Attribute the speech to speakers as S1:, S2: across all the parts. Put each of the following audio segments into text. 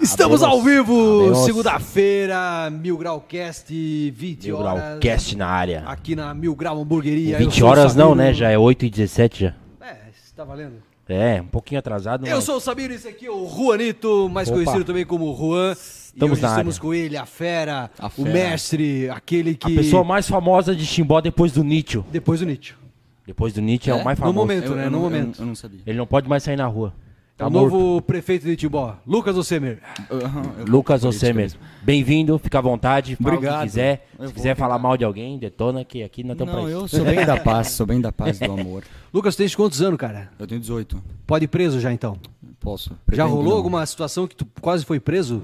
S1: Estamos
S2: Adeus.
S1: ao vivo,
S2: Adeus.
S1: segunda-feira, Mil Grau Cast, 20
S2: Mil
S1: horas.
S2: Grau Cast na área.
S1: Aqui na Mil Grau Hamburgueria. Eu
S2: 20
S1: sou o
S2: horas não,
S1: Sabino.
S2: né? Já é 8 e 17 já.
S1: É, isso tá valendo.
S2: É, um pouquinho atrasado,
S1: Eu
S2: mas
S1: sou o Sabino, esse aqui é o Juanito, mais
S2: Opa.
S1: conhecido também como Juan. e
S2: Estamos
S1: hoje
S2: na
S1: estamos
S2: área.
S1: com ele, a fera,
S3: A
S1: o
S3: fera.
S1: mestre, aquele que...
S2: a pessoa mais famosa de Timbó depois do Nietzsche.
S1: Depois do Nietzsche.
S2: Depois do Nietzsche é, o
S3: É?
S2: mais
S1: No
S2: famoso.
S1: momento. né, no
S3: não-
S1: momento.
S3: Eu, eu não sabia.
S2: Ele não pode mais sair na rua.
S1: É
S2: Tá
S1: o
S2: morto.
S1: novo prefeito de Timbó, Lucas Ossemer.
S3: Eu- eu-
S2: Lucas
S3: política
S2: Ossemer.
S3: mesmo.
S2: Bem-vindo, fica à vontade, fala o
S3: Obrigado.
S2: que quiser. Se
S3: Eu vou
S2: quiser falar
S3: tentar.
S2: mal de alguém, detona que aqui não estamos
S3: Não,
S2: Então, pra isso.
S3: eu sou bem da paz, sou bem da paz do amor.
S1: Lucas, tem quantos anos, cara?
S3: Eu tenho 18.
S1: Pode ir preso já, então.
S3: Posso.
S1: já
S3: Pretendo
S1: rolou
S3: não.
S1: alguma situação que tu quase foi preso?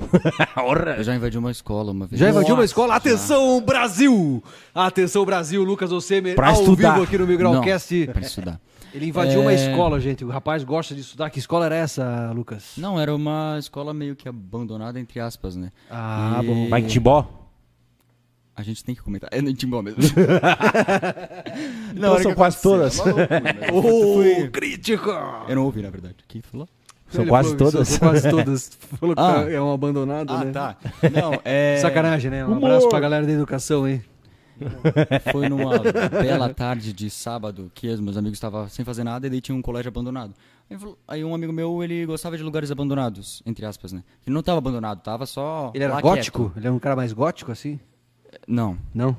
S2: Orra.
S3: Eu já invadi uma escola uma vez.
S1: Já invadiu uma
S2: Nossa,
S1: escola? Atenção, Brasil! Atenção, Brasil, Lucas Ossemer,
S2: Pra
S1: ao
S2: estudar.
S1: vivo aqui no
S3: Não, é
S1: Migralcast.
S3: Pra estudar.
S1: Ele invadiu uma
S3: É.
S1: escola, gente. O rapaz gosta de estudar. Que escola era essa, Lucas?
S3: Não, era uma escola meio que abandonada, entre aspas, né?
S1: Ah,
S3: E-
S2: Vai em Timbó?
S3: A gente tem que comentar. É no Timbó mesmo.
S2: Então
S3: era
S2: são
S3: que
S2: quase
S3: aconteceu,
S2: todas.
S3: é uma loucura, né?
S1: Ô, crítico!
S3: Eu não ouvi, na verdade. O que falou?
S2: São
S1: Ele
S2: quase
S1: falou que
S2: todas.
S1: São quase todas. Falou que
S3: Ah. tá.
S1: é um abandonado, né?
S3: Não, é...
S1: Sacanagem, né? Um
S2: Humor.
S1: abraço pra galera da educação, hein?
S3: Foi numa bela tarde de sábado que os meus amigos estavam sem fazer nada e daí tinha um colégio abandonado. Aí, falou- aí um amigo meu, ele gostava de lugares abandonados, entre aspas, né? Ele não tava abandonado, tava só.
S1: Ele era
S3: lá
S1: gótico? Ele era um cara mais gótico, assim?
S3: quieto. Não,
S1: Não.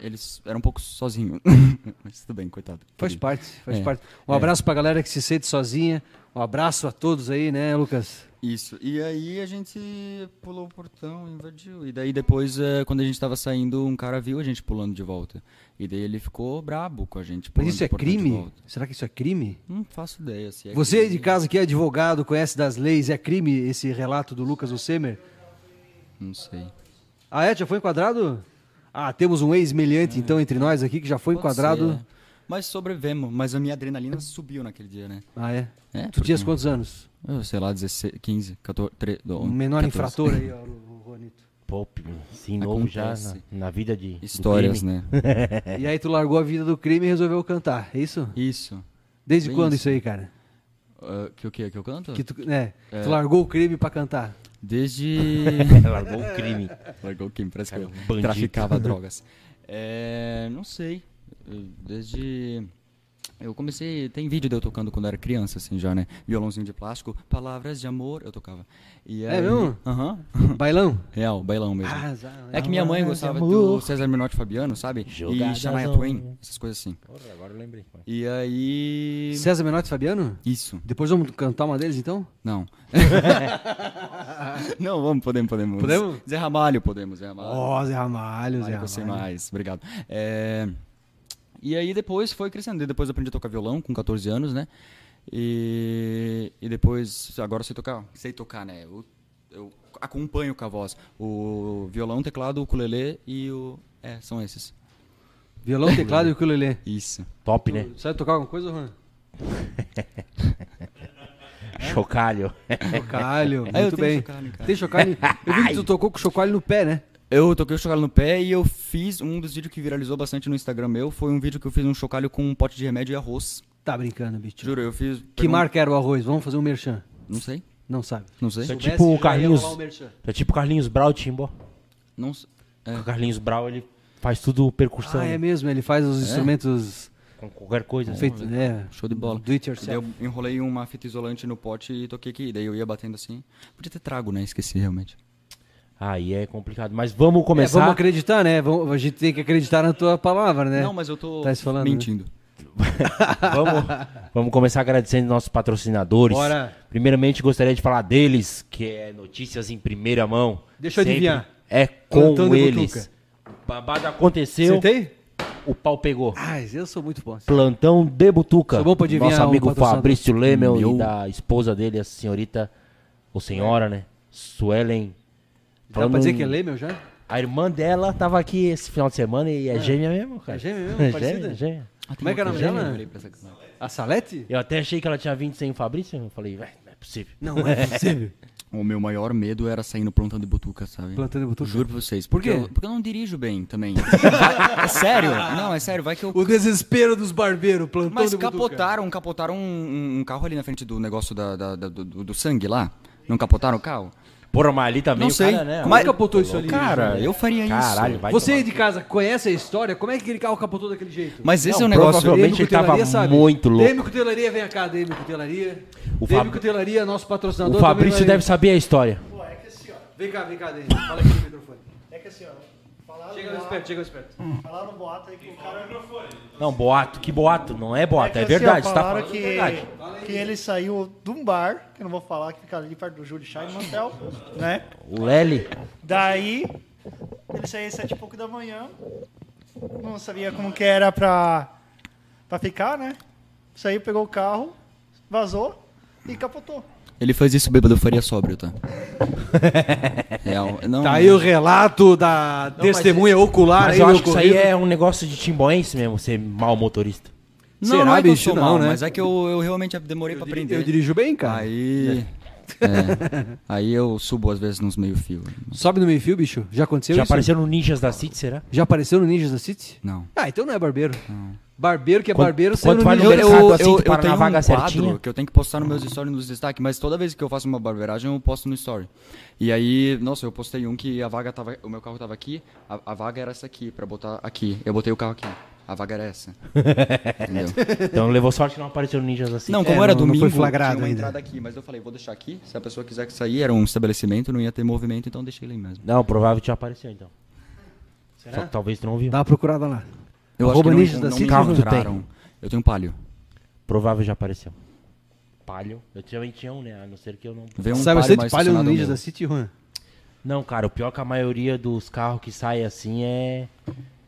S3: eles eram um pouco sozinho. Mas tudo bem, coitado.
S1: Faz
S3: Querido.
S1: parte, faz
S3: É.
S1: parte. Um abraço pra galera que se sente sozinha. Um abraço a todos aí, né, Lucas?
S3: Isso. E aí a gente pulou o portão, invadiu. E daí depois, eh, quando a gente tava saindo, um cara viu a gente pulando de volta. E daí ele ficou brabo com a gente.
S1: Mas
S3: pulando
S1: isso
S3: do
S1: é
S3: portão de
S1: crime?
S3: volta.
S1: Será que isso é crime?
S3: Não faço ideia se é
S1: Você
S3: crime.
S1: de casa que é advogado, conhece das leis, é crime esse relato do Lucas Ossemer?
S3: Não sei.
S1: Ah, é? Já foi enquadrado? Ah, temos um ex-meliante, então, entre nós aqui, que já foi
S3: Pode
S1: enquadrado.
S3: ser, é. Mas sobrevivemos, mas a minha adrenalina subiu naquele dia, né?
S1: Ah, é?
S3: É,
S1: tu
S3: porque-
S1: tinhas quantos anos?
S3: Eu sei lá, 16, 15, 14, 13,
S1: Um menor infrator aí, ó, o Juanito.
S2: Pô, sim, novo já na,
S3: Acontece.
S2: na vida de. do
S3: Histórias,
S2: crime.
S3: né?
S1: E aí tu largou a vida do crime e resolveu cantar, é isso?
S3: Isso.
S1: Desde
S3: Bem
S1: quando
S3: isso.
S1: isso. aí, cara?
S3: Ah, que o que? Que eu canto?
S1: Que tu, né,
S3: É.
S1: tu largou o crime pra cantar.
S3: Desde.
S2: Largou o crime.
S3: Largou quem? Parece que
S2: Cara,
S3: eu
S2: um bandido.
S3: traficava drogas. É, não sei. Eu- Desde. Eu comecei. Tem vídeo de eu tocando quando era criança, assim, já, né? Violãozinho de plástico, palavras de amor, eu tocava. E
S1: É
S3: aí-
S1: mesmo?
S3: Aham.
S1: Bailão?
S3: Real, bailão mesmo.
S1: Ah, zá-
S3: É que minha mãe
S2: Amor,
S3: gostava
S2: amor.
S3: do César Menotti Fabiano, sabe?
S2: Jogada
S3: e Shania
S2: zona.
S3: Twain, essas coisas assim.
S2: Porra, agora eu lembrei.
S3: E aí.
S1: César Menotti e Fabiano?
S3: Isso.
S1: Depois vamos cantar uma deles, então?
S3: Não. não, vamos, podemos, podemos.
S1: Podemos?
S3: Zé Ramalho, podemos, Zé Ramalho.
S1: Ó, Zé Ramalho, Zé
S3: Ramalho, você
S1: Ramalho.
S3: mais, obrigado. É, E aí depois foi crescendo. E Depois eu aprendi a tocar violão com 14 anos, né? E, e depois, agora eu sei tocar. Sei tocar, né? Eu, eu acompanho com a voz. O violão, o teclado, o ukulele e o... É, são esses.
S1: Violão, teclado e ukulele.
S3: Isso.
S2: Top, né?
S1: Sabe tocar alguma coisa, Juan?
S2: É. Chocalho.
S1: Chocalho,
S3: É, eu
S1: muito
S3: tenho
S1: bem.
S3: chocalho, cara.
S1: Tem chocalho. Eu vi que tu tocou com chocalho no pé, né?
S3: Eu toquei o chocalho no pé e eu fiz um dos vídeos que viralizou bastante no Instagram meu. Foi um vídeo que eu fiz um chocalho com um pote de remédio e arroz.
S1: Tá brincando, bicho.
S3: Juro, eu fiz.
S1: Que
S3: pegou-
S1: marca era o arroz? Vamos fazer um merchan.
S3: Não sei.
S1: Não sabe.
S3: Não sei.
S2: Isso é
S1: Soubesse,
S2: tipo o
S1: já ia rolar
S2: Carlinhos.
S1: um merchan.
S2: É tipo o Carlinhos Brau, Timbó.
S3: Não sei. É,
S2: O Carlinhos Brau, ele faz tudo percussão.
S1: É. Ah, é mesmo, ele faz os instrumentos
S2: Com qualquer coisa. né?
S1: feitos, né?
S3: Show de bola.
S1: Do it
S3: Daí eu
S1: yourself. É,
S3: enrolei uma fita isolante no pote e toquei aqui. Daí eu ia batendo assim. Podia ter trago, né? Esqueci realmente.
S2: Aí é complicado. Mas vamos
S1: É,
S2: começar.
S1: vamos acreditar, né? Vamos- a gente tem que acreditar na tua palavra, né?
S3: Não, mas eu tô
S1: Tá se falando, né?
S3: mentindo.
S2: Vamos, vamos começar agradecendo nossos patrocinadores.
S1: Bora.
S2: Primeiramente, gostaria de falar deles, que é notícias em primeira mão.
S1: Deixa eu adivinhar.
S2: É com
S1: Plantão de
S2: eles.
S1: Botuca.
S2: O babado aconteceu,
S1: Acertei?
S2: o pau pegou.
S1: Ai, Ah, eu sou muito bom. assim.
S2: Plantão de Butuca.
S1: Sou bom pra adivinhar
S2: Nosso
S1: o
S2: amigo
S1: patrocinador.
S2: Fabrício Lemel
S3: Meu.
S2: e da esposa dele, a senhorita, ou senhora, né? Suelen.
S1: Dá pra
S2: Falando
S1: dizer
S2: em-
S1: que é lei, meu, já?
S2: A irmã dela tava aqui esse final de semana e é, gêmea mesmo, cara.
S1: É gêmea mesmo,
S2: É
S1: parecida?
S2: gêmea, gêmea.
S1: Como é que é o nome dela? A Salete?
S2: Eu até achei que ela tinha vindo sem o Fabrício. Eu falei, "Ué, não é possível.
S1: Não é possível.
S3: O meu maior medo era sair no plantão de butuca, sabe?
S1: Plantão de butuca?
S3: Juro pra vocês.
S1: Por
S3: porque
S1: quê?
S3: Eu, porque eu não dirijo bem também. é sério? Não, é sério. Vai que eu
S1: O desespero dos barbeiros, plantão
S3: Mas
S1: de butuca.
S3: capotaram, capotaram um, um- um carro ali na frente do negócio da, da- da- do, do- do sangue lá. Não capotaram o carro?
S2: Porra, mas ali também
S3: Não
S2: o
S3: sei.
S2: cara, né?
S1: Como é que capotou isso ali?
S3: Cara, eu faria isso.
S2: Caralho, vai
S1: Você
S2: tomar-
S1: aí de casa conhece a história? Como é que aquele carro capotou daquele jeito?
S3: Mas esse
S2: Não,
S3: é um negócio.
S2: provavelmente-
S1: Demi
S2: ele tava
S1: Cutelaria sabe.
S2: muito louco.
S1: Demi Cutelaria, vem cá, Demi Cutelaria.
S2: O
S1: Demi
S2: Fab-
S1: Cutelaria, nosso patrocinador.
S2: O
S1: também
S2: Fabrício
S1: vai-
S2: deve saber a história.
S1: Vem cá, vem cá, Demi. Fala aqui no microfone.
S4: É que assim, ó, falaram,
S1: Chega
S4: um
S1: mais
S4: boato-
S1: perto, chega mais perto.
S4: falaram um boato aí que o cara.
S2: Não, boato. Que boato? Não é boato, é,
S4: que assim, ó,
S2: verdade. você tá
S4: falaram
S2: falando
S4: que,
S2: verdade.
S4: que ele saiu de um bar, que eu não vou falar, que fica ali perto do Júlio Chá e Mantel, né?
S2: O Lely.
S4: Daí, ele saiu às sete e pouco da manhã, não sabia como que era pra, pra ficar, né? Saiu, pegou o carro, vazou e capotou.
S3: Ele faz isso bêbado, eu faria sóbrio, tá? Real. Não, é.
S1: Tá aí o relato da testemunha ocular
S2: Mas
S1: aí
S2: eu
S1: do
S2: acho que isso aí
S1: ocorrido.
S2: é um negócio de timboense mesmo, ser mau motorista.
S3: não,
S1: Será,
S3: não é que eu
S1: bicho?
S3: sou
S1: Não,
S3: mal,
S1: né?
S3: mas é que eu, eu realmente demorei pra aprender.
S1: Eu dirijo bem, cara.
S3: Aí. é. Aí eu subo às vezes nos meio-fio.
S1: Sobe no meio-fio, bicho. Já aconteceu
S2: Já
S1: isso?
S2: apareceram ninjas da City, será?
S1: Já apareceu no Ninjas da City?
S3: Não.
S1: Ah, então não é barbeiro. Barbeiro que é
S2: Hum. Quando-
S1: barbeiro
S2: quando
S1: saiu no
S2: vai
S1: Ninjas.
S2: no mercado, assim, tu para na
S3: tenho
S2: vaga
S3: um quadro
S2: certinha?
S3: que eu tenho que postar nos meus stories nos destaques, mas toda vez que eu faço uma barbeiragem eu posto no story. E aí, nossa, eu postei um que a vaga tava, o meu carro tava aqui, a, a vaga era essa aqui, pra botar aqui. Eu botei o carro aqui. A vaga era essa. Entendeu?
S2: Então levou sorte que não apareceram ninjas da City.
S3: Não,
S1: É,
S3: como era
S1: não- não foi
S3: domingo,
S1: flagrado
S3: tinha uma
S1: ainda.
S3: entrada aqui, mas eu falei, vou deixar aqui. Se a pessoa quiser sair, era um estabelecimento, não ia ter movimento, então deixei ele mesmo.
S2: Não, provável que já apareceu então. Só que talvez tu não viu.
S1: Dá uma procurada lá.
S3: Eu
S1: Arroba
S3: acho que
S1: Ninjas
S3: não,
S1: da
S3: não
S1: City,
S3: me
S1: carro
S2: tu tem?
S3: encontraram. Eu tenho um palio.
S2: Provável já apareceu. Palio. Eu também tinha um, né? A não ser que eu não.
S3: Vê um
S1: Sabe,
S3: palio
S1: você de
S3: mais
S1: palha no
S3: estacionado ao
S1: Ninjas
S3: meu.
S1: da City, Juan?
S2: Não, cara, o pior é que a maioria dos carros que saem assim é.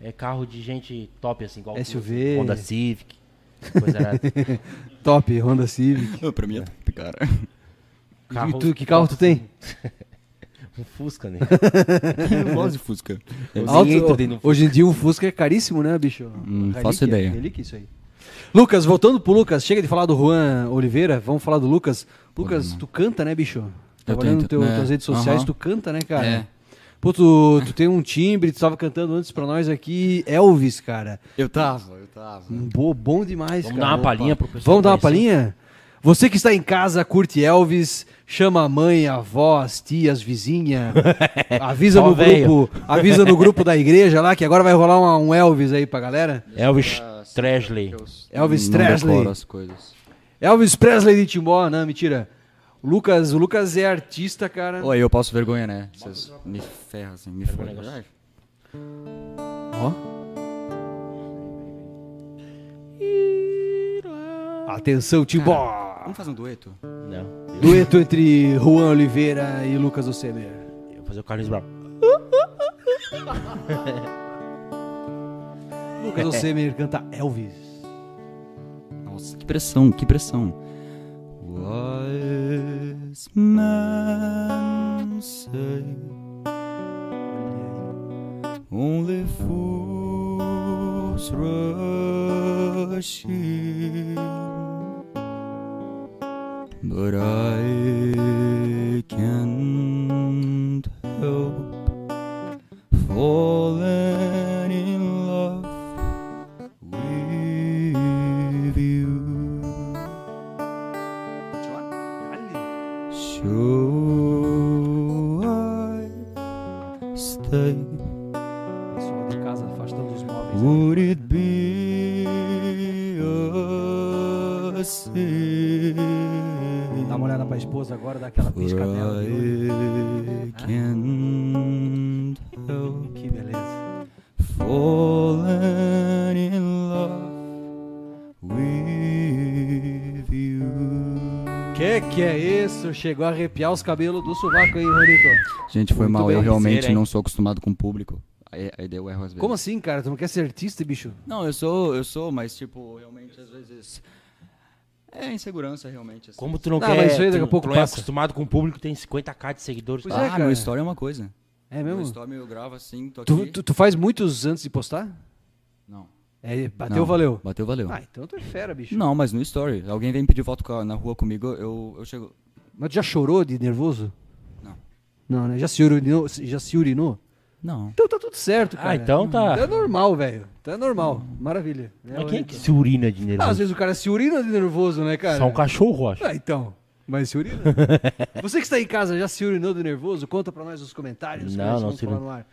S2: É carro de gente top, assim, igual. tu,
S1: SUV.
S2: Honda Civic. Coisa era.
S1: Top, Honda Civic.
S3: Ah, Pra mim é top, cara.
S1: E tu, que carro tu tem?
S2: Um Fusca, né?
S3: Eu gosto de Fusca. É Eu
S2: Alto- Ninguém
S1: Alto-
S2: tá dentro do
S1: hoje em dia um Fusca é caríssimo, né, bicho?
S3: Hum,
S1: Relíquia,
S3: faço ideia.
S1: Relíquia isso aí. Lucas, voltando pro Lucas, chega de falar do Juan Oliveira, vamos falar do Lucas. Lucas, tu canta, né, bicho? Trabalhando
S3: tento,
S1: no teu,
S3: né?
S1: tuas redes sociais,
S3: Aham.
S1: tu canta, né, cara?
S3: É.
S1: Pô, tu, tu tem um timbre, tu tava cantando antes pra nós aqui, Elvis, cara.
S3: Eu tava, eu tava.
S1: Um bo- bom demais,
S2: Vamos
S1: cara.
S2: dar uma palhinha pro pessoal.
S1: Vamos dar uma
S2: conhecer.
S1: palhinha? Você que está em casa, curte Elvis, chama a mãe, a avó, as tias, vizinha, avisa
S2: Ó,
S1: no
S2: véio.
S1: grupo, avisa no grupo da igreja lá que agora vai rolar uma- um Elvis aí pra galera.
S2: Elvis Tresley.
S1: Elvis
S3: Não
S1: Presley.
S3: decoro as coisas.
S1: Elvis Presley de Timbó, não, mentira. O Lucas, o Lucas é artista, cara.
S3: Oi, eu passo vergonha, né? Vocês me ferram assim, me ferram.
S1: Ó. Atenção, Timbó.
S3: Vamos fazer um dueto?
S2: Não.
S1: Dueto entre Juan Oliveira e Lucas Oceder.
S2: Eu vou fazer o Carlos Bravo.
S1: Lucas Oceder canta Elvis.
S3: Nossa, que pressão, que pressão. Wise men say Only fools rush in But I can't help falling in love with you. Should I stay?
S1: Pessoal de casa afastando os móveis.
S3: Would it be a sin?
S1: Dá uma olhada pra esposa agora, dá aquela piscadela. de olho.
S3: I can't help
S1: Que beleza.
S3: falling in love with you.
S1: Que que é isso? Chegou a arrepiar os cabelos do sovaco aí, Ronito.
S3: Gente, foi
S1: Muito
S3: mal.
S1: bem
S3: Eu
S1: dizer,
S3: realmente
S1: hein?
S3: não sou acostumado com o público. Aí, aí deu erro às vezes.
S1: Como assim, cara? Tu não quer ser artista, bicho?
S3: Não, eu sou, eu sou, mas tipo, realmente às vezes. É insegurança, realmente. assim.
S2: Como tu não,
S1: Não,
S2: quer.
S1: mas isso aí
S2: tu-
S1: daqui a pouco
S2: tu não é
S1: passa.
S2: acostumado com o público, tem 50k de seguidores.
S1: Pois
S3: Ah,
S1: é, cara.
S3: meu story é uma coisa.
S1: É
S3: Meu
S1: mesmo?
S3: story eu gravo assim, tô aqui.
S1: Tu, tu, tu faz muitos antes de postar?
S3: Não.
S1: É, bateu,
S3: Não,
S1: valeu.
S3: Bateu, valeu.
S1: Ah, então tu é fera, bicho.
S3: Não, mas no story. Alguém vem pedir foto com a- na rua comigo, eu, eu chego.
S1: Mas tu já chorou de nervoso?
S3: Não.
S1: Não, né? Já se urinou? Já se urinou?
S3: Não.
S1: Então tá tudo certo, cara.
S2: Ah, então tá.
S1: Então é normal, velho. Então é normal. Maravilha. É,
S2: Mas quem
S1: olha-
S2: que se urina
S1: Ah,
S2: de
S1: às
S2: nervoso? um
S1: vezes o cara se urina de nervoso, né, cara?
S2: Só um cachorro, acho.
S1: Ah, então. Mas se urina. Você que está aí em casa já se urinou de nervoso? Conta pra nós nos comentários. que
S2: Não,
S1: nós
S2: não
S1: vamos
S2: se
S1: falar
S2: urinou.
S1: no ar.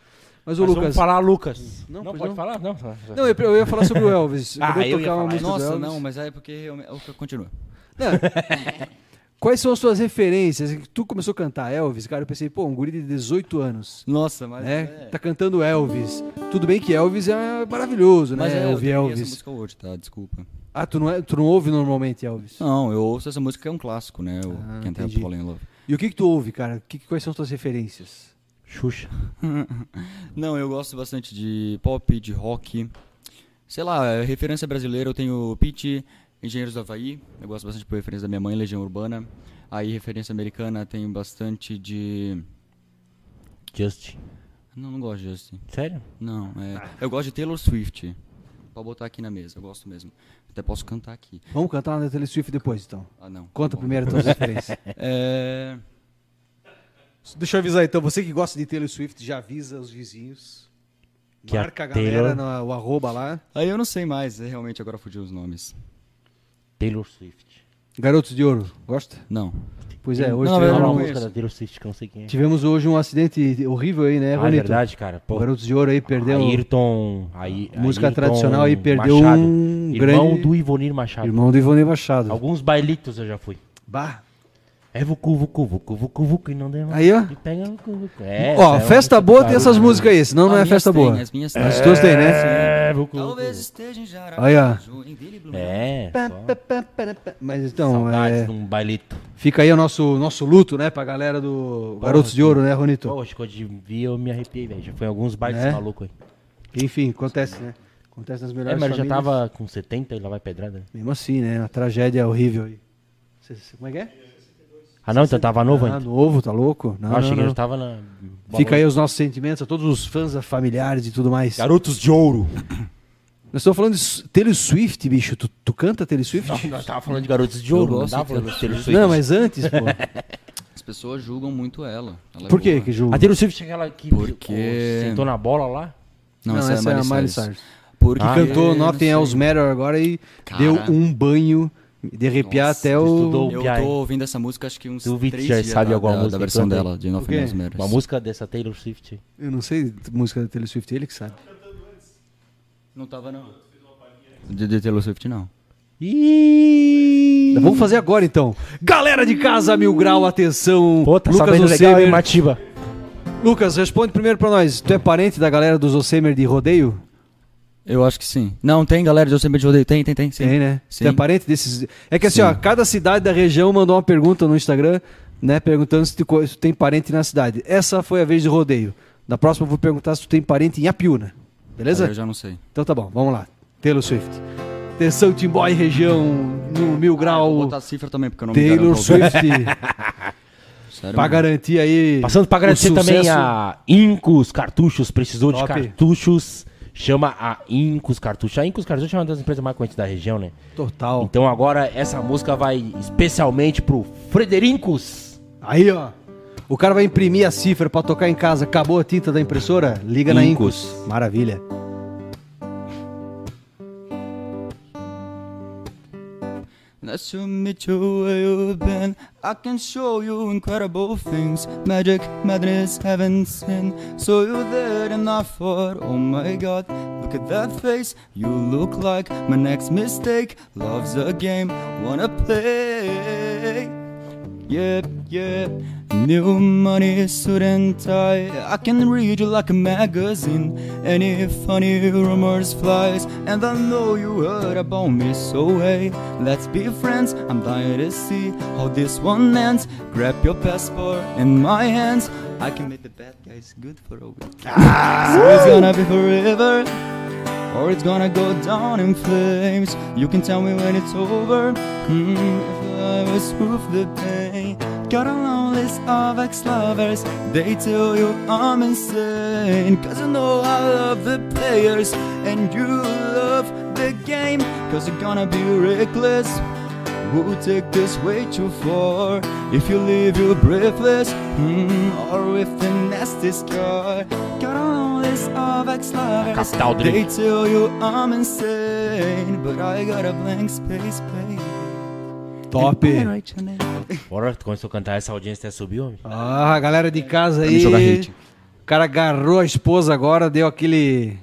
S1: Mas o
S2: Nós
S1: Lucas.
S2: Vamos falar, Lucas.
S1: Não,
S2: Não,
S1: pois
S2: pode
S1: não.
S2: falar? Não.
S1: Não, eu, eu ia falar sobre o Elvis. Eu
S2: Ah,
S1: vou
S2: eu ia
S1: tocar uma
S2: falar
S1: música do
S3: Nossa,
S1: Elvis.
S3: não, mas aí é porque realmente. eu- Continua.
S1: Não. Quais são as suas referências? Tu começou a cantar Elvis, cara. Eu pensei, pô, um guri de 18 anos.
S3: Nossa, mas. é.
S1: Né? Tá cantando Elvis. Tudo bem que Elvis é maravilhoso, né?
S3: Mas é, eu
S1: Elvis,
S3: ouvi essa
S1: Elvis.
S3: música hoje, tá? Desculpa.
S1: Ah, tu não, é- tu não ouve normalmente Elvis.
S3: Não, eu ouço essa música que é um clássico, né? O
S1: Ah,
S3: Can't Help
S1: entendi.
S3: Falling in Love.
S1: E o que, que tu ouve, cara? Que- quais são as tuas referências?
S2: Xuxa.
S3: Não, eu gosto bastante de pop, de rock. Sei lá, é, referência brasileira eu tenho Pitty, Engenheiros do Havaí. Eu gosto bastante por referência da minha mãe, Legião Urbana. Aí, referência americana, tenho bastante de.
S2: Justin.
S3: Não, não gosto de Justin.
S2: Sério?
S3: Não, é. Eu gosto de Taylor Swift. Pode botar aqui na mesa, eu gosto mesmo. Até posso cantar aqui.
S1: Vamos cantar uma da Taylor Swift depois, então.
S3: Ah, não.
S1: Conta
S3: Bom.
S1: primeiro as tuas referências.
S3: É.
S1: Deixa eu avisar então, você que gosta de Taylor Swift, já avisa os vizinhos.
S2: Que a
S1: marca a, galera,
S2: Taylor-
S1: no, o arroba lá.
S3: Aí eu não sei mais, é, realmente agora fugiu os nomes.
S2: Taylor Swift.
S1: Garotos de Ouro, gosta?
S3: Não.
S1: Pois é, hoje
S3: Não,
S2: Tem
S3: eu
S1: tivemos,
S2: uma
S1: um-
S2: música
S3: conheço.
S2: da Taylor Swift que eu não sei quem é.
S1: tivemos hoje um acidente horrível aí, né,
S2: Ah, é
S1: Ronito?
S2: verdade, cara.
S1: O
S2: Pô,
S1: Garotos de Ouro aí perdeu.
S2: Ayrton, Ay-
S1: Música
S2: Ayrton
S1: tradicional aí, perdeu
S2: Machado,
S1: um
S2: Irmão
S1: grande-
S2: do Ivonir Machado.
S1: Irmão do Ivone Machado.
S2: Alguns bailitos eu já fui.
S1: Bah.
S2: É vucu, vucu, vucu, vucu, vucu, e não deu
S1: Aí, ó.
S2: E pega vucu, vucu. É,
S1: Ó,
S2: essa é
S1: festa
S2: uma-
S1: boa tem essas músicas aí, senão não
S3: As
S1: é
S3: minhas
S1: festa
S3: têm,
S1: boa.
S3: As minhas têm.
S1: As tuas tem, né?
S2: É, vucu,
S3: Talvez
S2: vucu.
S3: esteja em Jaraguá.
S1: Aí, ó.
S3: Joinville e Blumenau.
S2: É, só
S1: Mas então,
S2: saudades
S1: é,
S2: de um bailito.
S1: fica aí o nosso, nosso luto, né, pra galera do Garotos de Ouro, né, Ronito?
S2: Pô, acho que eu vi, eu me arrepiei, velho. Já foi em alguns bailes
S1: Né?
S2: maluco aí.
S1: Enfim, acontece, né? Acontece nas melhores
S2: É, mas ele já
S1: famílias.
S2: tava com 70 e lá vai pedrada. né?
S1: Mesmo assim, né? Uma tragédia horrível aí. Cê- cê- Como é que é?
S2: Ah, não, então tava novo
S1: Ah,
S2: ainda.
S1: novo, tá louco? Não,
S2: Ah, achei
S1: não,
S2: que
S1: não.
S2: já tava na.
S1: Fica aí os nossos sentimentos a todos os fãs, a familiares e tudo mais.
S2: Garotos de ouro.
S1: Nós estamos falando de S- Taylor Swift, bicho. Tu, tu canta Taylor Swift?
S2: Não, nós tava falando de garotos de ouro, não
S3: gosto
S2: tava
S3: de
S2: falando de Taylor Swift.
S1: Não, mas antes, pô.
S3: As pessoas julgam muito ela. Ela é
S1: Por que
S3: boa.
S1: que julga?
S2: A Taylor Swift é aquela que
S3: Porque-
S2: sentou na bola lá.
S3: Não, essa, é a Miley Cyrus. Ah, Porque
S1: Que cantou Nothing Else Matter agora e
S3: Cara.
S1: deu um banho de arrepiar
S3: Nossa,
S1: até o...
S2: estudou.
S3: Eu
S2: Piai.
S3: tô ouvindo essa música acho que uns
S2: Tu, Vit,
S3: três
S2: já
S3: dias
S2: sabe
S3: da,
S2: alguma
S3: da,
S2: música
S3: da versão
S2: que canta?
S3: dela, de Nothing
S1: quê?
S3: Else Matters.
S2: Uma música dessa Taylor Swift.
S1: Eu não sei música da Taylor Swift, ele que sabe.
S3: Não tava não. De, de Taylor Swift não.
S2: Ih!
S1: Vamos fazer agora, então. Galera de casa, Mil Grau, atenção.
S2: Pô, tá sabendo legal, hein,
S1: Lucas,
S2: Matiba?
S1: Lucas, responde primeiro pra nós. Tu é parente da galera dos Ocemer de rodeio?
S3: Eu acho que sim. Não, tem galera de Eu Sempre Te Odeio. Tem, tem, tem. Sim.
S1: Tem, né?
S3: Sim.
S1: Tu é parente desses... É que assim,
S3: Sim.
S1: ó, cada cidade da região mandou uma pergunta no Instagram, né, perguntando se tu, co- se tu tem parente na cidade. Essa foi a vez de rodeio. Da próxima eu vou perguntar se tu tem parente em Apiúna. Beleza?
S3: Aí Ah, Eu já não sei.
S1: Então tá bom, vamos lá. Taylor Swift. Atenção, Timbó e região, no Mil
S3: Ah, Eu Vou
S1: Grau,
S3: botar a cifra também, porque eu não me
S1: Taylor
S3: garanto pra ouvir.
S1: Swift,
S3: Sério,
S1: pra
S3: mano.
S1: garantir aí
S2: Passando pra agradecer
S1: o
S2: também
S1: sucesso.
S2: a Incos Cartuchos, precisou
S1: Top.
S2: de cartuchos, chama a Incos Cartuchos. A Incos Cartuchos é uma das empresas mais conhecidas da região, né?
S1: Total.
S2: Então agora essa música vai especialmente pro Fredericos.
S1: Aí, ó. O cara vai imprimir a cifra pra tocar em casa. Acabou a tinta da impressora? Liga na
S2: Incus.
S1: Incus. Maravilha.
S3: Nice to meet you where you've been. I can show you incredible things. Magic, madness, heaven, sin. So you there and I thought, oh my god, look at that face. You look like my next mistake. Love's a game, wanna play. Yep, yep. New money, suit and tie. I can read you like a magazine. Any funny rumors flies, and I know you heard about me. So hey, let's be friends. I'm dying to see how this one ends. Grab your passport in my hands. I can make the bad guys good for a week. So it's gonna be forever or it's gonna go down in flames. You can tell me when it's over. Mm, if I was proof the pain. Got a long list of ex-lovers. They tell you I'm insane. Cause you know I love the players and you love the game. Cause you're gonna be reckless. Who take this way too far? If you leave you breathless, mm, or with the nasty scar. Got a long list of ex-lovers.
S2: Capital Drift.
S3: They tell you I'm insane, but I got a blank space, baby.
S1: Top.
S3: And I write your name.
S2: Bora, tu começou a cantar, essa audiência até subiu, homem.
S1: Ah, a galera de casa aí.
S3: Vamos jogar hit.
S1: O cara agarrou a esposa agora, deu aquele.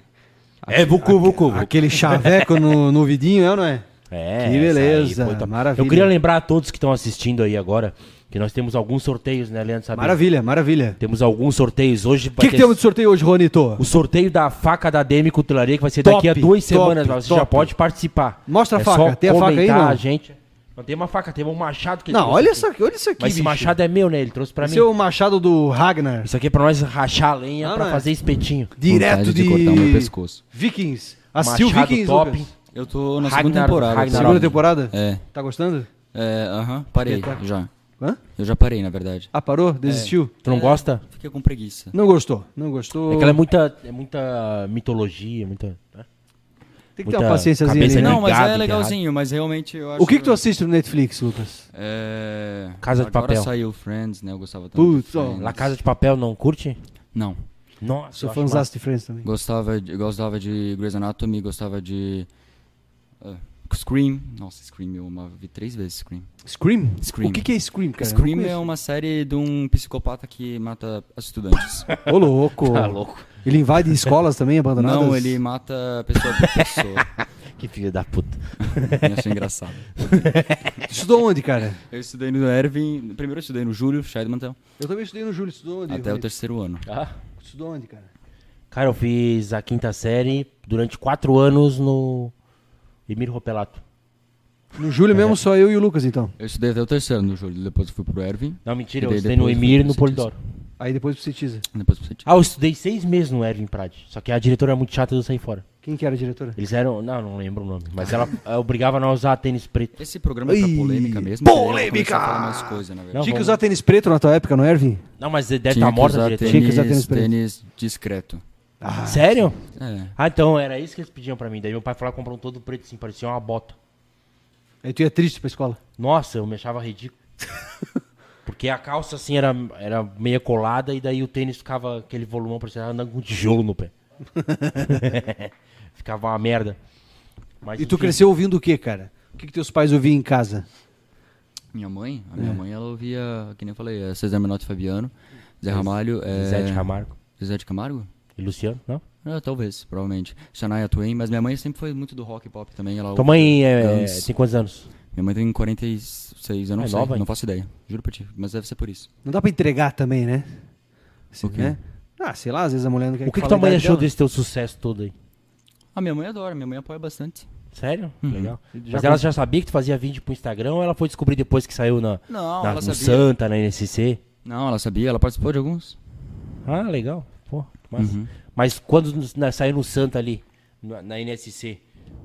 S2: É, vucu, vucu, vucu.
S1: Aquele chaveco no, no vidinho, é ou não é?
S2: É,
S1: Que
S2: essa
S1: beleza,
S2: aí foi top.
S1: maravilha.
S2: Eu queria lembrar a todos que estão assistindo aí agora que nós temos alguns sorteios, né, Leandro? Sabe?
S1: Maravilha, maravilha.
S2: Temos alguns sorteios hoje.
S1: O que, que temos de sorteio hoje, Ronito?
S2: O sorteio da faca da DM Cutelaria, que vai ser
S1: Top,
S2: daqui a duas
S1: top,
S2: semanas. Você
S1: top.
S2: já pode participar.
S1: Mostra a
S2: É
S1: faca.
S2: só
S1: Tem a faca aí,
S2: comentar
S1: não?
S2: a gente. Não tem uma faca, tem um machado que ele
S1: Não,
S2: trouxe
S1: olha
S2: aqui.
S1: isso aqui, olha isso aqui.
S2: Mas esse
S1: bicho.
S2: machado é meu, né? Ele trouxe pra
S1: Esse
S2: mim.
S1: é o machado do Ragnar.
S2: Isso aqui é pra nós rachar a lenha
S1: Não,
S2: pra
S1: não é.
S2: fazer espetinho.
S1: Direto
S3: Vontade
S1: de.
S3: de cortar o meu pescoço.
S1: Vikings. Assistiu
S2: Machado
S1: Vikings,
S2: top.
S1: Ah, Lucas?
S3: Eu tô na
S2: Ragnar-
S3: segunda temporada.
S2: Ragnar-
S1: Segunda temporada?
S3: É.
S1: Tá gostando?
S3: É, aham, parei
S1: Espetáculo.
S3: já.
S1: Hã?
S3: Eu já parei, na verdade.
S1: Ah, parou? Desistiu?
S2: Tu não gosta?
S3: Fiquei com preguiça.
S1: Não gostou. Não gostou.
S2: É que ela é muita, é muita mitologia, muita. né?
S1: Tem que ter uma
S2: muita
S1: paciênciazinha
S2: cabeça
S1: ali, né?
S2: de-
S3: Não, mas
S2: Tá ligado,
S3: é legalzinho, mas realmente eu acho...
S1: O que, que tu assiste no Netflix, Lucas?
S3: É...
S2: Casa de
S3: agora
S2: Papel.
S3: saiu Friends, né? Eu gostava tanto
S1: Putz,
S3: de
S1: ó,
S3: Friends.
S2: La Casa de Papel não curte?
S3: Não.
S2: Nossa,
S1: Sou
S2: eu
S1: fãzão
S2: acho massa.
S1: de Friends também.
S3: Gostava de, gostava de Grey's Anatomy, gostava de... ah, Scream. Nossa, Scream, eu amava. Vi três vezes Scream.
S1: Scream?
S3: Scream.
S1: O que, que é Scream, cara? Eu
S3: Scream
S1: não
S3: é uma série de um psicopata que mata as estudantes.
S1: conheço. Ô, louco.
S2: Tá louco.
S1: Ele invade escolas também abandonadas?
S3: Não, ele mata pessoa por pessoa.
S2: Que filho da puta.
S3: Eu achei engraçado.
S1: Estudou onde, cara?
S3: Eu estudei no Ervin, primeiro eu estudei no Júlio Scheidmantel,
S1: Eu também estudei no Júlio. Estudou onde?
S3: até o
S1: Rony?
S3: terceiro ano.
S1: Ah. Estudou onde, cara?
S2: Cara, eu fiz a quinta série durante quatro anos no Emílio Ropelato.
S1: No Júlio
S2: É.
S1: mesmo, só eu e o Lucas, então.
S3: Eu estudei até o terceiro ano no Júlio, depois eu fui pro Ervin,
S2: Não, mentira,
S3: E
S2: eu
S3: daí
S2: estudei no
S3: depois
S2: Emir e
S3: foi
S2: no
S3: pro Cientista.
S2: Polidoro.
S1: Aí depois pro Citiza.
S3: depois pro Cetim.
S2: Ah, eu estudei seis meses no Erwin Prade. Só que a diretora era muito chata e eu saí fora.
S1: Quem que era a diretora?
S2: Eles eram. Não, não lembro o nome. Mas ela eh, obrigava nós a usar tênis preto.
S3: Esse programa é pra
S1: Ih,
S3: polêmica mesmo. porque daí eu vou
S1: polêmica!
S3: começar a falar mais coisa, na verdade.
S2: Não,
S1: Tinha que
S2: vamos-
S1: usar tênis preto na tua época, não, é, Ervin?
S2: Não, mas deve
S3: Tinha
S2: estar
S3: que
S2: morta a
S3: usar
S2: diretora.
S1: Tinha que usar tênis
S3: tênis,
S1: preto.
S3: tênis discreto.
S2: Sério?
S3: É.
S2: Ah, então era isso que eles pediam pra mim. Daí meu pai falou comprou um todo preto, assim, parecia uma bota.
S1: Aí tu ia triste pra escola.
S2: Nossa, eu me achava ridículo. Porque a calça, assim, era, era meia colada e daí o tênis ficava aquele volumão pra você andando com um tijolo no pé. ficava uma merda. Mas,
S1: E tu
S2: enfim,
S1: cresceu ouvindo o quê, cara? O que, que teus pais ouviam em casa?
S3: Minha mãe, a
S2: É.
S3: minha mãe, ela ouvia, que nem eu falei, é César Menotti e Fabiano, Zé Ramalho, é...
S2: Zé de Ramargo
S3: Zé de Camargo?
S2: e Luciano, não?
S3: Ah, talvez, provavelmente. Shania Twain, mas minha mãe sempre foi muito do rock e pop também. Ela
S2: Tua mãe é,
S3: Guns.
S2: tem quantos anos?
S3: Minha mãe tem 46, eu não
S2: É
S3: sei,
S2: nova, hein?
S3: não faço ideia. Juro pra ti, mas deve ser por isso.
S1: Não dá pra entregar também, né? Assim,
S3: O quê?
S1: né? Ah, sei lá, às vezes a mulher não quer
S2: O que, que
S1: fale
S2: tua
S1: a
S2: mãe
S1: idade
S2: achou
S1: dela.
S2: desse teu sucesso todo aí?
S3: Ah, minha mãe adora, minha mãe apoia bastante.
S2: Sério?
S3: Uhum.
S2: Legal. Mas
S1: Já
S2: ela já sabia que tu fazia vídeo pro Instagram ou ela foi descobrir depois que saiu na,
S3: Não,
S2: na
S3: ela
S2: no
S3: sabia.
S2: Santa, na NSC?
S3: Não, ela sabia, ela participou de alguns.
S2: Ah, legal. Pô, mas,
S3: Uhum.
S2: mas quando nos- na- saiu no Santa ali, na, na NSC,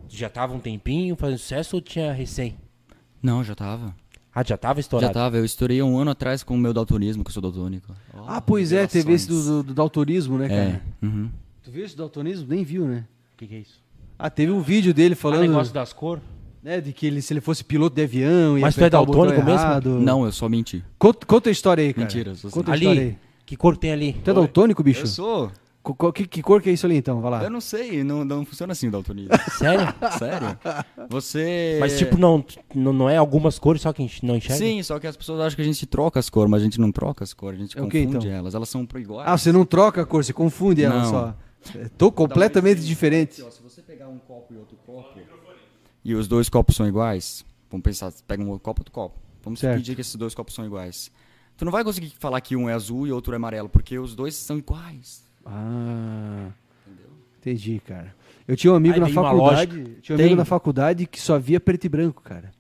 S2: tu já tava um tempinho fazendo sucesso ou tinha recém?
S3: Não, já tava.
S2: Ah, já tava estourado?
S3: Já tava, eu estourei um ano atrás com o meu daltonismo, que eu sou daltônico.
S1: Ah, pois é, teve esse do, do, do daltonismo, né,
S3: É,
S1: cara?
S3: uhum.
S1: Tu viu esse daltonismo? Nem viu, né?
S2: O que, que é isso?
S1: Ah, teve um vídeo dele
S2: O
S3: Ah,
S1: falando
S2: negócio das cores?
S1: né, de que ele, se ele fosse piloto de avião... ia
S2: Mas tu é
S1: apertar o botão
S2: daltônico mesmo?
S1: errado.
S3: Não, eu só menti.
S1: Conta, conta a história aí, cara.
S3: Mentira, eu sou
S1: Conta a história aí.
S2: Ali, que cor tem ali?
S1: Tu é daltônico, bicho?
S3: sou?
S1: Co- co- Que, que cor que é isso ali, então?
S2: Ah.
S1: Vai lá.
S3: Eu não sei, não, não funciona assim o daltonismo.
S2: Sério?
S3: Sério? Você...
S2: Mas tipo, não, não, não é algumas cores só que enx- não enxerga?
S3: É. Sim, só que as pessoas acham que a gente troca as cores, mas a gente não troca as cores, a gente
S1: É o quê,
S3: confunde
S1: então?
S3: elas. Elas são pro iguais. um
S1: Ah, você não troca a cor, você confunde ela
S3: Não.
S1: só. É, Tô completamente diferente.
S3: Se você pegar um copo e outro copo. E os dois copos são iguais. Vamos pensar, você pega um copo e outro copo. Vamos
S1: Certo.
S3: pedir que esses dois copos são iguais. Tu não vai conseguir falar que um é azul e outro é amarelo, porque os dois são iguais.
S1: Ah, entendi, cara. Eu tinha um amigo
S2: Aí
S1: na
S2: vem uma
S1: faculdade,
S2: lógica.
S1: tinha um amigo
S2: Tem.
S1: na faculdade que só via preto e branco, cara.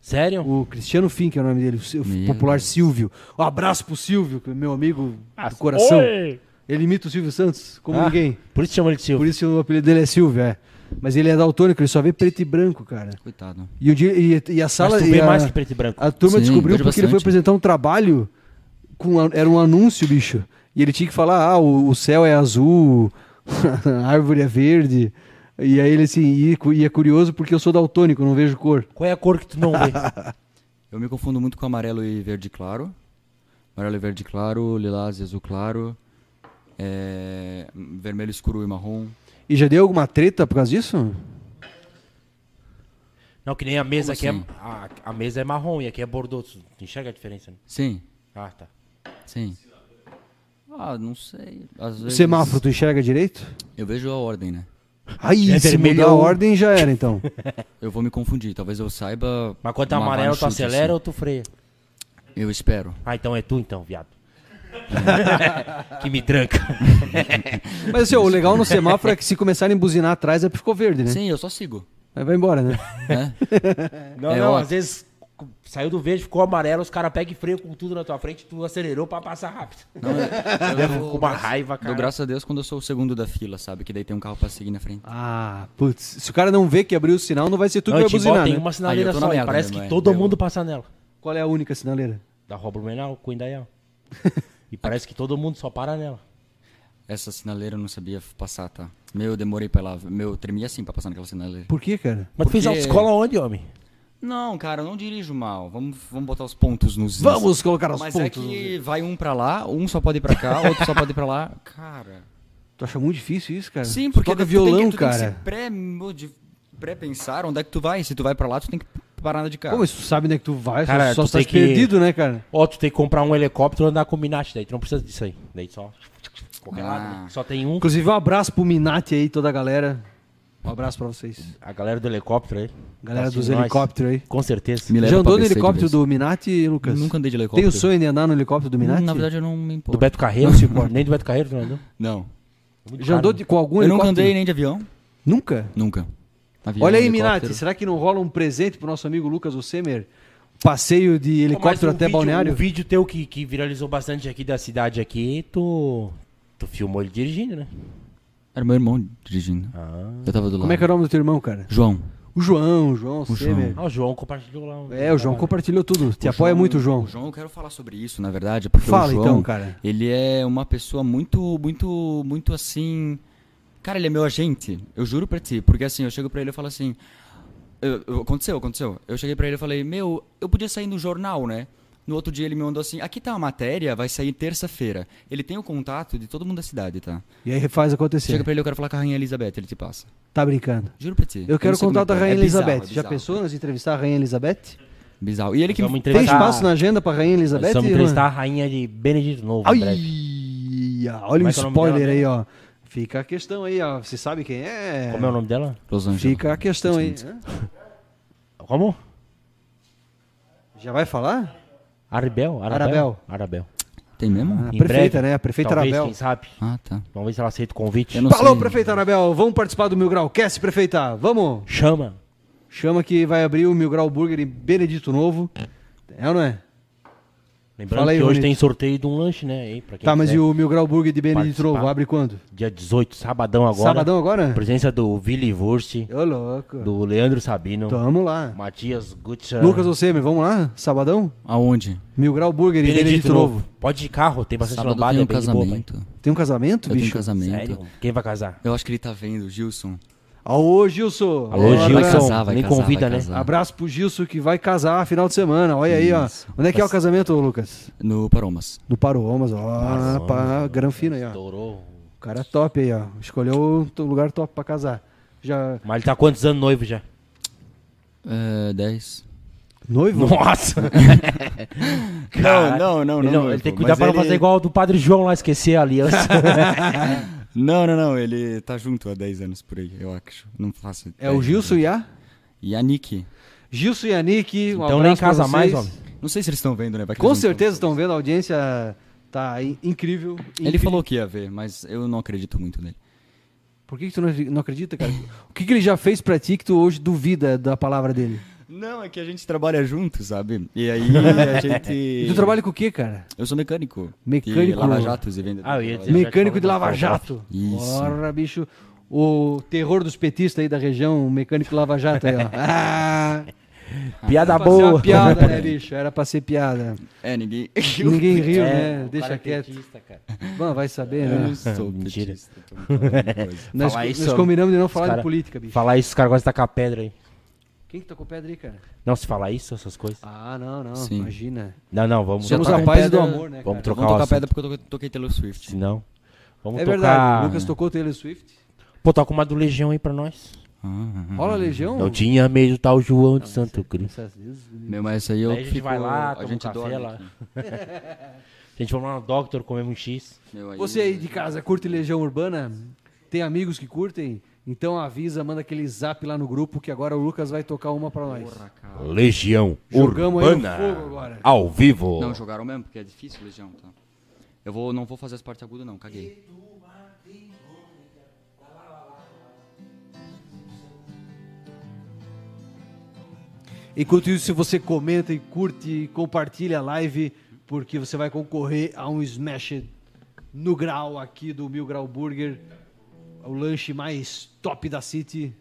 S2: Sério?
S1: O Cristiano Fink é o nome dele, o Sil-
S3: Meu
S1: popular Silvio. Um abraço pro Silvio, que é meu amigo do coração.
S2: Ah, Oi!
S1: Ele imita o Silvio Santos como
S2: Ah,
S1: ninguém.
S2: Por isso chama ele de
S1: Por
S2: Silvio.
S1: isso o apelido dele é Silvio, é. Mas ele é daltônico, ele só vê preto e branco, cara.
S3: Coitado.
S1: E, o dia- e- e a sala
S2: Mas tu
S1: e
S2: vê
S1: a-
S2: mais que preto e branco.
S1: A turma
S3: Sim,
S1: descobriu
S3: vejo
S1: porque ele foi
S3: bastante.
S1: apresentar um trabalho, com a- era um anúncio, bicho. E ele tinha que falar, ah, o, o céu é azul, a árvore é verde. E aí ele assim, e, cu- e é curioso porque eu sou daltônico, não vejo cor.
S2: Qual é a cor que tu não vê?
S3: Eu me confundo muito com amarelo e verde claro. Amarelo e verde claro, lilás e azul claro. é, vermelho escuro e marrom.
S1: E já deu alguma treta por causa disso?
S2: Não, que nem a mesa aqui
S3: Como
S2: é. A, a mesa é marrom e aqui é bordô. Tu tu enxerga a diferença, né?
S3: Sim,
S2: Ah, tá.
S3: sim. Ah, não sei. Às
S1: O
S3: vezes
S1: semáforo, tu enxerga direito?
S3: Eu vejo a ordem, né?
S1: Aí,
S2: É
S1: se
S2: vermelho
S1: mudar
S2: é
S1: a
S2: o-
S1: ordem, já era, então.
S3: Eu vou me confundir, talvez eu saiba.
S2: Mas quando tá
S3: uma vara
S2: amarelo,
S3: no
S2: tu
S3: chute,
S2: acelera
S3: assim.
S2: ou tu freia?
S3: Eu espero.
S2: Ah, então é tu então, viado. que me tranca.
S1: Mas assim, ó, o legal no semáforo é que se começarem a buzinar atrás, é porque ficou verde, né?
S3: Sim, eu só sigo.
S1: Aí vai embora, né?
S3: Né?
S2: Não,
S3: É
S2: não,
S3: ótimo.
S2: às vezes c- saiu do verde, ficou amarelo, os caras pegam e freio com tudo na tua frente, tu acelerou pra passar rápido. com uma raiva, cara.
S3: Dou graças a Deus quando eu sou o segundo da fila, sabe? Que daí tem um carro pra seguir na frente.
S1: Ah, putz. Se o cara não vê que abriu o sinal, não vai ser tu
S2: Não,
S1: que
S2: em
S1: vai
S2: Timbó
S1: buzinar,
S2: tem
S1: né?
S2: uma sinaleira
S3: Aí eu tô na
S2: só, e
S3: merda,
S2: parece
S3: né,
S2: que
S3: mãe?
S2: todo
S3: Deu.
S2: mundo passa nela.
S1: Qual é a única sinaleira?
S2: Da Rua Blumenau, Coindaial. E parece que todo mundo só para nela.
S3: Essa sinaleira eu não sabia passar, tá? Meu, eu demorei pra lá. Meu, eu tremia assim pra passar naquela sinaleira.
S1: Por que, cara?
S2: Mas tu fez
S3: Porque-
S2: autoescola onde, homem?
S3: Não, cara, eu não dirijo mal. Vamos, vamos botar os pontos nos is.
S1: Vamos colocar os
S3: Mas
S1: pontos.
S3: é que vai um pra lá, um só pode ir pra cá, outro só pode ir pra lá. Cara.
S1: Tu acha muito difícil isso, cara?
S3: Sim,
S1: Tu
S3: porque
S1: toca
S3: daí tu tem que-
S1: violão,
S3: tu tem que
S1: cara.
S3: se pré-modi- pré-pensar onde é que tu vai. Se tu vai pra lá, tu tem que parar de cá.
S1: Pô, mas tu sabe onde é que tu vai, só- só
S2: Cara, tu
S1: tu estás
S2: tem que-
S1: perdido, né, cara?
S2: Ó, tu tem que comprar um helicóptero e andar com o Minati, daí tu não precisa disso aí. Daí só. Qualquer
S3: Ah.
S2: lado, né? Só tem um.
S1: Inclusive, um abraço pro Minati aí, toda a galera. Um abraço pra vocês.
S2: A galera do helicóptero aí.
S1: Galera
S2: Tá
S1: dos
S2: assistindo nós.
S1: helicópteros aí.
S2: Com certeza.
S3: Me leva
S1: Já
S3: pra
S1: andou no
S3: BC de
S1: helicóptero
S3: vez.
S1: do Minati, Lucas?
S3: Nunca andei de
S1: Tem
S3: helicóptero. Hum,
S1: o sonho de andar no helicóptero do Minati?
S3: Na verdade, eu não me importo.
S2: Do Beto Carreiro, se importa. Nem do Beto Carreiro, tu não andou?
S3: Não.
S2: Muito
S1: Já
S2: caro,
S1: andou
S2: né?
S1: de- com algum
S3: eu nunca
S1: helicóptero?
S3: andei nem de avião.
S1: Nunca?
S3: Nunca. Avião,
S1: Olha aí,
S3: helicóptero.
S1: Minati, será que não rola um presente pro nosso amigo Lucas Ossemer? Passeio de helicóptero
S2: Mas
S3: um
S2: o
S1: até
S2: vídeo-
S1: Balneário?
S2: O vídeo teu que, que viralizou bastante aqui da cidade aqui, tu. Tu filmou ele dirigindo, né?
S3: Era meu irmão dirigindo. Eu tava do lado.
S1: Como é que era o nome do teu irmão, cara?
S3: João.
S1: O João, o João Ossemer.
S2: Ah, o João compartilhou lá. um-
S1: É, o João compartilhou tudo. Te apoia muito, o João.
S3: O João, eu quero falar sobre isso, na verdade, porque
S1: Fala,
S3: o João,
S1: então, cara.
S3: ele é uma pessoa muito, muito, muito assim... Cara, ele é meu agente, eu juro pra ti, porque assim, eu chego pra ele e falo assim... eu- eu- aconteceu, aconteceu. Eu cheguei pra ele e falei, meu, eu podia sair no jornal, né? No outro dia ele me mandou assim, aqui tá a matéria, vai sair terça-feira. Ele tem o contato de todo mundo da cidade, tá?
S1: E aí faz acontecer.
S3: Chega pra ele, eu quero falar com a Rainha Elizabeth, ele te passa.
S1: Tá brincando.
S3: Juro pra ti.
S1: Eu quero
S3: não
S2: um
S3: sei como
S1: contato da
S3: é que é.
S1: Rainha
S3: É bizarro,
S1: Elizabeth.
S3: é
S1: Já
S3: bizarro.
S1: pensou nas entrevistar a Rainha Elizabeth?
S3: Bizarro. E ele que...
S2: Vamos
S1: Tem
S2: entrevistar-
S1: espaço na agenda pra Rainha
S2: Nós
S1: Elizabeth?
S2: Vamos
S1: Ivan?
S2: entrevistar a rainha de Benedito Novo. em
S1: Ai,
S2: breve.
S1: olha
S2: Como
S1: o
S2: é que é o nome
S1: spoiler
S2: dela,
S1: aí, ó. Fica a questão aí, ó. Você sabe quem é?
S2: Como é o nome dela?
S3: Los Angeles.
S1: Fica a questão aí. Hã?
S2: Como?
S1: Já vai falar?
S2: Arabel?
S1: Arabel.
S2: Arabel. Arabel.
S3: Tem mesmo?
S1: A
S2: Em
S1: prefeita,
S2: breve.
S1: né? A prefeita
S2: Talvez,
S1: Arabel.
S2: quem sabe.
S3: Ah, tá.
S2: Vamos ver se ela aceita o convite.
S3: Eu não
S1: Falou,
S3: sei.
S1: prefeita Arabel. Vamos participar do Mil Grau. Quer se prefeitar? Vamos.
S2: Chama.
S1: Chama que vai abrir o Mil Grau Burger em Benedito Novo. É ou não é?
S2: Lembrando
S1: Fala aí,
S2: que hoje
S1: Ronito.
S2: tem sorteio de um lanche, né? Aí, pra quem
S1: tá, mas
S2: quiser.
S1: e o Mil Grau Burger de Benedito
S2: participar.
S1: Novo abre quando?
S2: Dia 18, sabadão agora.
S1: Sabadão agora?
S2: Presença do Vili Wurst,
S1: Ô, louco.
S2: do Leandro Sabino,
S1: Tamo lá.
S2: Matias Gutsa.
S1: Lucas Ossemer, vamos lá? Sabadão?
S3: Aonde?
S1: Mil Grau Burger em Benedito Novo.
S2: Pode ir de carro, tem bastante
S3: Sábado
S2: lambada,
S3: tem
S2: é
S3: um
S2: bem de boa,
S3: casamento.
S1: Tem um casamento,
S3: eu tenho um
S1: bicho?
S2: pai.
S3: casamento.
S2: Sério? Quem vai casar?
S3: Eu acho que ele tá vendo, Gilson.
S1: Alô, Gilson.
S2: Alô,
S1: Um
S2: Gilson.
S1: abraço.
S3: casar, vai
S2: Nem
S3: casar,
S2: convida,
S3: vai
S2: né?
S3: casar.
S1: Abraço pro Gilson que vai casar final de semana. Olha aí, ó.
S3: Isso.
S1: Onde é que é o casamento, Lucas?
S3: No Paromas.
S1: No Paromas, ó. Pá, granfino aí, ó.
S2: Estourou.
S1: O cara é top aí, ó. Escolheu o t- lugar top pra casar. Já.
S2: Mas ele tá quantos anos noivo já?
S3: É, 10.
S1: Noivo?
S2: Nossa! Cara,
S3: não, não,
S2: ele, não,
S3: não,
S2: ele tem que
S3: pô,
S2: cuidar
S3: mas
S2: pra não
S3: ele-
S2: fazer igual ao do Padre João lá, esquecer a aliança.
S3: Não, não, não. Ele tá junto há 10 anos por aí, eu acho. Não faço.
S1: É o Gilson e a.
S3: E a Nick.
S1: Gilson e a Nick. Um
S2: então nem
S1: abraço pra
S2: casa
S1: vocês.
S2: mais, homem.
S3: Não sei se eles estão vendo, né? Vai que
S1: Com
S3: eles não tão.
S1: certeza estão vendo, a audiência tá in- incrível.
S3: Ele
S1: incrível.
S3: falou que ia ver, mas eu não acredito muito nele.
S1: Por que, que tu não não acredita, cara? O que, que ele já fez pra ti que tu hoje duvida da palavra dele?
S3: Não, é que a gente trabalha junto, sabe? E aí a gente.
S1: E tu trabalha com o quê, cara?
S3: Eu sou mecânico.
S1: Mecânico.
S3: De lava-jatos e vendedor.
S2: Ah, eu ia dizer.
S1: Mecânico de
S2: falou
S1: Lava
S2: da Fobop.
S1: Jato.
S3: Isso.
S1: Ora, bicho. O terror dos petistas aí da região, o mecânico de Lava Jato aí, ó. Ah,
S2: Piada
S1: era pra ser uma
S2: Tá boa.
S1: piada, né, bicho? Era pra ser piada.
S3: É, ninguém.
S1: Ninguém riu,
S2: É,
S1: né?
S2: o
S1: Deixa
S2: cara é
S1: quieto.
S2: petista, cara.
S1: Bom, vai saber,
S3: Eu não
S1: né?
S3: sou
S2: Mentira.
S3: petista, tô brincando, coisa.
S1: Nós,
S2: Falar isso,
S1: nós combinamos de não falar
S2: cara-
S1: de política, bicho.
S2: Falar isso, os caras gostam de tacar pedra aí.
S1: Quem que tocou pedra aí, cara?
S2: Não, se falar isso, essas coisas.
S1: Ah, não, não.
S3: Sim.
S1: Imagina.
S2: Não, não, vamos
S1: Somos
S2: tocar.
S1: a paz e do
S3: pedra-
S1: amor, né?
S2: Vamos
S1: cara?
S2: trocar
S3: Vamos
S2: o
S3: tocar
S2: assunto.
S3: pedra porque eu toquei- toquei Taylor Swift.
S2: Se não, vamos
S1: É
S2: tocar...
S1: verdade. O Lucas tocou Taylor Swift.
S2: Pô, toca uma do Legião aí pra nós.
S3: Ah,
S1: Rola Legião?
S2: Uhum. Não tinha medo tal João de Santo Cristo.
S1: Essas vezes,
S3: Meu, mas isso aí eu
S2: Daí a gente
S3: fico-
S2: vai lá,
S3: a
S2: toma
S3: gente
S2: um café
S3: dorme
S2: lá.
S3: aqui.
S2: A gente vamos lá no Doctor, comemos um X.
S3: Meu, aí-
S1: Você aí de casa curte Legião Urbana? Tem amigos que curtem? Então avisa, manda aquele zap lá no grupo que agora o Lucas vai tocar uma pra nós.
S2: Legião
S1: Ah. Jogamos aí no
S2: Urbana.
S1: fogo agora.
S2: Ao vivo.
S3: Não, jogaram mesmo, porque é difícil, Legião, tá? Eu vou, não vou fazer as partes agudas, não, caguei.
S1: Enquanto isso, você comenta e curte e compartilha a live, porque você vai concorrer a um Smash no grau aqui do Mil Grau Burger, o lanche mais top da City.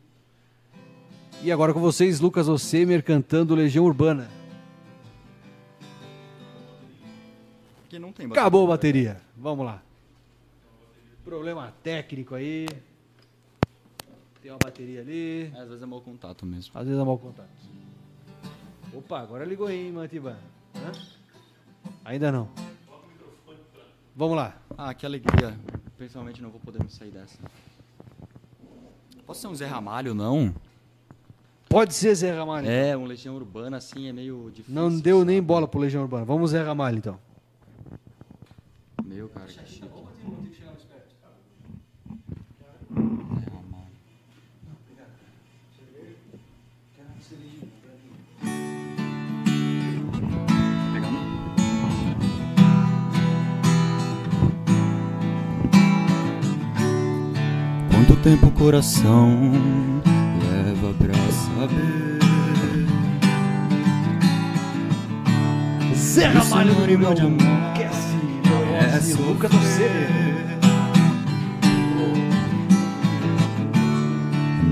S1: E agora com vocês, Lucas Ossemer cantando Legião Urbana.
S3: Porque não tem
S1: Acabou a bateria. Vamos lá. Problema técnico aí. Tem uma bateria ali.
S3: É, às vezes é mau contato mesmo.
S1: Às vezes é mau contato. Opa, agora ligou aí, hein, Mantiba? Hã? Ainda não. Vamos lá.
S3: Ah, que alegria. Pessoalmente não vou poder me sair dessa. Posso ser um Zé Ramalho, não?
S1: Pode ser Zé Ramalho.
S3: É, um Legião Urbana, assim, é meio difícil.
S1: Não deu nem
S3: sabe?
S1: bola pro Legião Urbana. Vamos Zé Ramalho, então.
S3: Meu, cara, que chique. Quanto tempo o coração leva pra saber?
S1: Zé Ramalho no
S3: Esse
S1: Limão de
S3: de
S1: Amor.
S3: amor é
S1: Lucas
S3: sofrer.
S1: Ossemer.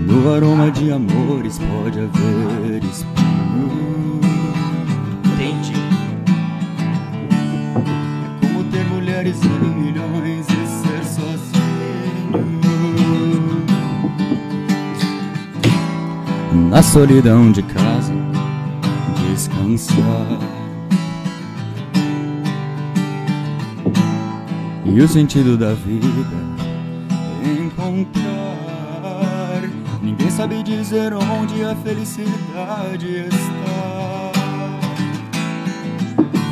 S3: No aroma de amores pode haver espinho.
S2: Tente.
S3: Como ter mulheres em milhões e ser sozinho. Na solidão de casa, descansar. E o sentido da vida encontrar. Ninguém sabe dizer onde a felicidade está.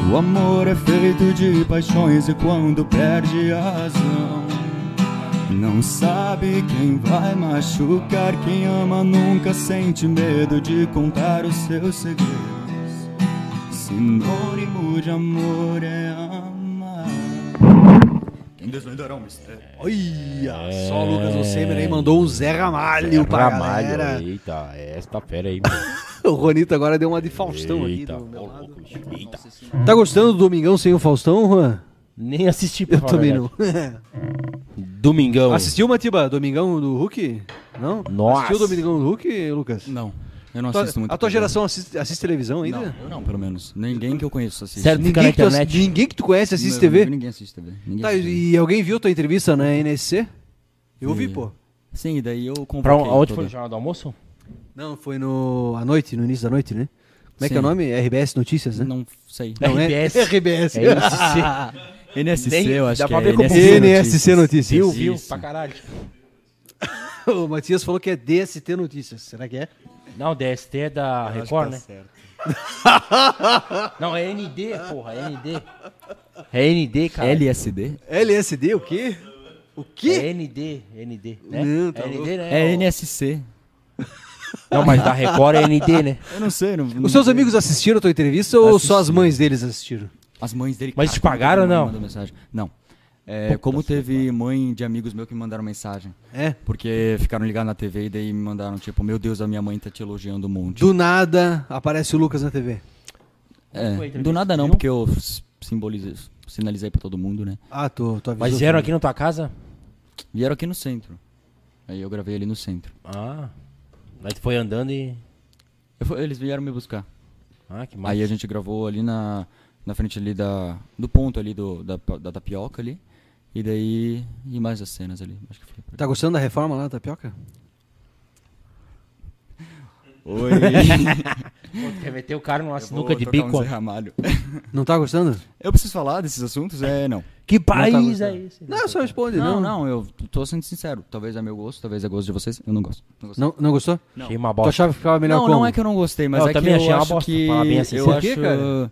S3: O amor é feito de paixões e quando perde a razão Não sabe quem vai machucar Quem ama nunca sente medo de contar os seus segredos Sinônimo de amor é amar Quem
S1: é
S3: desvendará um mistério
S1: Olha só, Lucas Ossemer aí mandou um Zé Ramalho pra galera.
S2: Eita, é esta fera aí. mano.
S1: O Ronito agora deu uma de Faustão aqui
S2: Eita,
S1: do
S2: ô
S1: meu lado.
S2: louco, bicho. Eita.
S1: Tá gostando do Domingão sem o Faustão, Juan?
S2: Nem assisti pra
S1: Eu
S2: falar a
S1: também não.
S2: verdade. Domingão.
S1: Assistiu, Matiba, Domingão do Hulk? Não?
S2: Nossa.
S1: Assistiu o Domingão do Hulk, Lucas?
S3: Não, eu não
S1: Tua-
S3: assisto muito
S1: a tua geração assiste, assiste televisão ainda?
S3: Não, eu não, pelo menos Ninguém que eu conheço assiste
S2: Sério? Fica na
S1: que tu assi-
S2: internet.
S1: ninguém que tu conhece assiste
S3: Não,
S1: TV?
S3: Ninguém assiste TV ninguém
S1: Tá,
S3: assiste TV.
S1: e alguém viu tua entrevista na NSC? Eu vi,
S3: Sim.
S1: pô.
S3: Sim, e daí eu comprei
S2: Pra onde foi o Jornal do Almoço?
S1: Não, foi no à noite, no início da noite, né? Como é que é o
S3: Sim.
S1: nome? RBS Notícias, né?
S3: Não sei
S1: Não é-
S2: RBS.
S1: RBS.
S2: É isso.
S3: NSC,
S2: Nem-
S3: eu acho
S2: dá
S3: que
S2: pra
S3: é
S2: ver como-
S1: NSC
S2: Viu,
S1: Notícias.
S2: viu,
S3: Isso.
S2: pra caralho.
S1: o Matias falou que é DST Notícias. Será que é?
S2: Não, DST é da Record, né? Não, é ND, porra, é ND. É ND, cara.
S3: LSD?
S1: LSD, o quê? O quê?
S2: É ND, ND, né?
S1: Não, tá
S2: é ND,
S1: louco.
S2: né?
S3: É NSC.
S2: Não, mas da Record é ND, né?
S3: Eu não sei. Não, não
S1: Os seus
S3: sei.
S1: amigos assistiram a tua entrevista ou só as mães deles assistiram?
S3: As mães dele.
S2: Mas te pagaram
S3: minha
S2: ou
S3: mãe
S2: não?
S3: mandou mensagem. Não. É, como teve mãe de amigos meus que me mandaram mensagem.
S1: É.
S3: Porque ficaram ligados na TV e daí me mandaram, tipo, meu Deus, a minha mãe tá te elogiando um monte.
S1: Do nada aparece o Lucas na TV.
S2: Foi a
S3: É, do
S2: entrevista,
S3: nada não,
S2: viu?
S3: porque eu s- simbolizei, sinalizei pra todo mundo, né?
S1: Ah, tu, tu avisou.
S2: Mas vieram aqui na tua casa?
S3: Vieram aqui no centro. Aí eu gravei ali no centro.
S2: Ah. Aí tu foi andando e.
S3: Eu fui- eles vieram me buscar.
S2: Ah, que
S3: Aí
S2: maravilha.
S3: a gente gravou ali na, na frente ali da, do ponto ali do, da, da tapioca ali. E daí. E mais as cenas ali. Acho que foi.
S1: Tá gostando da reforma lá, Tapioca?
S3: Oi!
S2: Pô, quer meter o cara numa
S3: Eu
S2: sinuca
S3: vou
S2: de
S3: tocar um
S2: bico?
S3: Zé Ramalho.
S1: Não tá gostando?
S3: Eu preciso falar desses assuntos? É, não.
S2: Que
S1: Não tá
S2: país
S1: gostando.
S2: é esse?
S1: Não, só responde.
S3: Não,
S1: Não,
S3: não, eu tô sendo sincero. Talvez é meu gosto, talvez é gosto de vocês. Eu não gosto. Não, gosto.
S1: Não, não gostou?
S2: Achei uma
S1: Tu
S2: bosta.
S1: achava que ficava melhor
S3: não,
S1: como?
S3: não é que eu não gostei, mas
S2: Eu
S3: é que
S2: também
S3: eu
S2: achei uma
S3: acho
S2: bosta,
S3: que...
S2: falar bem assim.
S3: eu
S2: Por
S1: quê,
S3: acho...
S1: cara?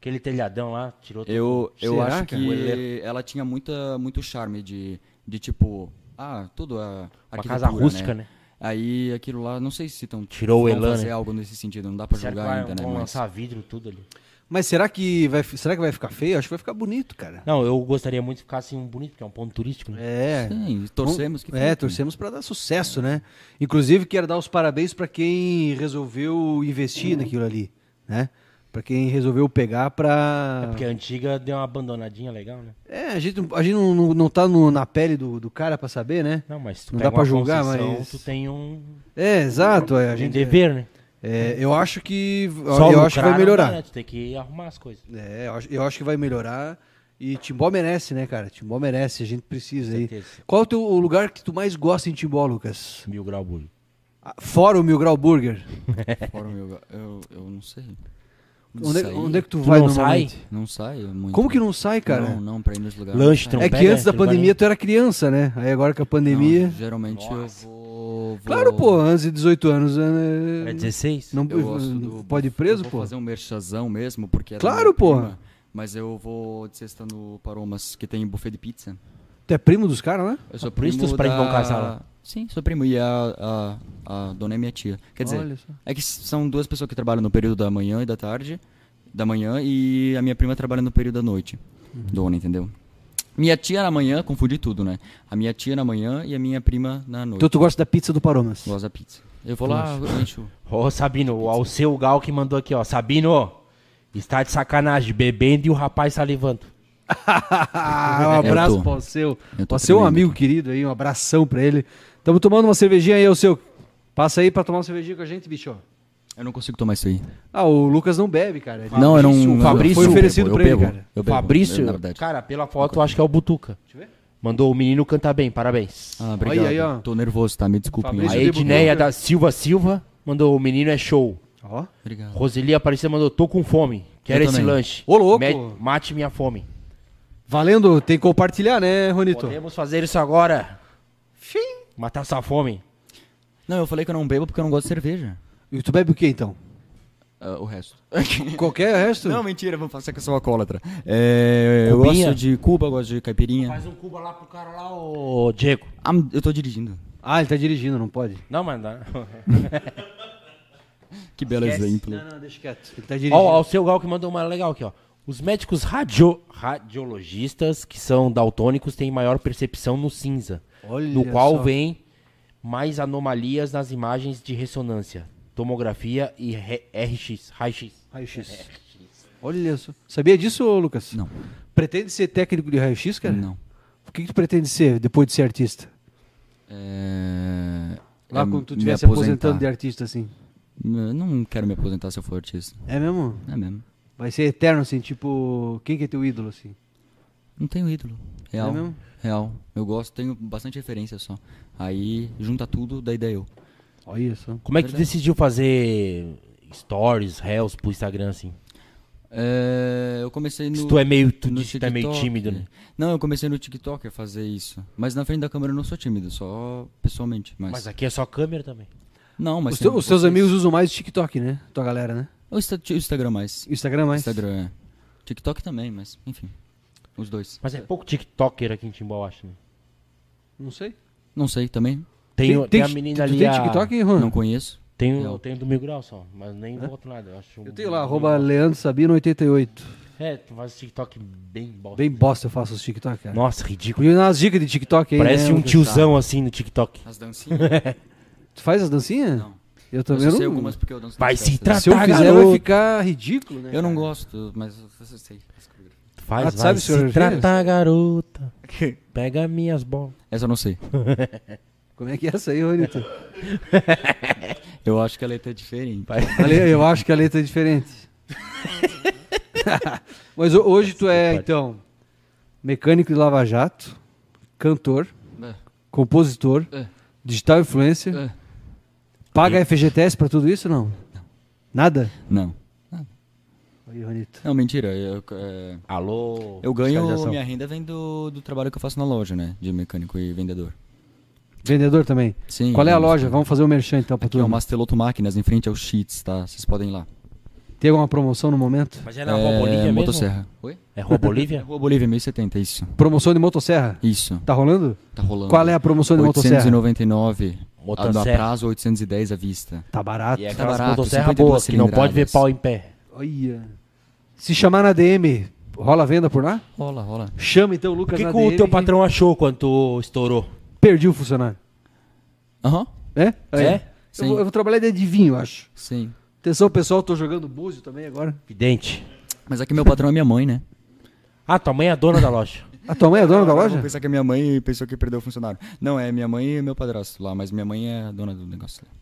S2: Aquele telhadão lá, tirou tudo.
S3: Eu, eu
S1: Será,
S3: acho
S1: cara?
S3: que ela tinha muita, muito charme de, de tipo, ah, tudo a
S2: Uma casa rústica, né?
S3: Aí aquilo lá, não sei se estão
S2: Tirou o Elan,
S3: fazer
S2: né?
S3: algo nesse sentido, não dá pra
S2: Será que
S3: julgar
S2: vai,
S3: ainda, né?
S2: vão
S3: mas-
S2: um lançar vidro tudo ali?
S1: Mas será que, vai, será que vai ficar feio? Acho que vai ficar bonito, cara.
S2: Não, eu gostaria muito que ficasse um bonito, porque é um ponto turístico, né?
S1: É.
S3: Sim, torcemos que
S1: É,
S3: fique.
S1: torcemos pra dar sucesso, né? Inclusive, quero dar os parabéns pra quem resolveu investir
S3: Uhum.
S1: naquilo ali, né? Pra quem resolveu pegar
S3: É.
S1: pra.
S2: Porque a antiga deu uma abandonadinha legal, né?
S1: É, a gente, não- a gente não, não, não tá no- na pele do, do cara pra saber, né?
S2: Não, mas tu
S1: Não
S2: pega
S1: dá pra
S2: uma
S1: julgar,
S2: concessão,
S1: mas-
S2: tu tem um,
S1: É, exato. é, a
S2: tem um
S1: gente,
S2: dever, né?
S1: é, eu acho que.
S2: Só
S1: eu acho que
S2: lucrar não dá,
S1: vai
S2: né?
S1: melhorar.
S2: Tu tem que arrumar as coisas.
S1: É, eu acho, eu acho que vai melhorar. E Timbó merece, né, cara? Timbó merece, a gente precisa aí.
S2: Certeza.
S1: Qual é o teu o lugar que tu mais gosta em Timbó, Lucas?
S2: Mil grau burro.
S1: Ah, Fora o Mil Grau Burger.
S3: Fora o meu- eu, eu não sei. Não
S1: Onde,
S3: sei.
S1: onde é que tu,
S2: Tu
S1: vai
S2: não
S1: normalmente?
S3: Não sai é muito.
S1: Como que não sai, cara?
S3: Não, não, pra ir nos lugares.
S2: Lanche tu
S3: não sai.
S2: não
S1: é que
S2: pega,
S1: antes da
S2: tu não vai
S1: pandemia
S2: nem-
S1: tu era criança, né? Aí agora com a
S3: Não,
S1: pandemia.
S3: geralmente eu vou, vou-
S1: Claro, pô, antes de 18 anos. Né?
S2: É 16?
S1: Não
S3: Eu gosto do-
S1: pode ir
S3: eu
S1: preso,
S3: vou
S1: pô.
S3: fazer um merchazão mesmo, porque é da
S1: Claro,
S3: minha
S1: porra.
S3: prima, Mas eu vou de sexta no Paromas, que tem buffet de pizza.
S1: Tu é primo dos caras, né?
S3: Eu sou
S2: por isso
S3: primo
S2: teus parentes vão
S3: da-
S2: casar lá.
S3: Sim, sou primo. E a, a, a dona é minha tia. Quer dizer,
S1: Olha só.
S3: é que s- são duas pessoas que trabalham no período da manhã e da tarde. Da manhã e a minha prima trabalha no período da noite.
S1: Uhum.
S3: Dona, entendeu? Minha tia na manhã, confundi tudo, né? A minha tia na manhã e a minha prima na noite.
S1: Então tu gosta da pizza do Paromas.
S3: Gosto da pizza. Eu vou lá, eu encho.
S2: Ô, Sabino, o Alceu Gal que mandou aqui, ó. Sabino, está de sacanagem, bebendo e o rapaz tá salivando.
S1: um abraço
S3: Eu tô.
S1: para o seu.
S3: Eu tô
S1: Para seu
S3: tremendo
S1: amigo querido aí, um abração pra ele. Tamo tomando uma cervejinha aí, o seu. Passa aí pra tomar uma cervejinha com a gente, bicho.
S3: Eu não consigo tomar isso aí.
S1: Ah, o Lucas não bebe, cara. Ele-
S3: Não, eu não.
S2: Fabrício,
S3: eu-
S2: Fabrício,
S1: foi
S3: eu
S1: oferecido
S3: bebo,
S1: pra ele,
S3: eu bebo,
S1: cara.
S3: Eu bebo,
S2: Fabrício, Ah,
S3: eu- na verdade.
S2: cara, pela foto eu acho que é o Butuca.
S1: Deixa eu ver.
S2: Mandou o menino canta bem, parabéns.
S3: Ah, obrigado.
S1: aí, ó.
S3: Tô nervoso, tá? Me desculpem.
S1: Fabrício
S2: a
S1: eu
S3: aí.
S1: dei Butuca.
S2: Edneia da Silva Silva mandou o menino é show.
S1: Ó.
S3: Obrigado.
S2: Roseli Aparecida mandou tô com fome, quero
S3: Eu
S2: esse
S3: também.
S2: lanche.
S1: Ô, louco.
S2: Me- mate minha fome.
S1: Valendo, tem que compartilhar, né, Ronito?
S2: Podemos fazer isso agora. Matar sua fome.
S3: Não, eu falei que eu não bebo porque eu não gosto de cerveja.
S1: E tu bebe o que então?
S3: Ah, o resto.
S1: Qualquer resto?
S3: Não, mentira, vamos passar que eu sou alcoólatra. É, eu
S2: Cubinha?
S3: gosto de Cuba, eu gosto de caipirinha.
S2: Faz um cuba lá pro cara lá, ô Diego.
S3: Ah, eu tô dirigindo.
S1: Ah, ele tá dirigindo, não pode.
S2: Não, mas não.
S3: Que belo exemplo.
S1: não, deixa quieto. Ele tá
S2: Ó,
S1: dirigindo.
S2: ó, o seu Gal que mandou uma legal aqui, ó. Os médicos radio- radiologistas que são daltônicos têm maior percepção no cinza,
S1: Olha
S2: no qual
S1: só.
S2: vem mais anomalias nas imagens de ressonância, tomografia e re- RX, raio-x.
S1: Raio-X. Olha só. Sabia disso, ô, Lucas?
S3: Não.
S1: Pretende ser técnico de raio-X, cara?
S3: Não.
S1: O que, que tu pretende ser depois de ser artista?
S3: É,
S1: Lá
S3: é
S1: quando tu
S3: me
S1: estiver se
S3: aposentar.
S1: aposentando de artista, assim.
S3: Eu não quero me aposentar se eu for artista.
S1: É mesmo?
S3: É mesmo.
S1: Vai ser eterno, assim, tipo... Quem que é teu ídolo, assim?
S3: Não tenho ídolo. Real.
S1: É mesmo?
S3: Real. Eu gosto, tenho bastante referência só. Aí junta tudo, daí daí eu.
S1: Olha só.
S2: Como é que tu decidiu fazer stories, reels pro Instagram, assim?
S3: É, eu comecei no.
S2: Se tu é meio, tu
S3: no
S2: diz que tu é meio
S3: TikTok.
S2: tímido, né?
S3: Não, eu comecei no TikTok a fazer isso. Mas na frente da câmera eu não sou tímido, só pessoalmente. Mas,
S2: Mas aqui é só câmera também.
S3: não, mas
S1: Os,
S3: tem
S1: teu- os teus
S3: vocês-
S1: amigos usam mais o TikTok, né? Tua galera, né?
S3: O Insta- o Instagram mais.
S1: O Instagram mais?
S3: Instagram, é. TikTok também, mas enfim. Os dois.
S2: Mas é pouco TikToker aqui em Timbó, eu acho, né?
S1: Não sei.
S3: Não sei também.
S2: Tem, tem, a
S1: ti-
S2: menina
S1: tu
S2: ali,
S1: tem
S2: a-
S1: TikTok, Juan?
S3: Não conheço.
S2: Tem, eu tenho do Mil Grau só, mas nem boto nada. Eu, acho um
S1: Eu tenho lá, arroba Leandro Sabino 88.
S2: É, tu faz esse TikTok bem bosta.
S1: Bem bosta eu faço os TikTok, cara.
S2: Nossa, ridículo.
S1: Podia dar umas dicas de TikTok aí,
S2: Parece
S1: né?
S2: um tiozão assim no TikTok.
S3: As dancinhas?
S1: Tu faz as dancinhas?
S3: Não.
S1: Eu
S3: eu
S1: também
S3: só
S1: não.
S3: sei algumas porque eu danço.
S2: Vai
S3: nas festas.
S2: se tratar.
S1: Se eu
S2: Tá,
S1: fizer,
S2: garoto.
S1: vai ficar ridículo, né?
S3: Eu não gosto, mas eu eu sei. as coreografias.
S2: Tu faz,
S1: Ah, tu sabe
S2: se
S1: senhoras e
S2: tratar, garota. Pega minhas bolas.
S3: Essa eu não sei.
S1: Como é que é essa aí, Ronito?
S3: Eu acho que a letra é diferente.
S1: A le- Eu acho que a letra é diferente. Mas ho- hoje tu é, então, mecânico de Lava Jato, cantor, compositor,
S3: É.
S1: digital influencer.
S3: É.
S1: Paga FGTS pra tudo isso ou não? Nada?
S3: Não.
S1: Aí, Ronito.
S3: Não, mentira. Eu, é,
S2: Alô?
S3: eu ganho.
S2: fiscalização.
S3: Minha renda vem do, do trabalho que eu faço na loja, né? De mecânico e vendedor.
S1: Vendedor também.
S3: Sim,
S1: Qual é a
S3: vamos-
S1: loja? Vamos fazer o um merchan então pra
S3: Aqui é o
S1: turma.
S3: Masteloto Máquinas, em frente ao Sheets, tá? Vocês podem ir lá.
S1: Tem alguma promoção no momento?
S2: Mas é na Rua Bolívia mesmo?
S3: Motosserra. Oi?
S2: É Rua
S3: É
S2: Bolívia?
S3: Rua Bolívia, 1070, isso.
S1: Promoção de motosserra?
S3: Isso.
S1: Tá rolando?
S3: Tá rolando.
S1: Qual é a promoção de motosserra?
S3: 899 a do
S2: Motosserra.
S3: prazo, 810 à vista.
S1: Tá barato.
S2: E é aquelas
S3: barato,
S2: motosserra
S3: 52
S2: boas, que não pode ver
S3: cilindradas.
S2: pau em pé.
S1: Olha. Se chamar na DM, rola venda por lá?
S3: Rola, rola.
S1: Chama então o
S2: O
S1: Lucas
S2: que,
S1: na
S2: que o
S1: DM,
S2: teu patrão achou quando tu estourou?
S1: Perdi o funcionário.
S3: Aham.
S1: É? Aí.
S2: É?
S1: Eu,
S3: Sim.
S1: vou, eu vou trabalhar de adivinho, eu acho.
S3: Sim.
S1: Atenção, pessoal, tô jogando búzio também agora.
S2: Vidente.
S3: Mas aqui meu patrão é minha mãe, né?
S2: Ah, tua mãe é a dona da loja.
S1: A tua mãe é dona da
S3: Eu
S1: loja?
S3: vou pensar que a minha mãe pensou que perdeu o funcionário. Não, é minha mãe e meu padrasto lá, mas minha mãe é a dona do negócio lá.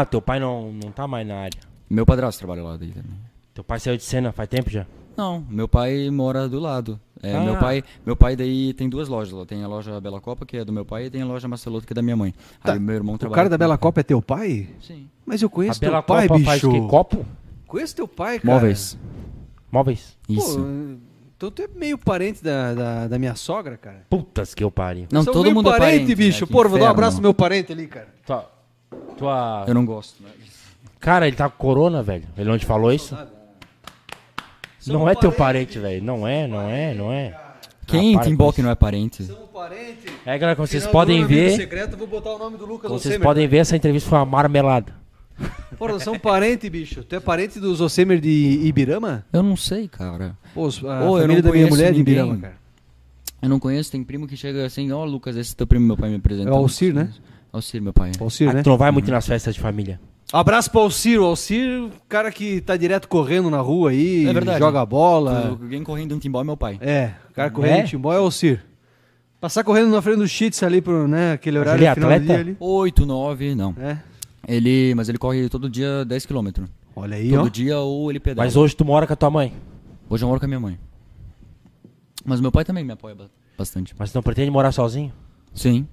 S2: Ah, teu pai não, não tá mais na área.
S3: Meu padrasto trabalha lá daí também.
S2: Teu pai saiu de cena faz tempo já.
S3: Não, meu pai mora do lado. É,
S2: Ah.
S3: meu pai, meu pai daí tem duas lojas lá. Tem a loja Bela Copa, que é do meu pai, e tem a loja Marceloto, que é da minha mãe. Aí meu irmão
S1: Tá. O
S3: trabalha.
S1: cara da
S3: com-
S1: Bela Copa é teu pai?
S3: Sim.
S1: Mas eu
S2: A
S1: conheço teu
S2: Bela
S1: pai,
S2: Copa
S1: bicho.
S2: faz o quê? Copo?
S1: Conheço teu pai, cara.
S3: Móveis.
S2: Móveis?
S1: Pô,
S3: Isso.
S1: então tu é meio parente da, da, da minha sogra, cara.
S2: Putas que eu pariu.
S3: Não,
S1: São
S3: todo
S1: meio
S3: mundo é parente, né?
S1: bicho.
S3: Que
S1: Pô, vou dar um
S3: inferno.
S1: abraço pro meu parente ali, cara.
S2: Tua. Tua.
S3: Eu não gosto. né?
S2: Cara, ele tá com corona, velho. Ele não te falou isso? Não é teu parente, velho. Não é, não é, não é.
S1: Ah,
S3: Quem
S2: para
S3: tem
S2: com
S3: boque não é parente?
S1: Somos parente.
S2: É, galera, como vocês podem ver,
S1: Secreto, vou botar o nome do Lucas
S2: como vocês podem ver, essa entrevista foi uma marmelada.
S1: Pô, nós somos parente, bicho. Tu é parente dos Osemer de Ibirama?
S3: Eu não sei, cara.
S1: Pô, a
S3: Ô, eu
S1: família
S3: não
S1: da minha
S3: conheço
S1: mulher é de
S3: ninguém.
S1: Ibirama, cara.
S3: Eu não conheço, tem primo que chega assim, ó Lucas, esse é teu primo, meu pai me
S1: É
S3: apresentou.
S1: o Alcir, né?
S3: Alcir, meu pai.
S1: Alcir,
S2: Ah,
S1: né?
S2: tu não vai muito nas festas de família.
S3: É
S1: Um Abraço pro Alcir. O Alcir, o cara que tá direto correndo na rua aí,
S3: É verdade.
S1: joga bola.
S3: Alguém correndo um timbal é meu pai.
S1: É, o cara correndo
S2: É?
S1: de timbó é o Alcir. Passar correndo na frente do Cheats ali, pro, né? Aquele horário
S2: ele é
S1: final do
S2: atleta?
S1: dia ali.
S3: Oito, nove, não.
S1: É.
S3: Ele, mas ele corre todo dia 10 km.
S1: Olha aí, ó.
S3: Todo dia ou ele pedala.
S2: Mas hoje tu mora com a tua mãe.
S3: Hoje eu moro com a minha mãe. Mas meu pai também me apoia ba- bastante.
S2: Mas tu não pretende morar sozinho?
S3: Sim,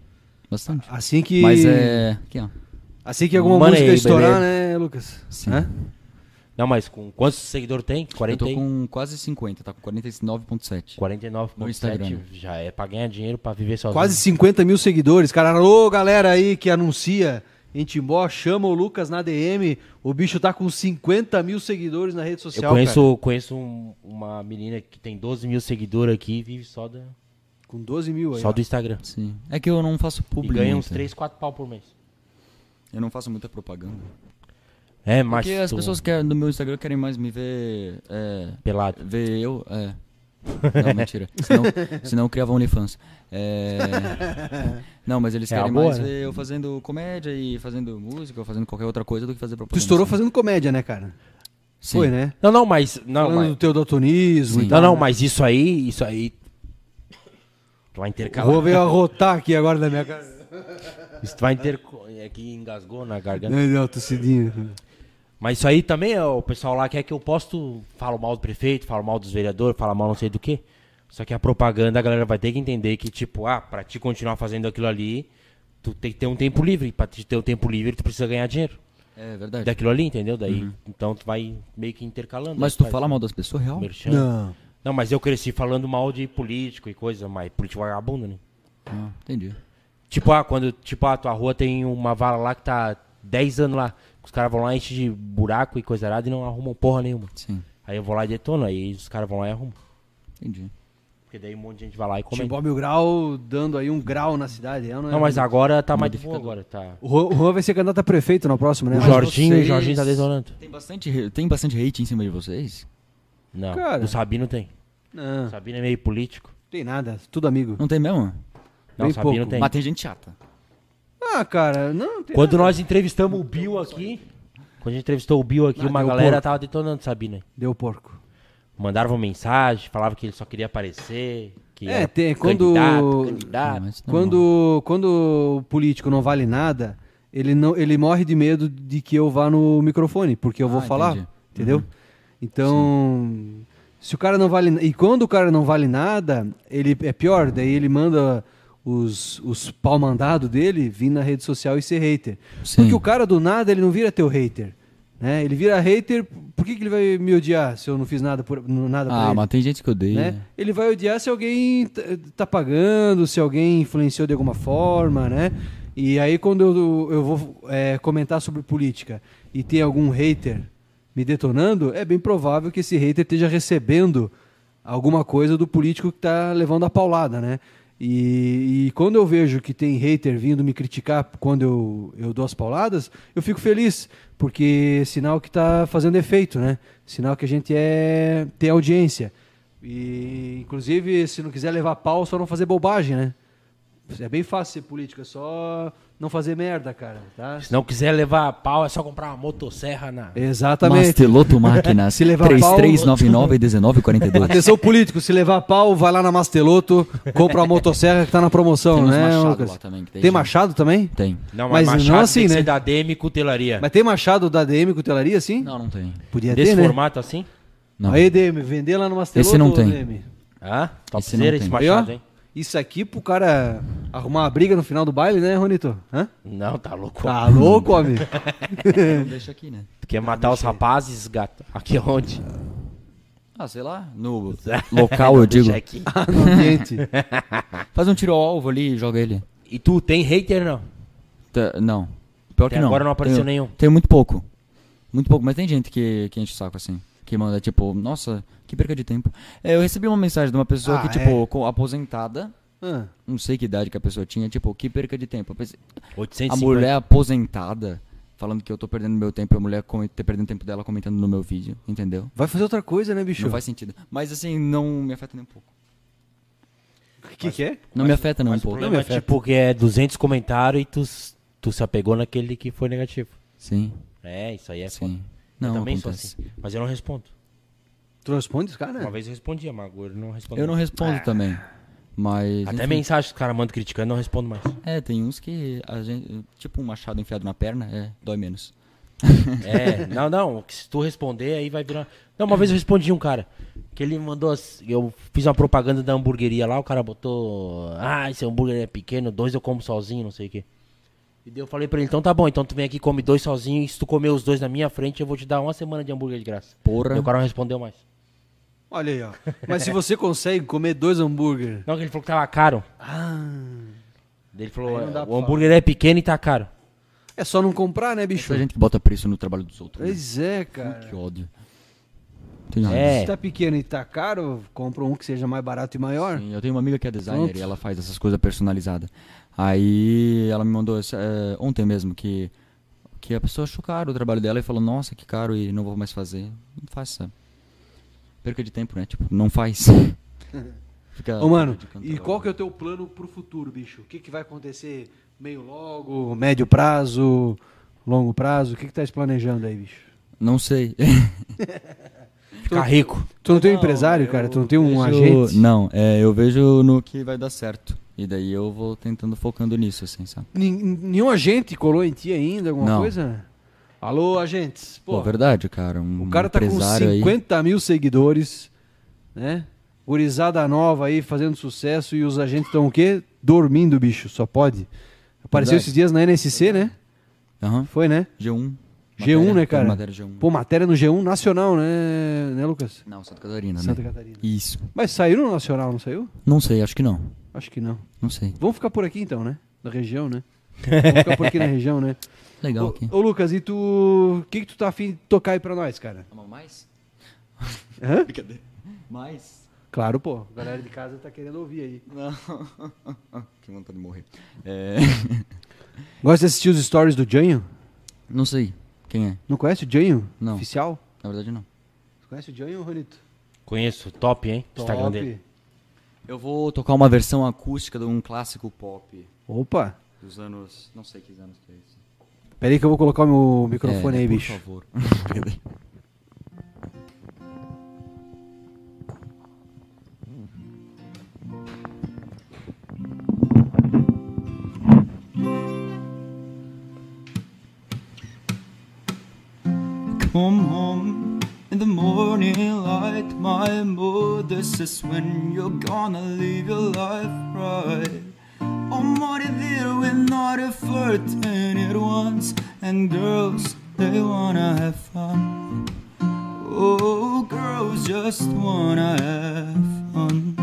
S3: bastante.
S1: Assim que.
S3: Mas é. Aqui, ó.
S1: Assim que alguma
S2: Money,
S1: música estourar,
S2: baby.
S1: né, Lucas?
S3: Sim.
S1: Hã?
S2: Não, mas com quantos seguidores tem?
S3: Eu
S2: 40
S3: tô
S2: e...
S3: com quase 50, tá com 49,7. No Instagram,
S2: 49.7
S3: né?
S2: já é pra ganhar dinheiro, pra viver sozinho.
S1: Quase 50 mil seguidores, cara. Alô, galera aí que anuncia em Timbó, chama o Lucas na DM. O bicho tá com 50 mil seguidores na rede
S2: Eu
S1: social. cara.
S2: conheço, conheço um- uma menina que tem 12 mil seguidores aqui e vive só, da,
S1: Com 12 mil aí.
S2: só
S1: ó. então.
S2: do Instagram.
S3: Sim. É que eu não faço
S2: E
S3: público.
S2: ganha uns 3, 4 pau por mês.
S3: Eu não faço muita propaganda.
S2: É, mas
S3: Porque as
S2: tu-
S3: pessoas que no meu Instagram querem mais me ver. É,
S2: Pelado.
S3: ver eu. É. Não, mentira. Senão, senão eu criava OnlyFans. É... Não, mas eles
S2: É
S3: querem
S2: uma boa,
S3: mais
S2: né?
S3: ver eu fazendo comédia e fazendo música ou fazendo qualquer outra coisa do que fazer propaganda.
S1: Tu estourou
S3: sabe?
S1: fazendo comédia, né, cara?
S3: Sim.
S1: Foi, né?
S2: Não, não, mas... Não,
S1: Falando do
S2: mas,
S1: teu daltonismo e
S2: não,
S1: tal.
S2: não,
S1: né?
S2: mas isso aí, isso aí... Tu
S1: O
S2: vai intercalar.
S1: Rô veio arrotar aqui agora na minha cara.
S2: Isso tu vai intercalar. É que engasgou na garganta.
S1: Não, não, tossidinho.
S2: Mas isso aí também, ó, o pessoal lá quer que eu posto, falo mal do prefeito, falo mal dos vereadores, falo mal não sei do que. Só que a propaganda, a galera vai ter que entender que, tipo, ah, pra te continuar fazendo aquilo ali, tu tem que ter um tempo livre. E Pra te ter um tempo livre, tu precisa ganhar dinheiro
S3: É verdade.
S2: daquilo ali, entendeu? Daí, então tu vai meio que intercalando.
S3: Uhum. Mas
S2: né?
S3: tu
S2: Faz
S3: fala mal das pessoas real?
S2: merchan. Não.
S1: Não.
S2: mas eu cresci falando mal de político e coisa, mas político vagabundo, né?
S3: Ah, entendi.
S2: Tipo, ah, quando, tipo, ah, tua rua tem uma vala lá que tá 10 anos lá. Os caras vão lá, enchem de buraco e coisa errada e não arrumam porra nenhuma.
S3: Sim,
S2: Aí eu vou lá e detono, aí os caras vão lá e arrumam.
S3: entendi.
S2: Porque daí um monte de gente vai lá
S1: Tipo,
S2: e comenta.
S1: Timbó Mil Grau dando aí um grau na cidade. Eu não, é?
S2: Não, mas agora tá mais de boa agora, tá.
S1: O Rô- o Rô vai ser candidato a prefeito na próxima, né?
S2: O
S1: Mas-
S2: Jorginho,
S3: vocês-
S2: o Jorginho tá detonando.
S3: Tem bastante, re- tem bastante hate em cima de vocês?
S2: Não,
S1: Cara.
S2: o Sabino tem. O
S1: Não,
S2: Sabino é meio político.
S1: tem nada. Tudo amigo.
S3: Não tem mesmo?
S2: Não,
S1: Bem
S2: o Sabino
S1: pouco.
S2: tem.
S3: Mas tem gente chata.
S1: Ah, cara, não tem
S2: Quando
S1: nada.
S2: nós entrevistamos o Bill aqui, quando a gente entrevistou o Bill aqui,
S1: Ah,
S2: uma
S1: deu
S2: galera
S1: porco.
S2: tava detonando o Sabino. aí.
S1: Deu porco.
S2: Mandavam mensagem, falavam que ele só queria aparecer. Que
S1: É,
S2: era
S1: tem- quando-
S2: Candidato, candidato.
S3: Mas tá bom.
S1: Quando, quando o político não vale nada, ele, não, ele morre de medo de que eu vá no microfone, porque eu vou
S3: Ah,
S1: falar,
S3: entendi.
S1: entendeu? Então, se o cara não vale... E quando o cara não vale nada, ele é pior, daí ele manda os, os pau mandado dele vir na rede social e ser hater.
S3: Sim.
S1: Porque o cara do nada, ele não vira teu hater. Né? Ele vira hater, por que, que ele vai me odiar se eu não fiz nada, por, nada pra
S3: Ah,
S1: ele?
S3: mas tem gente que odeia.
S1: né? Ele vai odiar se alguém t- tá pagando, se alguém influenciou de alguma forma, né? E aí quando eu, eu vou é, comentar sobre política e tem algum hater me detonando, é bem provável que esse hater esteja recebendo alguma coisa do político que tá levando a paulada, né? E, e quando eu vejo que tem hater vindo me criticar quando eu, eu dou as pauladas, eu fico feliz, porque é sinal que tá fazendo efeito, né? Sinal que a gente é, tem audiência. E, inclusive, se não quiser levar pau, só não fazer bobagem, né? É bem fácil ser político, é só não fazer merda, cara, tá?
S2: Se não quiser levar pau, é só comprar uma motosserra na.
S1: É. Exatamente.
S3: Masteloto Máquinas,
S1: Se levar pau-
S3: 3399-1942.
S1: Atenção político, se levar pau, vai lá na Masteloto, compra a motosserra que tá na promoção,
S3: Tem uns
S1: né,
S3: machado
S1: Lucas?
S3: lá também que
S1: tem
S3: tem, né?
S1: machado também?
S3: Tem.
S2: Não, mas,
S1: Mas
S2: machado
S1: não
S2: tem
S1: assim,
S2: que
S1: né?
S2: ser da ADM e cutelaria.
S1: Mas tem machado da DM Cutelaria, sim?
S3: Não, não tem.
S1: Podia
S2: Desse
S1: ter, né?
S2: formato assim?
S3: Não.
S1: Aí, DM, vender lá no Masteloto.
S3: Esse não tem.
S1: DM.
S2: Ah,
S3: não
S2: topzera esse
S3: tem.
S1: Aí, ó,
S2: machado, hein?
S1: Isso aqui pro cara arrumar uma briga no final do baile, né, Ronito? Hã?
S2: Não, tá louco.
S1: Tá louco, homem?
S3: Deixa aqui, né?
S2: Tu quer matar os rapazes, gato? Aqui onde?
S3: Ah, sei lá, no local eu digo.
S2: Deixa aqui.
S1: Ah, no ambiente.
S3: Faz um tiro ao alvo ali e joga ele.
S2: E tu tem hater não?
S3: Tá, não. Pior
S2: Até
S3: que não.
S2: agora não apareceu
S3: Tenho-
S2: nenhum.
S3: Tenho muito pouco. Muito pouco, mas tem gente que, que enche o saco assim. Que manda, tipo, nossa, que perca de tempo. É, eu recebi uma mensagem de uma pessoa
S1: Ah,
S3: que,
S2: é?
S3: tipo, co- aposentada.
S1: Ah.
S3: Não sei que idade que a pessoa tinha, tipo, que perca de tempo. Eu pensei, a
S2: 850.
S3: mulher aposentada falando que eu tô perdendo meu tempo, a mulher com- tá perdendo tempo dela comentando no meu vídeo, entendeu?
S1: Vai fazer outra coisa, né, bicho?
S3: Não faz sentido. Mas assim, não me afeta nem um pouco.
S1: O que, que é?
S3: Não me afeta nem um
S2: Mas o
S3: pouco.
S2: problema é
S1: afeta.
S2: tipo que é 200 comentários e tu, s- tu se apegou naquele que foi negativo.
S3: Sim,
S2: É, isso aí é foda.
S3: sim. Não,
S2: eu também
S3: acontece.
S2: sou assim. Mas eu não respondo.
S1: Tu responde, cara?
S2: Uma vez eu respondia, mas agora eu não respondo.
S3: Eu não
S2: mais.
S3: respondo também. Mas.
S2: assim. Ah. Até
S3: enfim.
S2: mensagem que os caras mandam criticando, eu não respondo mais.
S3: É, tem uns que. A gente, tipo um machado enfiado na perna, é, dói menos.
S2: É, não, não. que Se tu responder, aí vai virar. Não, uma vez eu respondi um cara. Que ele mandou. as- Eu fiz uma propaganda da hamburgueria lá, o cara botou. Ah, esse hambúrguer é pequeno, dois eu como sozinho, não sei o quê. E daí eu falei pra ele, então tá bom, então tu vem aqui e come dois sozinho, e se tu comer os dois na minha frente, eu vou te dar uma semana de hambúrguer de graça.
S3: Porra.
S2: E o cara não respondeu mais.
S1: Olha aí, ó. Mas se você consegue comer dois hambúrguer.
S2: Não, que ele falou que tava caro.
S1: Ah.
S2: Daí ele falou,
S1: Aí não dá pra
S2: o hambúrguer é pequeno e tá caro.
S1: É só não comprar, né, bicho?
S3: Essa gente que bota preço no trabalho dos outros. né?
S1: Pois é, cara.
S3: Que ódio. Tem nada.
S2: É.
S1: Se tá pequeno e tá caro, compra um que seja mais barato e maior.
S3: Sim, Eu tenho uma amiga que é designer
S1: Pronto.
S3: e ela faz essas coisas personalizadas. Aí ela me mandou essa- é, ontem mesmo que, que a pessoa achou caro o trabalho dela e falou, nossa, que caro e não vou mais fazer. Não faça. Perca de tempo, né? Tipo, não faz. Fica
S1: Ô, mano,
S3: prejudicando
S1: e
S3: o
S1: qual
S3: trabalho.
S1: que é o teu plano pro futuro, bicho? O que, que vai acontecer meio logo, médio prazo, longo prazo? O que, que tá se planejando aí, bicho?
S3: Não sei.
S2: Ficar rico.
S1: Tu não tem um
S3: Não,
S1: empresário, cara? Tu não tem um
S3: Eu-
S1: agente?
S3: Não, é, eu vejo no que vai dar certo. E daí eu vou tentando focando nisso, assim, sabe?
S1: Nen- Nenhum agente colou em ti ainda, alguma
S3: Não.
S1: coisa? Alô, agentes.
S3: Pô,
S1: Pô,
S3: verdade, cara. Um
S1: O cara tá com
S3: empresário aí-
S1: 50 mil seguidores, né? Gurizada nova aí fazendo sucesso e os agentes estão o quê? Dormindo, bicho, só pode. Apareceu
S3: Verdade.
S1: esses dias na NSC, né?
S3: Aham.
S1: Foi, né?
S3: G1.
S1: G1,
S3: Matéria-
S1: né, cara?
S3: Matéria G1.
S1: Pô, matéria no G1 nacional, né, né Lucas?
S3: Não, Santa Catarina, né?
S1: Santa Catarina.
S3: Isso.
S1: Mas saiu no nacional, não saiu?
S3: Não sei, acho que não.
S1: Acho que não.
S3: Não sei.
S1: Vamos ficar por aqui então, né? Da região, né? Vamos ficar por aqui na região, né?
S3: Legal
S1: Ô,
S3: aqui.
S1: ô, Lucas, e tu. O que, que tu tá afim de tocar aí pra nós, cara?
S3: Mais?
S1: Hã?
S3: Brincadeira. Mais?
S1: Claro, pô. A galera de casa tá querendo ouvir aí.
S3: Não. que vontade de morrer. É...
S1: Gosta de assistir os stories do Janho?
S3: Não sei quem é.
S1: Não conhece o Janho?
S3: Não.
S1: Oficial?
S3: Na verdade, não.
S1: Tu conhece o Janho, Ronito?
S2: Conheço, top, hein? Instagram
S1: Top.
S2: dele.
S3: Eu vou tocar uma versão acústica de um clássico pop
S1: Opa!
S3: dos anos... Não sei que anos que é isso.
S1: Pera aí que eu vou colocar o meu microfone aí,
S3: por
S1: bicho.
S3: favor. Come home in the morning light, my mood. This is when you're gonna live your life right. I'm already there with not a flirt, and it wants and girls
S5: they wanna have fun. Oh, girls just wanna have fun.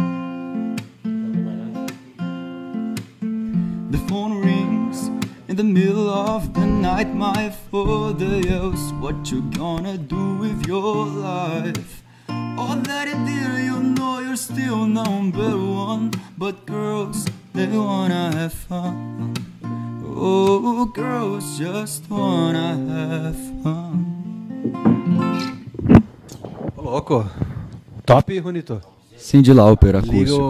S5: The phone rings in the middle of the night. My father yells, What you gonna do with your life? Oh, daddy dear, you know you're still number one. But girls, they wanna have fun. Oh, girls just wanna have fun.
S1: Ô, louco. Top, Ronito.
S3: Cindy Lauper,
S1: Liga
S3: acústico.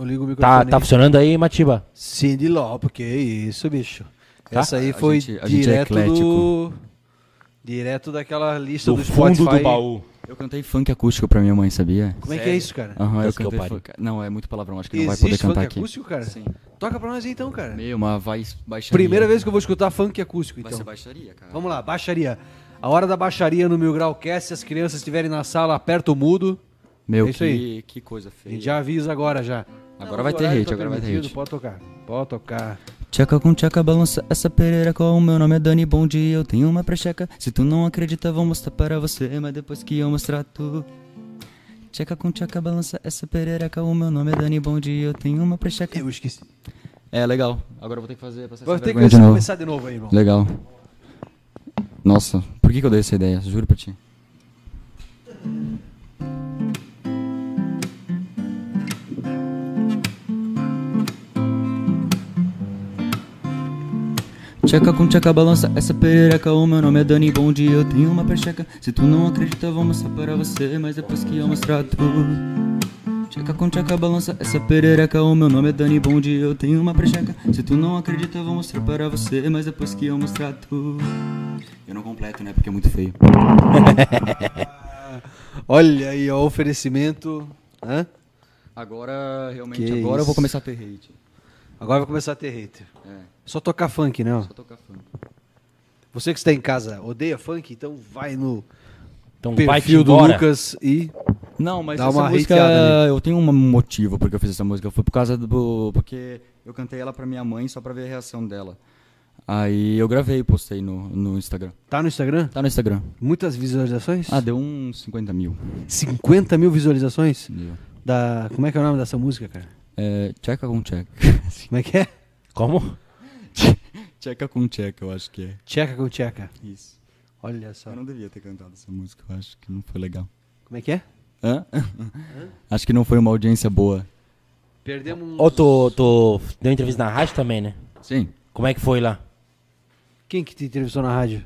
S1: o, liga o
S2: Tá,
S1: microfone.
S2: tá funcionando aí, Matiba?
S1: Cindy Lauper, que isso, bicho. Essa aí
S3: A
S1: foi
S3: gente- a gente é
S1: direto do...
S3: eclético.
S1: Direto daquela lista
S2: Do
S1: do,
S2: fundo
S1: Spotify.
S2: do baú.
S3: Eu cantei funk acústico pra minha mãe, sabia?
S1: Como é que é isso, cara?
S3: Aham, eu
S2: Deus que eu
S3: cantei
S2: pare.
S3: funk. Não, é muito palavrão, acho que não vai poder
S1: Existe funk
S3: cantar aqui.
S1: acústico, cara?
S3: Sim.
S1: Toca pra nós aí, então, cara.
S3: Meio uma vai baixaria.
S1: Primeira vez que eu vou escutar funk acústico,
S3: Vai
S1: então.
S3: ser baixaria, cara.
S1: Vamos lá, baixaria. A hora da baixaria no Mil Grau Cast, se as crianças estiverem na sala, aperta o mudo.
S3: Meu,
S1: É isso
S3: que,
S1: aí.
S3: que coisa
S1: A
S3: feia.
S1: gente já avisa agora já.
S3: Agora
S1: mas
S3: vai
S1: o
S3: ter
S1: horário
S3: hate,
S1: tá
S3: agora vai ter
S1: permitido,
S3: hate.
S1: Pode tocar, pode tocar.
S5: Tchaca com tchaca, balança essa pereira qual. Meu nome é Dani Bond e eu tenho uma precheca. Se tu não acredita, vou mostrar para você, mas depois que eu mostrar tu. Tchaca com tchaca, balança essa pereira qual. Meu nome é Dani Bond e eu tenho uma precheca.
S1: Eu esqueci.
S3: É, legal. Agora eu vou ter que fazer, passar
S1: Vai
S3: essa
S1: ter que
S3: vergonha de novo.
S1: começar de novo aí, irmão.
S3: Legal. Nossa, por que, que eu dei essa ideia? Juro pra ti.
S5: Tchaca com tchaca, balança essa perereca. O meu nome é Dani Bond e eu tenho uma percheca. Se tu não acredita, vou mostrar para você, mas depois que eu mostrar tu. Tchaca com tchaca, balança essa perereca. O meu nome é Dani Bond e eu tenho uma percheca. Se tu não acredita, vou mostrar para você, mas depois que eu mostrar tu.
S3: Eu não completo, né? Porque é muito feio.
S1: Olha aí, ó, oferecimento. Hã?
S3: Agora, realmente,
S1: Que
S3: agora eu
S1: isso.
S3: vou começar a ter hate.
S1: Agora vai começar a ter hater.
S3: É,
S1: Só tocar funk, né? ó?
S3: só tocar funk.
S1: Você que está em casa odeia funk, então vai no
S2: Então vai
S1: perfil do
S2: embora.
S1: Lucas e.
S3: Não, mas
S1: Dá
S3: essa
S1: uma
S3: música,
S1: hateada
S3: eu tenho um motivo porque eu fiz essa música. Foi por causa do... Porque eu cantei ela pra minha mãe só pra ver a reação dela. Aí eu gravei e postei no, no Instagram.
S1: Tá no Instagram?
S3: Tá no Instagram.
S1: Muitas visualizações?
S3: Ah, deu uns 50 mil.
S1: 50 mil visualizações?
S3: Mil.
S1: Da. Como é que é o nome dessa música, cara?
S3: É, checa com checa.
S1: Como é que é?
S2: Como?
S3: checa com checa, eu acho que é.
S1: Tcheca com tcheca.
S3: Isso.
S1: Olha só.
S3: Eu não devia ter cantado essa música, eu acho que não foi legal.
S1: Como é que é?
S3: Hã? Acho que não foi uma audiência boa.
S1: Perdemos. um
S2: Ô, tu, tu deu entrevista na rádio também, né?
S3: Sim.
S2: Como é que foi lá?
S1: Quem que te entrevistou na rádio?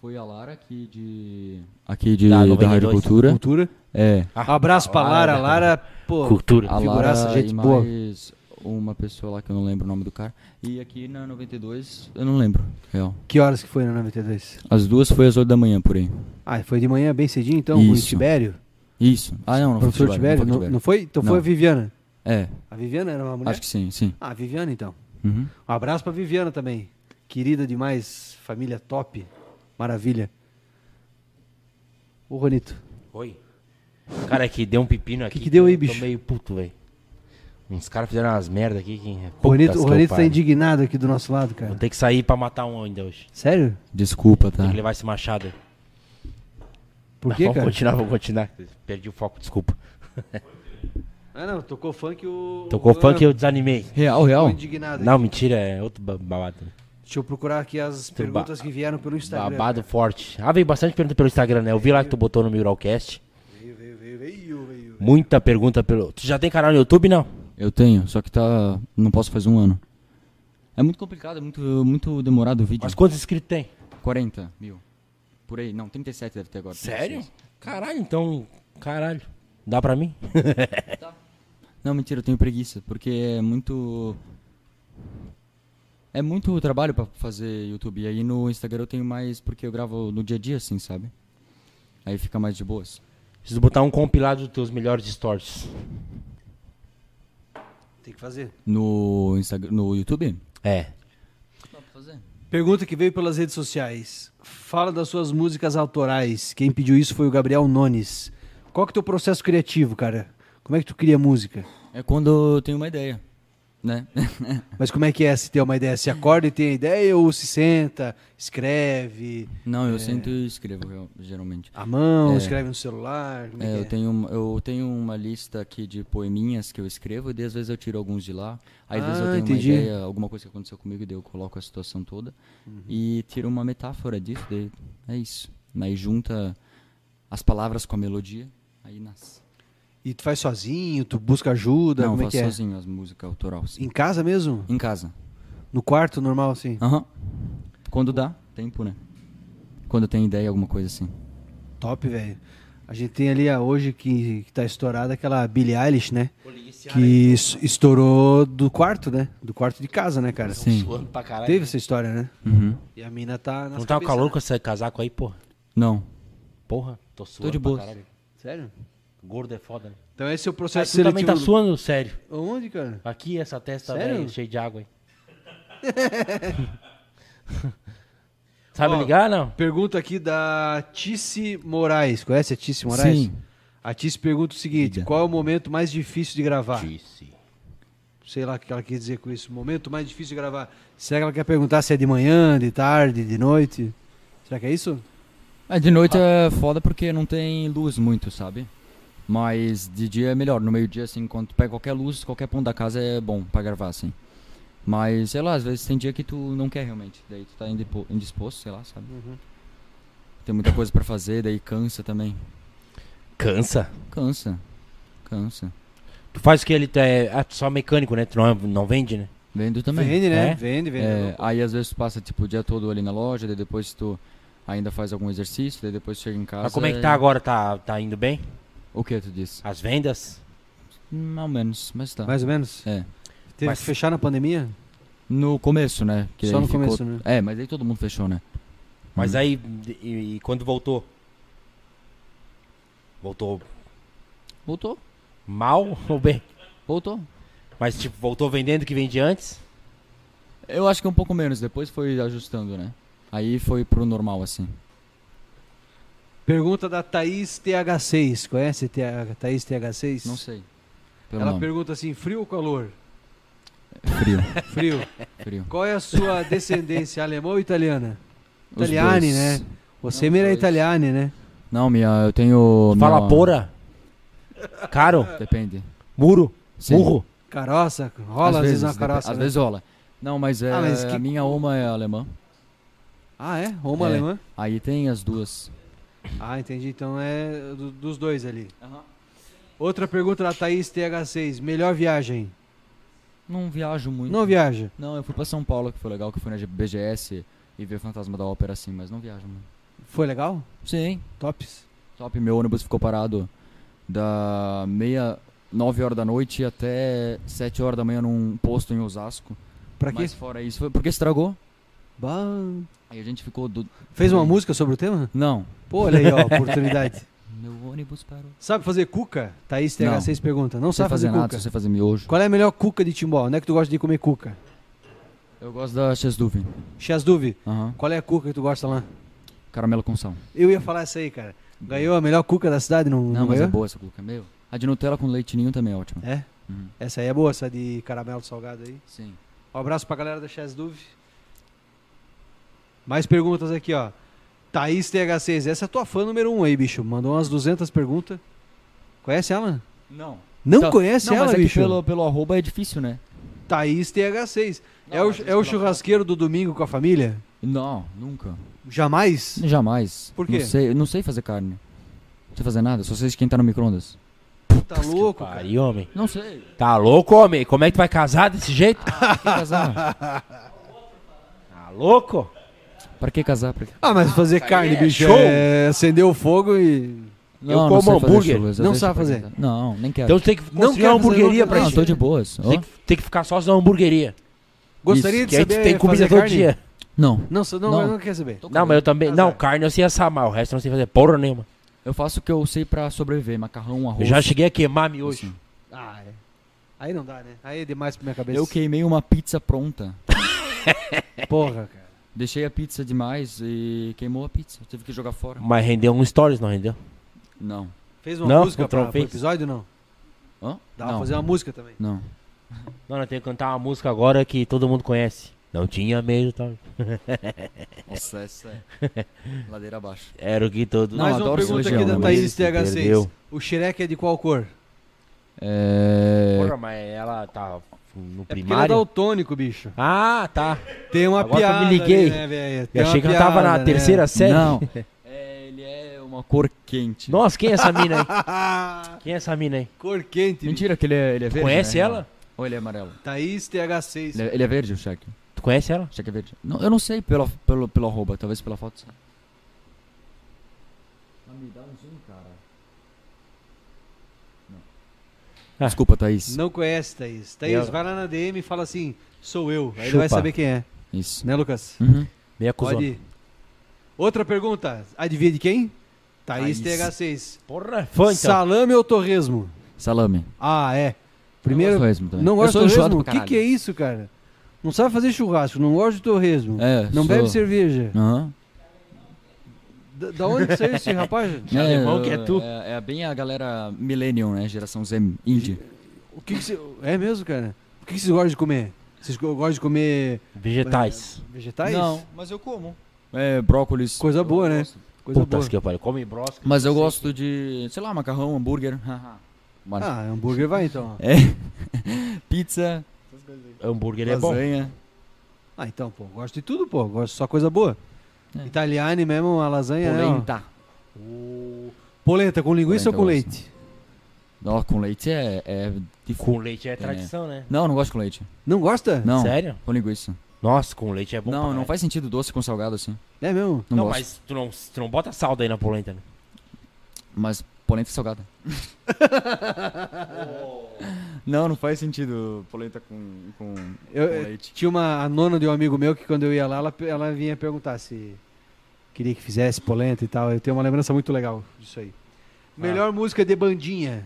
S3: Foi a Lara aqui de. Aqui de,
S2: Da
S3: da,
S2: 92.
S3: Rádio Cultura.
S1: Cultura.
S3: É.
S1: Ah, Abraço pra Lara. Lara, pô.
S2: Cultura.
S3: A
S1: Figuraça,
S3: é Lara
S1: gente
S3: e
S1: boa.
S3: mais uma pessoa lá que eu não lembro o nome do cara. E aqui na 92, eu não lembro. Real.
S1: Que horas que foi na 92?
S3: As duas foi às 8 da manhã por aí.
S1: Ah, foi de manhã bem cedinho então, com o
S3: Isso.
S1: Tibério?
S3: Isso. Ah, não, não foi
S1: Professor
S3: Tibério,
S1: Tibério?
S3: não foi
S1: Não,
S3: Tibério.
S1: não foi? Então foi
S3: Não.
S1: a Viviana.
S3: É,
S1: A Viviana era uma mulher?
S3: acho que sim, sim.
S1: Ah, a Viviana então.
S3: Uhum.
S1: Um abraço pra Viviana também. Querida demais, família top. Maravilha. Ô, Ronito.
S2: Oi. Cara, que deu um pepino aqui.
S1: que deu
S2: eu
S1: aí, bicho?
S2: Tô meio puto, velho. Uns caras fizeram umas merda aqui que. é
S1: O Ronito,
S2: Putas
S1: o
S2: que eu
S1: Ronito tá
S2: pariu.
S1: indignado aqui do nosso lado, cara.
S2: né? Vou ter que sair pra matar um ainda hoje.
S1: Sério?
S3: Desculpa, tá?
S2: Tem que levar esse machado.
S1: Ah. Por
S2: Mas
S1: quê,
S2: vamos
S1: cara?
S2: continuar, vamos continuar. Perdi o foco, desculpa.
S1: Ah, não, tocou funk o.
S2: Tocou
S1: o-
S2: funk e eu desanimei.
S3: Real,
S1: Tô
S3: real.
S1: indignado aqui.
S2: Não, mentira, é outro ba- babado.
S1: Deixa eu procurar aqui as perguntas que vieram pelo Instagram.
S2: babado forte. Ah, veio bastante pergunta pelo Instagram, né? Eu vi lá que tu botou no Muralcast.
S1: Veio, veio, veio, veio, veio.
S2: Muita pergunta pelo. Tu já tem canal no YouTube, não?
S3: Eu tenho, só que tá. Não posso fazer um ano. É muito complicado, é muito, muito demorado o vídeo.
S2: Mas quantos inscritos tem?
S3: 40 mil. Por aí, não, 37 deve ter agora.
S2: Caralho, então. Caralho. Dá pra mim?
S3: Não, mentira, eu tenho preguiça, porque é muito. É muito trabalho pra fazer YouTube. E aí no Instagram eu tenho mais, porque eu gravo no dia a dia, assim, sabe? Aí fica mais de boas.
S2: Preciso botar um compilado dos teus melhores stories.
S1: Tem que fazer.
S3: No Instagram, no YouTube?
S2: É.
S3: Dá pra fazer.
S1: Pergunta que veio pelas redes sociais. Fala das suas músicas autorais. Quem pediu isso foi o Gabriel Nones. Qual que é o teu processo criativo, cara? Como é que tu cria música?
S3: É quando eu tenho uma ideia. né?
S1: Mas como é que é se tem uma ideia? Se acorda e tem a ideia ou se senta, escreve
S3: Não, eu sento e escrevo, eu- geralmente.
S1: à mão,
S3: É.
S1: escreve no celular? Como é,
S3: É,
S1: que
S3: eu,
S1: é?
S3: tenho, uma- eu tenho uma lista aqui de poeminhas que eu escrevo, e daí às vezes eu tiro alguns de lá. Aí às vezes eu
S1: Ah,
S3: tenho
S1: entendi.
S3: uma ideia, alguma coisa que aconteceu comigo, e daí eu coloco a situação toda.
S1: Uhum.
S3: E tiro uma metáfora disso, daí é isso. Mas junta as palavras com a melodia, aí nasce.
S1: E tu faz sozinho, tu busca ajuda,
S3: Não, eu
S1: como é
S3: faço
S1: que é?
S3: sozinho as músicas autoral, sim.
S1: Em casa mesmo?
S3: Em casa.
S1: No quarto normal, assim?
S3: Aham. Quando dá, tempo, né? Quando tem ideia, alguma coisa assim.
S1: Top, velho. A gente tem ali a hoje que, que tá estourada aquela Billie Eilish, né? Que es- estourou do quarto, né? Do quarto de casa, né, cara?
S3: Sim.
S2: Suando pra caralho.
S1: Teve essa história, né?
S3: Uhum.
S1: E a mina tá na
S2: Não tá calor com esse casaco aí, porra?
S3: Não.
S2: Porra, tô suando.
S3: de
S2: pra
S3: boa.
S2: caralho.
S1: né? Sério?
S2: Gordo é foda, né?
S1: Então esse é o
S2: Mas
S1: processo
S2: tu também
S1: seletivo.
S2: tá suando, sério.
S1: Onde, cara?
S2: Aqui, essa testa
S1: Sério?
S2: velho, cheia de água aí. Sabe ligar, não?
S1: Pergunta aqui da Tice Moraes. Conhece a Tice Moraes?
S3: Sim.
S1: A Tice pergunta o seguinte:
S3: Diga.
S1: qual é o momento mais difícil de gravar?
S2: Disse.
S1: Sei lá o que ela quer dizer com isso. Momento mais difícil de gravar. Será que ela quer perguntar se é de manhã, de tarde, de noite? Será que é isso?
S3: É, de noite
S2: Ah.
S3: é foda porque não tem luz muito, sabe? Mas de dia é melhor. No meio-dia, assim, quando tu pega qualquer luz, qualquer ponto da casa é bom pra gravar, assim. Mas, sei lá, às vezes tem dia que tu não quer realmente. Daí tu tá indipo- indisposto, sei lá, sabe?
S1: Uhum.
S3: Tem muita coisa pra fazer, daí cansa também.
S2: Cansa.
S3: Cansa. Cansa.
S2: Tu faz o que ele é, ah, tu só é mecânico, né? Tu não, não vende, né?
S3: Vendo também.
S1: Vende, né?
S2: É?
S1: Vende, vende.
S3: É, aí às vezes tu passa tipo o dia todo ali na loja, daí depois tu ainda faz algum exercício, daí depois tu chega em casa.
S2: Mas como é que
S3: e-
S2: tá agora? Tá, tá indo bem?
S3: O que tu disse?
S2: As vendas?
S3: Mais ou menos, mas tá.
S1: Mais ou menos?
S3: É.
S1: Teve
S2: Mas-
S1: que fechar na pandemia?
S3: No começo, né? Que
S1: Só
S3: aí
S1: no
S3: ficou-
S1: começo, né?
S3: É, mas aí todo mundo fechou, né?
S2: Mas
S3: Hum.
S2: aí, e, e quando voltou? Voltou
S3: Voltou,
S2: mal ou bem?
S3: voltou.
S2: Mas, tipo, voltou vendendo o que vendia antes?
S3: Eu acho que um pouco menos, depois foi ajustando, né? Aí foi pro normal, assim.
S1: Pergunta da Thaís TH6. Conhece a Thaís TH6?
S3: Não sei. Pelo
S1: Ela
S3: nome.
S1: pergunta assim: frio ou calor?
S3: Frio,
S1: Frio.
S3: frio.
S1: Qual é a sua descendência, alemã ou italiana?
S3: Os
S1: Italiani,
S3: dois.
S1: né? Você
S3: Não,
S1: mira
S3: dois.
S1: italiane, né?
S3: Não, minha, eu tenho...
S2: Fala
S3: minha-
S2: pora. Caro.
S3: Depende.
S2: Muro.
S3: Sim.
S2: Burro.
S1: Caroça, rola às vezes, uma
S3: depe-
S1: caroça.
S3: Às
S1: né?
S3: vezes rola. Não, mas, é,
S1: Ah, mas que-
S3: a minha uma é alemã.
S1: Ah, é? Roma
S3: É.
S1: alemã?
S3: Aí tem as duas.
S1: Ah, entendi. Então é do- dos dois ali. Outra pergunta da Thaís TH6. Melhor viagem?
S3: Não viajo muito.
S1: Não viaja.
S3: Não, eu fui pra São Paulo, que foi legal, que eu fui na BGS e vi o Fantasma da Ópera, assim, mas não viajo muito.
S1: Foi legal?
S3: Sim.
S1: Tops?
S3: Top, meu ônibus ficou parado da meia, nove horas da noite até sete horas da manhã num posto em Osasco.
S1: Pra quê?
S3: Mas fora isso, foi porque estragou.
S1: Bah.
S3: Aí a gente ficou do...
S1: Fez uma
S3: Sim.
S1: música sobre o tema?
S3: Não.
S1: Pô, olha aí, ó, oportunidade.
S3: Meu ônibus parou.
S1: Sabe fazer cuca? Thaís TH6 pergunta. Não
S3: Não sei
S1: sabe fazer,
S3: fazer nada,
S1: cuca.
S3: só sei fazer miojo.
S1: Qual é a melhor cuca de Timbó? Onde é que tu gosta de comer cuca?
S3: Eu gosto da Chesduve.
S1: Chasduve,
S3: Aham.
S1: qual é a cuca que tu gosta lá?
S3: Caramelo com sal.
S1: Eu ia falar essa aí, cara. Ganhou a melhor cuca da cidade, não,
S3: Não, mas é
S1: ganhou?
S3: boa essa cuca, meu. A de Nutella com leitinho também é ótima.
S1: É?
S3: Uhum.
S1: Essa aí é boa, essa de caramelo salgado aí.
S3: Sim.
S1: Um abraço pra galera da Chess Duve. Mais perguntas aqui, ó. Thaís TH6, essa é a tua fã número um aí, bicho. Mandou umas 200 perguntas. Conhece ela?
S3: Não.
S1: Não
S3: Tá.
S1: conhece
S3: não,
S1: ela,
S3: mas é que
S1: bicho?
S3: pelo, pelo arroba é difícil, né?
S1: Thaís TH6.
S3: Não,
S1: é o,
S3: mas
S1: é o
S3: pela
S1: churrasqueiro do domingo com a família?
S3: Não, nunca.
S1: Jamais?
S3: Jamais.
S1: Por quê?
S3: Não sei, eu não sei fazer carne. Não sei fazer nada, só sei esquentar no micro-ondas.
S1: Tá louco, cara.
S2: Aí, homem.
S3: Não sei. Tem
S2: Tá louco, homem? Como é que tu vai casar desse jeito?
S3: que casar.
S2: Tá louco?
S3: pra que casar? Pra...
S1: Ah, mas fazer carne,
S2: é
S1: bicho,
S2: show.
S1: é acender o fogo e...
S2: Eu como
S3: sei fazer
S2: hambúrguer.
S3: churras, eu
S1: Não
S3: deixo
S1: sabe
S3: pra
S1: fazer.
S3: quem tá. Não, nem quero.
S2: Então tu tem que
S1: Não
S2: construir
S1: quer
S2: uma hamburgueria
S1: fazer
S2: pra
S3: não,
S2: gente.
S3: tô de boas. Ó.
S2: Tem, que, tem que ficar só na hamburgueria.
S1: Gostaria
S3: Isso,
S1: de
S2: Que aí tu
S1: saber
S2: tem comida
S1: fazer
S2: todo
S1: carne?
S2: dia.
S3: Não.
S1: Não, você não,
S3: Não.
S1: não. quer saber.
S3: Tô
S2: Não,
S3: cagando.
S2: mas eu também.
S1: Azar.
S2: Não, carne eu sei assar mal, o resto eu não sei fazer porra nenhuma.
S3: Eu faço o que eu sei pra sobreviver. Macarrão,
S2: Eu
S3: arroz.
S2: já cheguei a queimar miojo.
S3: assim.
S1: Ah, é. Aí não dá, né? Aí é demais pra minha cabeça.
S3: Eu queimei uma pizza pronta.
S1: Porra, cara.
S3: Deixei a pizza demais e queimou a pizza. Eu tive que jogar fora.
S2: Mas rendeu um stories, não rendeu?
S3: Não.
S1: Fez uma
S2: Não,
S1: música
S2: contra
S1: pra, pro
S2: o fez.
S1: episódio, não?
S3: Hã?
S1: Dá pra
S3: não.
S1: fazer uma música também.
S3: Não.
S2: Dona, tem que cantar uma música agora que todo mundo conhece. Não tinha medo, tá?
S3: Nossa, essa é ladeira abaixo.
S2: Era o que todo
S3: Não,
S1: Mais
S3: adoro
S1: uma pergunta
S3: Legião,
S1: aqui da
S3: né?
S1: Thaís
S2: Se
S1: TH6.
S2: perdeu.
S1: O Shrek é de qual cor?
S3: É...
S2: Porra, mas ela tá no
S1: É porque ele é
S2: primário.
S1: daltônico, bicho.
S2: Ah, tá.
S1: Tem uma
S2: Agora que eu
S1: piada.
S2: me liguei.
S1: ali, né, velho? Tem
S2: Eu achei
S1: uma
S2: que ela tava na
S1: piada, né?
S2: terceira série.
S3: Não. É, ele é uma cor quente.
S2: Nossa, quem é essa mina aí? Quem é essa mina aí?
S1: Cor quente. bicho.
S3: Mentira que ele é, ele é verde.
S2: Conhece
S3: né?
S2: ela?
S3: Ou ele é amarelo?
S1: Thaís
S3: Ele
S2: Né?
S1: TH6.
S3: é, ele é verde o cheque.
S2: Tu conhece ela?
S3: O cheque é verde. Não, eu não sei pelo, pelo, pelo arroba, talvez pela foto. sim.
S2: Ah.
S3: Desculpa, Thaís.
S1: Não conhece, Thaís. Thaís,
S2: Eu-
S1: vai lá na DM e fala assim: sou eu. Aí ele vai
S2: Chupa.
S1: saber quem é.
S3: Isso.
S1: Né, Lucas?
S3: Uhum.
S2: Meia cuzona.
S1: Pode ir. Outra pergunta. Adivinha de quem? Thaís
S3: Thaís.
S1: TH6.
S2: Porra, fã então.
S1: Salame ou torresmo?
S3: Salame.
S1: Ah, é.
S3: Eu
S1: Primeiro,
S3: gosto mesmo também.
S1: não
S3: Eu
S1: gosta
S3: sou
S1: de
S3: enjoado
S1: torresmo? O
S3: pra
S1: que,
S3: caralho.
S1: que é isso, cara? Não sabe fazer churrasco, não gosta de torresmo.
S3: É,
S1: não
S3: sou-
S1: bebe cerveja.
S3: Aham.
S1: Da, da onde que saiu esse rapaz?
S2: Que alemão que é tu.
S3: É, é bem a galera millennium, né? Geração Z indie.
S1: O que, que você. É mesmo, cara? O que, que vocês gostam de comer? Vocês go- gostam de comer
S2: Vegetais.
S1: vegetais?
S3: Não, mas eu como. É, brócolis.
S1: Coisa
S3: Eu
S1: boa, né?
S3: gosto.
S1: Coisa
S2: Putas
S1: boa.
S2: que eu pariu. Come brosca.
S3: Mas eu gosto de, sei lá, macarrão, hambúrguer. haha. Mano.
S1: Ah, hambúrguer vai então.
S3: É. Pizza,
S2: Hambúrguer é bom.
S3: lasanha.
S1: Ah, então, pô, gosto de tudo, pô. Gosto só coisa boa.
S3: É.
S1: Italiane mesmo, a lasanha. né, ó.
S3: Polenta.
S1: Polenta com linguiça
S3: Polenta
S1: ou com
S3: eu gosto.
S1: leite?
S3: Não, com leite é, é difícil.
S2: Com leite é tradição, né?
S3: Não, não gosto com leite.
S1: Não gosta?
S3: Não.
S2: É Sério?
S3: Com linguiça.
S2: Nossa, com leite é bom.
S3: não,
S2: pra
S3: não
S2: caralho.
S3: faz sentido doce com salgado assim.
S1: É mesmo?
S3: Não,
S2: Não,
S3: gosto.
S2: mas tu não, tu não bota sal daí na polenta, né?
S3: Mas polenta salgada. não, não faz sentido polenta com, com,
S1: Eu-
S2: É.
S3: com
S1: eu-
S3: leite.
S1: Tinha uma a nona de um amigo meu que quando eu ia lá, ela, ela vinha perguntar se queria que fizesse polenta e tal. Eu tenho uma lembrança muito legal disso aí.
S3: Ah.
S1: Melhor música de bandinha.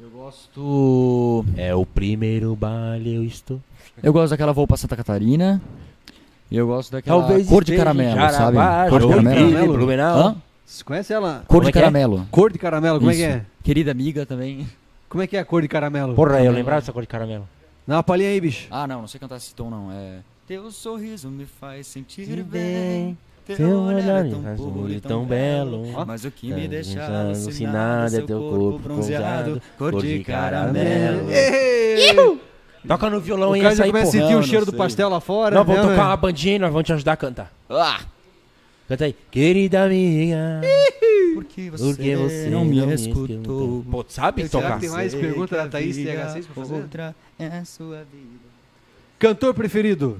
S3: Eu gosto.
S2: É o primeiro baile eu estou.
S3: Eu gosto daquela voo pra Santa Catarina. E eu gosto daquela
S2: Talvez
S3: cor de
S2: esteja em
S3: caramelo, sabe?
S2: Jaraguá,
S3: Cor de
S2: Joinville,
S3: caramelo.
S1: caramelo?
S2: Blumenau.
S3: é Hã?
S1: Você conhece ela?
S3: Cor
S2: Como é
S3: de
S2: que é?
S3: caramelo.
S1: Cor de caramelo, como é
S3: Isso.
S1: que é?
S3: Querida amiga também.
S1: Como é que é a cor de caramelo?
S2: Porra, eu lembrava dessa cor de caramelo.
S1: Dá uma palhinha aí, bicho.
S3: Ah, não, não sei cantar esse tom, não. É. Teu sorriso me faz sentir
S2: Se
S3: bem.
S2: bem,
S3: Teu olhar é tão
S2: um
S3: puro e tão belo. Mas o que
S2: Tá
S3: me deixa
S2: deixando
S3: alucinado é teu corpo bronzeado, cor de caramelo. Então,
S1: Ei!
S2: Toca no violão
S1: o
S2: e
S1: cara
S2: essa
S1: já
S2: aí,
S1: começa a
S2: porra.
S1: sentir
S3: Não,
S1: o
S3: não
S1: cheiro do
S3: sei.
S1: pastel lá fora.
S2: Não, vamos
S1: né,
S2: tocar
S1: né?
S2: uma bandinha e nós vamos te ajudar a cantar.
S3: Ah!
S2: Canta aí. Querida minha,
S3: Porque você,
S2: por que você
S3: não me
S2: escutou?
S3: escutou?
S2: Pô, tu sabe
S1: Será
S2: tocar?
S1: que tem mais
S3: Sei
S1: pergunta
S3: que
S1: da
S3: a
S1: Thaís
S3: vida
S1: TH6 pra fazer?
S3: Outra é a sua vida.
S1: Cantor preferido?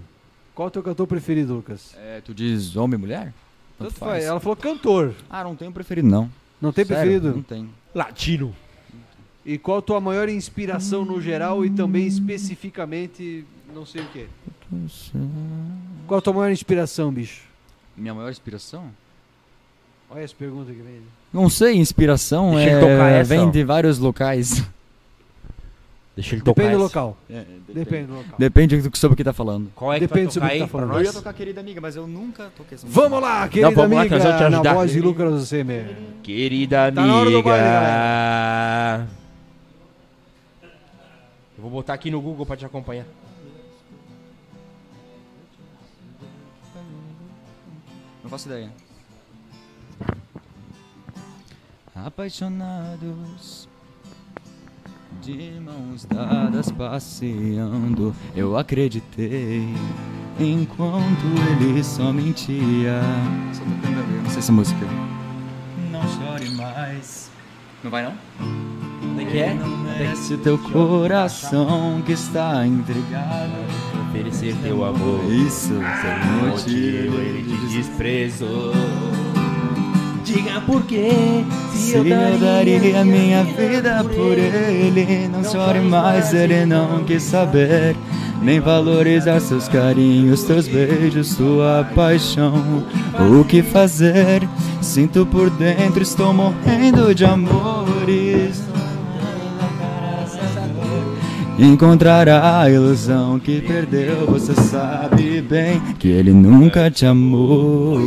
S1: Qual é o teu cantor preferido, Lucas?
S3: É, tu diz homem e mulher?
S1: Tanto faz. Ela falou cantor.
S3: Ah, não tenho preferido, não.
S1: Não tem
S3: Sério,
S1: preferido?
S3: Não tem.
S2: Latino.
S1: E qual a tua maior inspiração no geral e também especificamente, não sei o quê? Qual a tua maior inspiração, bicho?
S3: Minha maior inspiração?
S1: Olha essa pergunta que vem.
S3: Não sei, inspiração
S2: Deixa ele
S3: é,
S2: tocar essa, ó.
S3: vem de vários locais.
S2: Deixa ele tocar
S1: Depende do
S2: essa.
S1: local.
S3: depende.
S1: Depende do local.
S3: Depende do que sobre o que tá falando.
S2: Qual é que
S1: Depende
S2: é vai tocar
S1: sobre o que
S2: aí
S1: tá falando.
S2: pra nós?
S3: querida amiga, mas eu nunca toquei essa
S1: Vamos lá, querida
S2: vamos lá,
S1: amiga,
S2: que nós vamos te
S1: na
S2: ajudar.
S1: voz de Lucas Semer. Tá
S2: Querida
S1: na hora do baile,
S2: amiga. Eu vou botar aqui no Google pra te acompanhar.
S3: Não faço ideia. Apaixonados de mãos dadas passeando, eu acreditei enquanto ele só mentia. Só tocando a ver, não sei essa música. Não chore mais. Não vai não?
S2: Como é que é?
S3: Não merece teu coração que está entregado.
S2: Oferecer teu amor.
S3: Isso,
S2: Por
S3: sem
S2: motivo
S3: motivo
S2: ele te desprezou. Diga por quê?
S3: Se eu daria minha vida por ele, não chore mais, ele não quis saber. Nem valorizar seus carinhos, teus beijos, sua paixão. O que fazer? Sinto por dentro, estou morrendo de amores. Encontrará a ilusão que perdeu, você sabe bem que ele nunca te amou.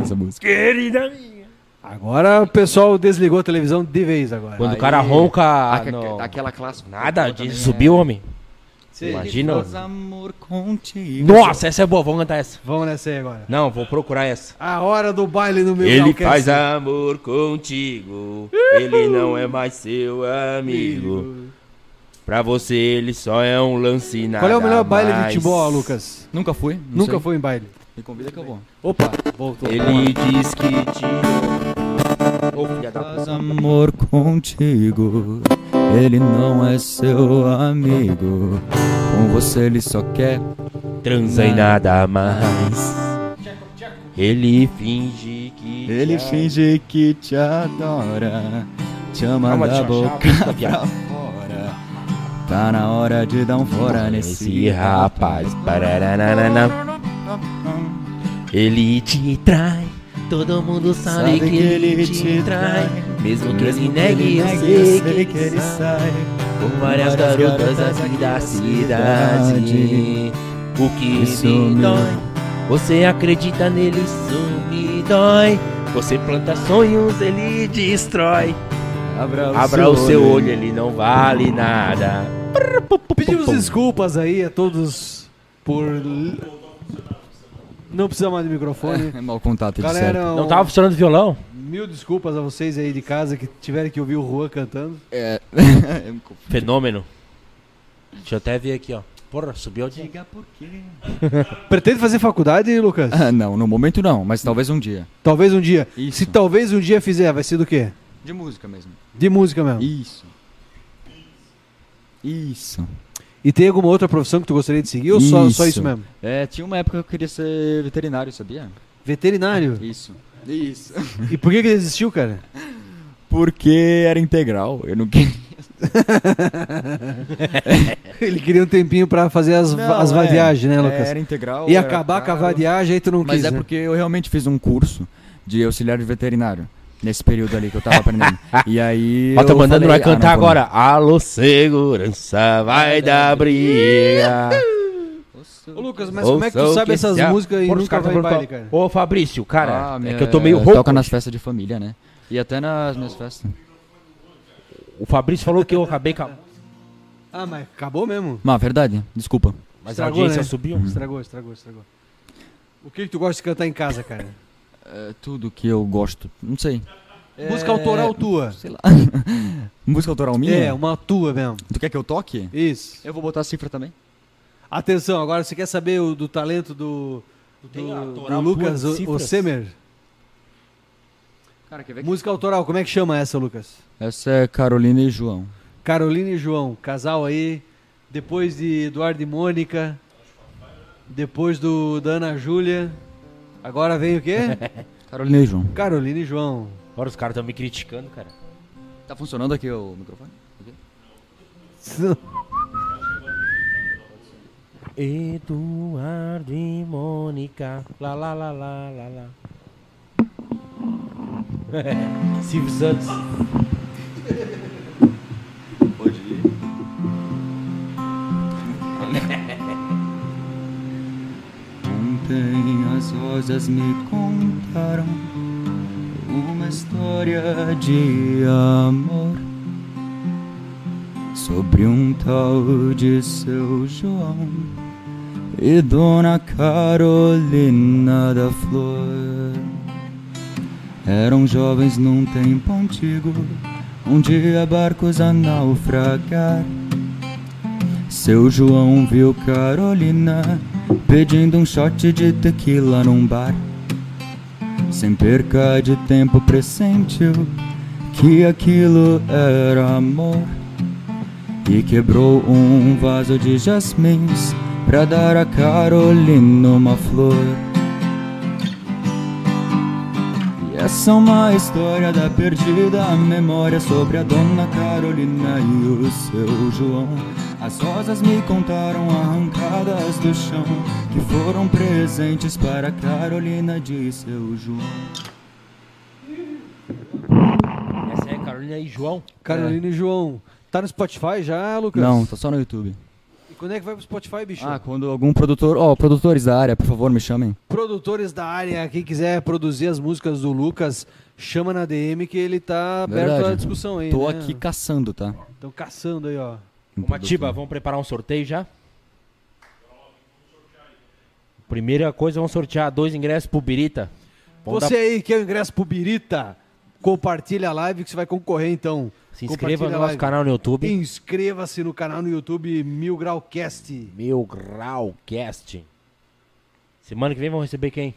S3: Essa música.
S2: Querida minha.
S1: Agora o pessoal desligou a televisão de vez agora.
S2: Quando
S6: Aí-
S2: o cara ronca.
S6: Aque-
S2: Ah, não-
S6: Aquela classe.
S2: Nada
S6: de
S2: de
S3: né?
S2: subir, homem. Imagina. Nossa, essa é boa, vamos cantar essa.
S1: Vamos nessa aí agora.
S2: Não, vou procurar essa.
S1: A hora do baile no meu
S2: Ele
S1: alcance.
S2: faz amor contigo, ele não é mais seu amigo. Pra você ele só é um lance nada
S1: Qual é o melhor baile
S2: mais.
S1: de Tibó, Lucas?
S6: Nunca fui. não
S1: é. Nunca
S6: sei.
S1: foi em baile.
S6: Me convida que eu vou.
S1: Opa, voltou.
S2: Ele diz que te ama. Ô, filha da...
S3: Faz amor contigo, ele não é seu amigo. Com você ele só quer.
S2: Transa e nada mais. Ele finge que.
S3: Ele
S2: te
S3: finge que te adora, te ama
S2: Calma,
S3: da
S2: tchau, tchau,
S3: boca
S2: puta,
S3: pra
S2: viado.
S3: fora. Tá na hora de dar um fora
S2: ama.
S3: nesse
S2: Esse rapaz. Pararanana. Ele te trai. Todo mundo sabe,
S3: Sabe
S2: que, ele te trai. Mesmo que ele negue, eu sei que ele
S3: ele
S2: sai.
S3: sai.
S2: Com várias garotas aqui da cidade. O que
S3: Isso
S2: me
S3: me-
S2: dói, você acredita nele, isso me dói. Você planta sonhos, ele destrói.
S3: Abra o,
S2: Abra É o seu olho, ele não vale nada.
S1: Pedimos desculpas aí a todos por. l- Não precisa mais de microfone.
S6: É mau contato, etc.
S1: Galera, um
S2: Não tava funcionando o violão?
S1: mil desculpas a vocês aí de casa que tiveram que ouvir o Juan cantando.
S6: É.
S2: Fenômeno. Deixa eu até ver aqui, ó. Porra, subiu de.
S1: Pretende fazer faculdade, Lucas?
S6: Ah, não, no momento não, mas talvez um dia.
S1: Talvez um dia.
S6: Isso.
S1: Se talvez um dia fizer, vai ser do quê?
S6: De música mesmo.
S1: De música mesmo. E,
S6: Isso. Isso.
S1: tem alguma outra profissão que tu gostaria de seguir ou só
S6: Isso.
S1: só isso mesmo?
S6: É, tinha uma época que eu queria ser veterinário, sabia?
S1: Veterinário.
S6: Isso. Isso.
S1: E por que que ele desistiu, cara?
S6: Porque era integral. Eu não queria.
S1: Ele queria um tempinho pra fazer as, va- as
S6: Não, é.
S1: vadiagens, né,
S6: É,
S1: Lucas?
S6: Era integral.
S1: e
S6: era
S1: acabar com a
S6: caro.
S1: vadiagem, aí tu não
S6: Mas
S1: quis,
S6: é
S1: né?
S6: porque eu realmente fiz um curso de auxiliar de veterinário. Nesse período ali que eu tava aprendendo. E aí.
S2: Ó, tô
S6: eu
S2: mandando
S6: falei,
S2: nós cantar
S6: "Ah, não vou
S2: agora. Alô, segurança, vai dar briga.
S1: Ô, Lucas, mas como é que tu sabe essas músicas e nunca vai em baile, cara?
S2: Ô, Fabrício, cara,
S6: Ah,
S2: é
S6: minha-
S2: que eu tô meio rouco.
S6: Toca nas festas de família, né? E até nas minhas festas.
S2: O Fabrício falou que eu acabei com a...
S1: Ah, mas acabou mesmo.
S6: Mas, verdade, desculpa.
S2: Mas a
S1: Estragou,
S2: audiência é
S1: né?
S2: subiu.
S1: Estragou, estragou, estragou. O que, que tu gosta de cantar em casa, cara?
S6: É, tudo que eu gosto, não sei.
S1: Música autoral tua.
S6: Música autoral minha?
S1: É, uma tua mesmo.
S6: Tu quer que eu toque?
S1: Isso.
S6: um- Eu vou botar a cifra também.
S1: Atenção, agora você quer saber o, do talento do, do, do
S2: autoral
S1: Lucas
S2: tua de cifras?
S1: Osemer?
S6: Cara, quer ver?
S1: Música autoral, como é que chama essa, Lucas?
S6: Essa é Carolina e João.
S1: Carolina e João, casal aí. Depois de Eduardo e Mônica. Depois do da Ana Júlia. Agora vem o quê?
S6: Carolina e João.
S1: Carolina e João.
S2: Agora os caras estão me criticando, cara.
S6: Tá funcionando aqui o microfone?
S2: Eduardo e Mônica, lá, lá, lá, lá, lá, lá. É, Silvio Santos.
S3: Ontem as rosas me contaram uma história de amor sobre um tal de seu João e Dona Carolina da Flor. Eram jovens num tempo antigo, um dia barcos a naufragar. Seu João viu Carolina pedindo um shot de tequila num bar. Sem perca de tempo, pressentiu que aquilo era amor. E quebrou um vaso de jasmins pra dar a Carolina uma flor. E essa é uma história da perdida memória sobre a dona Carolina e o seu João. As rosas me contaram arrancadas do chão que foram presentes para Carolina de seu João.
S2: Essa é Carolina e João.
S1: Carolina e João. Tá no Spotify já, Lucas?
S6: Não, tá só no YouTube.
S1: E Quando é que vai pro Spotify, bicho?
S3: Ah, quando algum produtor. Ó, produtores da área, por favor, me chamem.
S1: Produtores da área, quem quiser produzir as músicas do Lucas, chama na DM que ele tá aberto
S3: Verdade.
S1: à discussão aí.
S3: Tô
S1: né?
S3: aqui caçando, tá?
S1: Estão caçando aí, ó.
S3: Um
S2: Uma
S3: produtor.
S2: tiba, vamos preparar um sorteio já? Primeira coisa, vamos sortear dois ingressos pro Birita. Vamos
S1: Você
S2: dar-
S1: aí que é o ingresso pro Birita, compartilha a live que você vai concorrer então.
S2: Se inscreva
S1: Compartilha
S2: no
S1: a
S2: nosso
S1: live.
S2: canal no YouTube.
S1: Inscreva-se no canal no YouTube Mil Grau Cast.
S2: Meu Grau Cast. Semana que vem vão receber quem?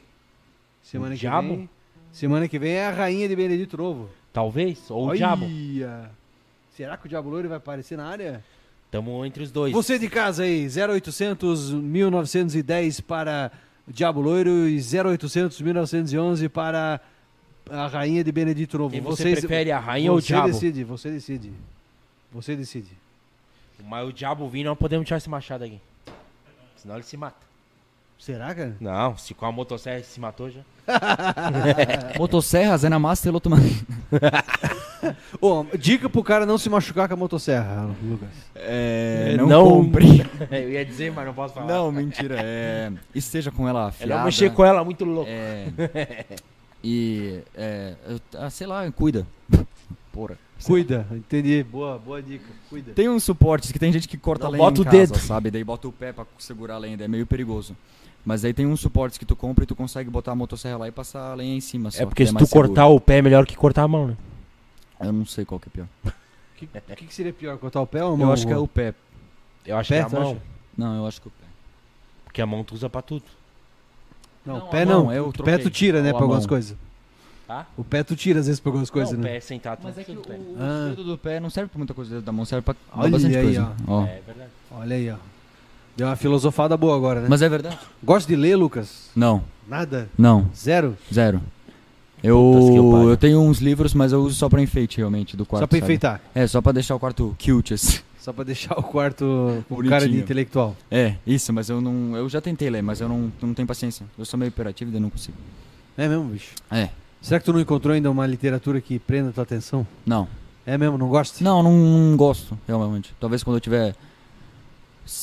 S1: Semana
S2: O
S1: que
S2: diabo?
S1: vem. Semana que vem é a rainha de Benedito Novo.
S2: Talvez? Ou o
S1: Olha!
S2: Diabo?
S1: Será que o Diabo Loiro vai aparecer na área?
S2: Tamo entre os dois.
S1: Você de casa aí, 0800 1910 para Diabo Loiro e 0800 1911 para a Rainha de Benedito Novo.
S2: Quem você prefere, a rainha ou o
S1: você
S2: diabo?
S1: decide, você decide. Você decide.
S2: Mas o Diabo vindo, não podemos tirar esse machado aqui. Senão ele se mata.
S1: Será, cara?
S2: Não, se com a motosserra se matou já.
S3: Motosserra, Zena é Master, Lotoman.
S1: Ô, dica pro cara não se machucar com a motosserra, Lucas.
S3: É,
S2: Eu ia dizer, mas não posso falar.
S3: Não, mentira. É, e seja com ela é afiada.
S2: Ele vai mexer com ela muito louco.
S3: É, e, é, eu- ah, sei lá, cuida. Porra.
S1: Cuida, entendi. Boa, boa dica. Cuida.
S3: Tem uns suportes que tem gente que corta
S2: Não,
S3: a lenha
S2: bota
S3: em
S2: o
S3: casa,
S2: dedo.
S3: sabe? Daí bota o pé pra segurar a lenha, daí é meio perigoso. Mas aí tem uns suportes que tu compra e tu consegue botar a motosserra lá e passar a lenha em cima. Só,
S2: É porque
S3: que
S2: se tu
S3: mais seguro.
S2: cortar o pé é melhor que cortar a mão, né?
S3: Eu não sei qual que é pior.
S1: O que, o que que seria pior, cortar o pé ou a
S3: Eu
S1: mão?
S3: acho que é o pé.
S2: Eu acho
S1: Pé,
S2: que
S1: tu
S2: é a mão.
S3: Não, eu acho que é o pé.
S2: Porque a mão tu usa pra tudo.
S1: Não,
S3: Não,
S1: o pé
S3: a
S1: não.
S3: mão, eu
S1: o
S3: troquei.
S1: pé tu tira, né,
S3: Ou a
S1: pra algumas
S3: mão.
S1: coisas.
S2: Tá?
S1: O pé tu tira, às vezes, pra algumas coisas,
S2: não, o
S1: né?
S2: pé sentado.
S3: Mas é que o, o
S1: Ah.
S3: dedo do pé não serve pra muita coisa, o dedo da mão serve pra pra
S1: Olha
S3: bastante
S1: aí,
S3: coisa. Ó.
S2: É verdade.
S1: Olha aí, ó. Deu uma filosofada boa agora, né?
S3: Mas é verdade?
S1: Gosta de ler, Lucas?
S3: Não,
S1: Nada?
S3: não.
S1: Zero?
S3: Zero.
S2: Putas que eu
S3: Eu,
S2: pariu.
S3: eu tenho uns livros, mas eu uso só pra enfeite, realmente, do quarto.
S1: só pra
S3: sabe?
S1: enfeitar.
S3: É, só pra deixar o quarto cute. assim.
S1: Só pra deixar o quarto com
S3: Bonitinho.
S1: cara de intelectual.
S3: É, isso, mas eu não. Eu já tentei ler, mas eu não, não tenho paciência. Eu sou meio hiperativo e daí não consigo.
S1: É mesmo, bicho?
S3: É,
S1: Será que tu não encontrou ainda uma literatura que prenda tua atenção?
S3: não.
S1: É mesmo, não gosta?
S3: Não, não, não gosto, realmente. Talvez quando eu tiver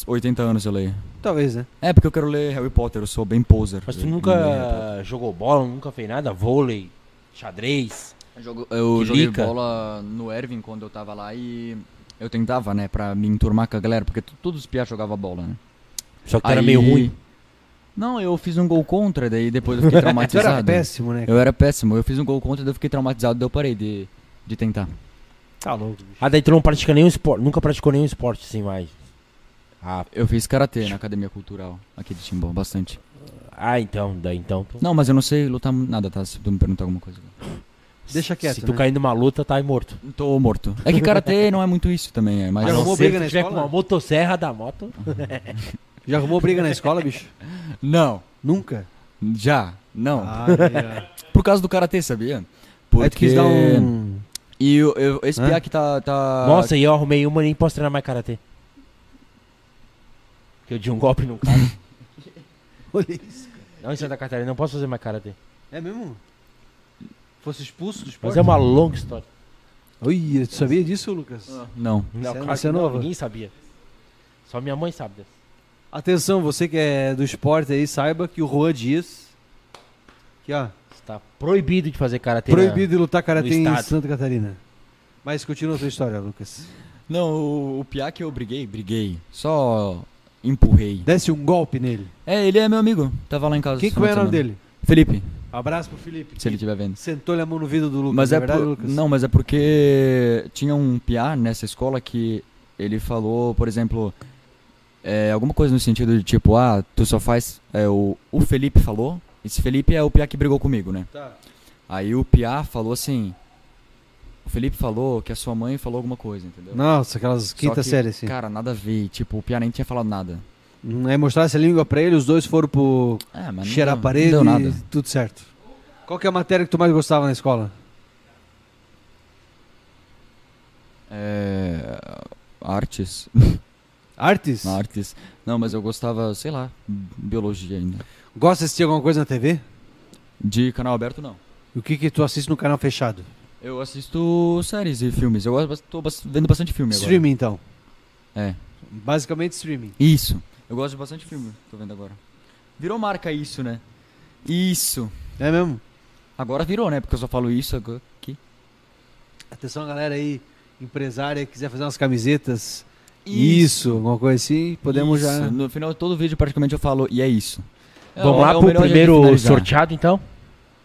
S3: 80 anos eu leia.
S1: Talvez, né?
S3: É, porque eu quero ler Harry Potter, eu sou bem poser.
S2: Mas tu
S3: Eu não é leio Harry
S2: nunca jogou bola, nunca fez nada? Vôlei, xadrez.
S3: Eu, jogo- eu joguei
S2: Quilica.
S3: bola no Ervin quando eu tava lá e eu tentava, né, pra me enturmar com a galera, porque tu- todos os piás jogavam bola, né?
S2: Só que tu era meio ruim.
S3: Não, eu fiz um gol contra, daí depois eu fiquei
S1: Tu
S3: traumatizado.
S1: era péssimo, né?
S3: Eu era péssimo, eu fiz um gol contra, daí eu fiquei traumatizado, daí eu parei de, de tentar.
S1: Tá louco, bicho.
S2: Ah, daí tu não pratica nenhum esporte. Nunca praticou nenhum esporte assim mais. Ah,
S3: Eu fiz karatê na academia cultural aqui de Timbó, bastante.
S2: ah então, daí então. tu-
S3: Não, mas eu não sei lutar nada, tá? Se tu me perguntar alguma coisa.
S1: Deixa quieto,
S2: Se tu
S1: né?
S2: cair numa luta, tá aí morto.
S3: Tô morto. É que karatê não é muito isso também, é mais.
S1: Já
S2: a não
S1: arrumou
S2: ser
S1: briga
S2: que
S1: na
S2: tiver com
S1: escola?
S2: uma motosserra da moto.
S1: Já arrumou briga na escola, bicho?
S3: Não,
S1: Nunca?
S3: já, não.
S1: Ah, aí,
S3: Por causa do karatê, sabia?
S1: ó. Aí tu quis dar um...
S3: E eu, eu- esse
S1: Hã?
S3: piá que tá, tá.
S2: Nossa, e eu arrumei uma e nem posso treinar mais karatê. Que eu dei um golpe num cara.
S1: Olha isso.
S2: não, em Santa Catarina, não posso fazer mais karatê.
S1: É mesmo? Fosse expulso do esporte?
S2: Mas é uma longa história.
S1: Oi, tu sabia disso, Lucas?
S3: Não.
S1: Não,
S2: claro
S1: isso
S2: que
S1: é
S2: não,
S1: nova?
S2: ninguém sabia. Só minha mãe sabe dessa.
S1: Atenção, você que é do esporte aí, saiba que o Juan Dias, que ó,
S2: Está proibido de fazer karatê.
S3: né?
S2: na-
S1: proibido de lutar karatê
S2: no
S1: em
S2: estado.
S1: Santa Catarina. Mas continua a sua história, Lucas.
S3: Não, o, o piá que eu briguei, briguei. Só empurrei.
S1: Desce um golpe nele.
S3: É, ele é meu amigo. Tava lá em casa.
S1: Quem
S3: esse
S1: que é o
S3: final
S1: nome
S3: de semana.
S1: dele?
S3: Felipe,
S1: Abraço pro Felipe.
S3: se ele estiver vendo.
S1: Sentou-lhe a mão no vidro do Lucas,
S3: Mas é
S1: verdade,
S3: por-
S1: Lucas?
S3: Não, mas é porque tinha um piá nessa escola que ele falou, por exemplo, é, alguma coisa no sentido de tipo, ah, tu só faz. é, o, o Felipe falou. Esse Felipe é o piá que brigou comigo, né?
S1: Tá.
S3: Aí o piá falou assim. O Felipe falou que a sua mãe falou alguma coisa, entendeu?
S1: Nossa, aquelas
S3: Só
S1: quinta
S3: que,
S1: série, assim.
S3: Cara, nada a ver. Tipo, o piá nem tinha falado nada.
S1: Hum, Aí mostrasse a língua pra ele, os dois foram pro
S3: É, mas não
S1: cheirar
S3: deu-
S1: a parede
S3: Não deu nada.
S1: e tudo certo. Qual que é a matéria que tu mais gostava na escola?
S3: É, Artes.
S1: Artes?
S3: Artes. Não, mas eu gostava, sei lá, biologia ainda.
S1: Gosta de assistir alguma coisa na TV?
S3: De canal aberto, não.
S1: E o que que tu assiste no canal fechado?
S3: Eu assisto séries e filmes. Eu gosto bas- tô bas- vendo bastante filme agora.
S1: Streaming, então.
S3: É.
S1: Basicamente streaming.
S3: Isso. Eu gosto de bastante filme, tô vendo agora. Virou marca isso, né? Isso.
S1: É mesmo?
S3: Agora virou, né? Porque eu só falo isso agora aqui.
S1: Atenção, galera aí, empresária, quiser fazer umas camisetas, isso, alguma coisa assim, podemos
S3: Isso.
S1: já.
S3: No final de todo vídeo, praticamente, eu falo, e é isso. É
S2: Vamos
S3: o-
S2: lá
S3: é o
S2: pro
S3: melhor jeito de
S2: primeiro
S3: finalizar.
S2: sorteado, então?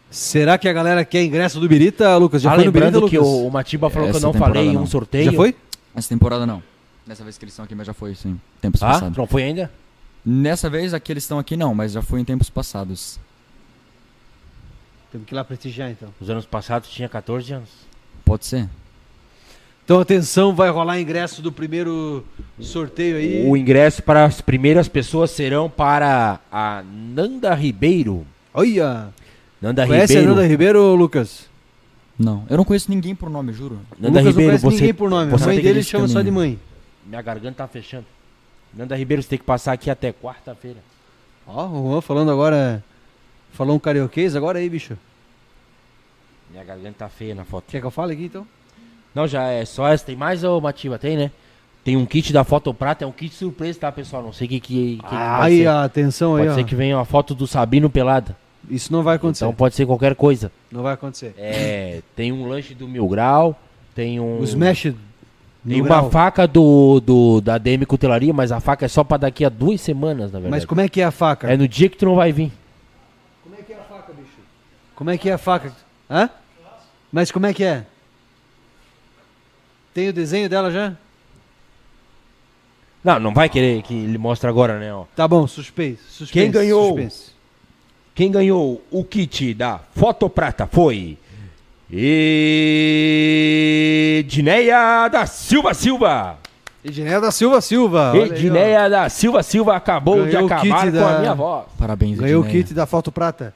S1: Será que a galera quer ingresso do Birita, Lucas? Já
S2: ah,
S1: foi no
S2: lembrando
S1: Birita,
S2: que
S1: Lucas? É,
S2: o, o Matiba falou que eu
S3: Essa
S2: não
S3: temporada
S2: falei em
S3: não.
S2: um sorteio.
S1: Já foi?
S3: Essa temporada não. Nessa vez que eles estão aqui, mas já foi, sim. Tempos
S2: Ah,
S3: passados.
S2: não foi ainda?
S3: Nessa vez aqui eles estão aqui não, mas já foi em tempos passados.
S1: Temos que ir lá prestigiar então.
S2: Os anos passados tinha 14 anos.
S3: Pode ser?
S1: Então, atenção, vai rolar ingresso do primeiro sorteio aí.
S2: O ingresso para as primeiras pessoas serão para a Nanda Ribeiro.
S1: Olha!
S2: Nanda
S1: Conhece a
S2: Ribeiro.
S1: Nanda Ribeiro, Lucas?
S3: Não, eu não conheço ninguém por nome, juro.
S2: Nanda
S1: Lucas
S2: Ribeiro,
S1: não conhece
S2: você,
S1: ninguém por nome.
S2: você
S1: a mãe
S2: tem-
S1: dele
S3: esse
S1: chama só de
S3: caminho.
S1: mãe.
S2: Minha garganta tá fechando. Nanda Ribeiro, você tem que passar aqui até quarta-feira.
S1: Ó, o Juan falando agora. Falou um carioquês agora aí, bicho.
S2: Minha garganta tá feia na foto.
S1: Quer que eu fale aqui então?
S2: Não, já é só essa. Tem mais, ô Mativa? Tem, né? Tem um kit da Foto Prata, é um kit surpresa, tá, pessoal? Não sei o que, que, que vai
S1: Aí,
S2: Ah, ser.
S1: ó, atenção aí,
S2: Pode
S1: ó.
S2: ser que venha uma foto do Sabino Pelada.
S1: Isso não vai acontecer.
S2: Então pode ser qualquer coisa.
S1: Não vai acontecer.
S2: É, tem um lanche do Mil Grau, tem um...
S1: O Smash.
S2: Tem
S1: no
S2: uma
S1: grau.
S2: faca do, do, da DM Cutelaria, mas a faca é só pra daqui a duas semanas, na
S1: Mas
S2: verdade.
S1: como é que é a faca?
S2: É no dia que tu não vai vir.
S1: Como é que é a faca, bicho? Como é que é a faca? Hã? Mas como é que é? Tem o desenho dela já?
S2: Não, não vai querer que ele mostre agora, né? Ó.
S1: Tá bom, suspense. suspense
S2: Quem ganhou?
S1: suspense.
S2: Quem ganhou o kit da Foto Prata foi. Edneia da Silva Silva.
S1: Edneia da Silva Silva. olha aí, ó.
S2: Edneia da Silva Silva acabou
S1: Ganhou
S2: de
S1: o kit
S2: acabar com
S1: da-
S2: a minha voz.
S3: Parabéns,
S1: Ganhou o
S3: Edneia.
S1: kit da Foto Prata.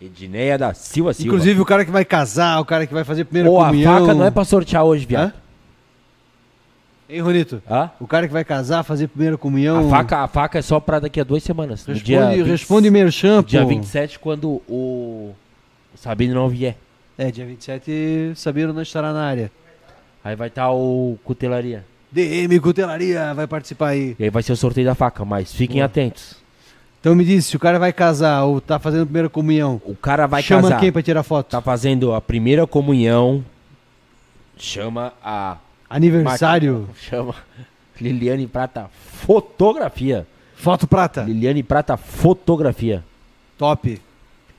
S2: Edneia da Silva Silva.
S1: Inclusive o cara que vai casar, o cara que vai fazer a primeira
S2: Ô, a
S1: comunhão.
S2: faca não é pra sortear hoje, viado.
S1: Hã? Hein, Ronito?
S2: Hã?
S1: O cara que vai casar, fazer a primeira comunhão.
S2: A, faca, a faca é só pra daqui a duas semanas. no
S1: Então- Responde,
S2: dia 20.
S1: responde merchan, pô.
S2: Dia 27, quando o Sabino não vier.
S1: É, dia 27, Sabino não estará na área.
S2: Aí vai estar o Cutelaria.
S1: DM Cutelaria vai participar aí.
S2: E aí vai ser o sorteio da faca, mas fiquem atentos.
S1: Então me diz, se o cara vai casar ou tá fazendo a primeira comunhão,
S2: O cara vai
S1: chama
S2: casar.
S1: quem pra tirar foto?
S2: Tá fazendo a primeira comunhão. Chama a...
S1: Aniversário,
S2: Chama Liliane Prata Fotografia.
S1: foto prata,
S2: Liliane Prata Fotografia.
S1: top.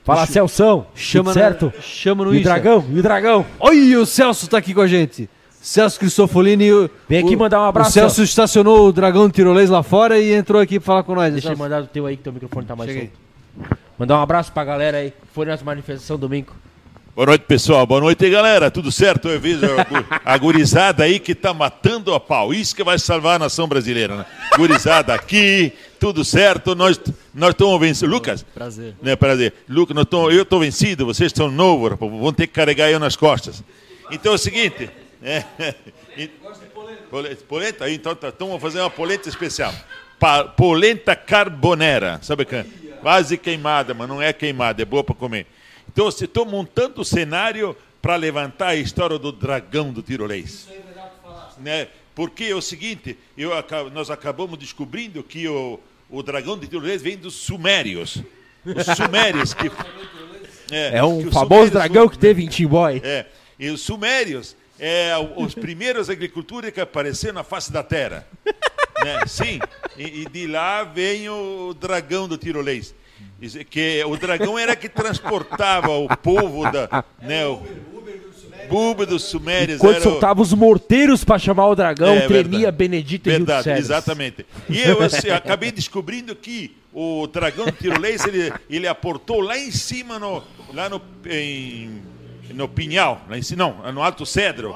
S2: Fala,
S1: Ch-
S2: Celção.
S1: Chama
S2: Chama certo?
S1: Na, chama no
S2: E o
S1: Insta.
S2: dragão, e o dragão.
S1: Oi, o Celso tá aqui com a gente. Celso Cristofolini. o-
S2: Vem aqui
S1: o-
S2: mandar um abraço,
S1: O Celso estacionou o dragão tirolês lá fora e entrou aqui pra falar com nós.
S2: Deixa eu
S1: Celso,
S2: mandar o teu aí que teu microfone tá mais
S1: chega aí.
S2: solto. Mandar um abraço pra galera aí que foi nas manifestações domingo.
S7: Boa noite, pessoal. Boa noite, galera. Tudo certo? Eu vejo a gu- a gurizada aí que tá matando a pau. Isso que vai salvar a nação brasileira, né? Gurizada aqui, tudo certo. Nós nós estamos vencendo. Lucas,
S3: Prazer.
S7: né, prazer. Lucas, nós tamo- eu estou vencido, vocês estão novos, rapaz. Vão ter que carregar eu nas costas. Então é o seguinte... né? E- Polenta. Polenta? Aí, Então, tá, então vamos fazer uma polenta especial. Pa- polenta carbonera, sabe que é? Quase queimada, mas não é queimada, é boa para comer. Então, você estou montando o cenário para levantar a história do dragão do tirolês né? Porque é o seguinte, eu aca- nós acabamos descobrindo que o, o dragão de tirolês vem dos sumérios. Os sumérios que...
S2: É
S7: que
S2: um
S7: os
S2: famoso
S7: sumérios-
S2: dragão que teve em Timbói.
S7: é. E os sumérios é o- os primeiros agricultores que apareceram na face da terra. né? Sim. E, e de lá vem o dragão do tirolês. Isso é Que o dragão era que transportava o povo da. Né, o Buba dos Sumérios.
S2: Quando
S7: era o-
S2: soltava os morteiros pra chamar o dragão,
S7: É,
S2: tremia
S7: verdade.
S2: Benedito e Júlio
S7: Verdade,
S2: César.
S7: exatamente. E eu, assim, acabei descobrindo que o dragão tirolês ele, ele aportou lá em cima no lá no em- no pinhal, lá em cima, não, no Alto Cedro.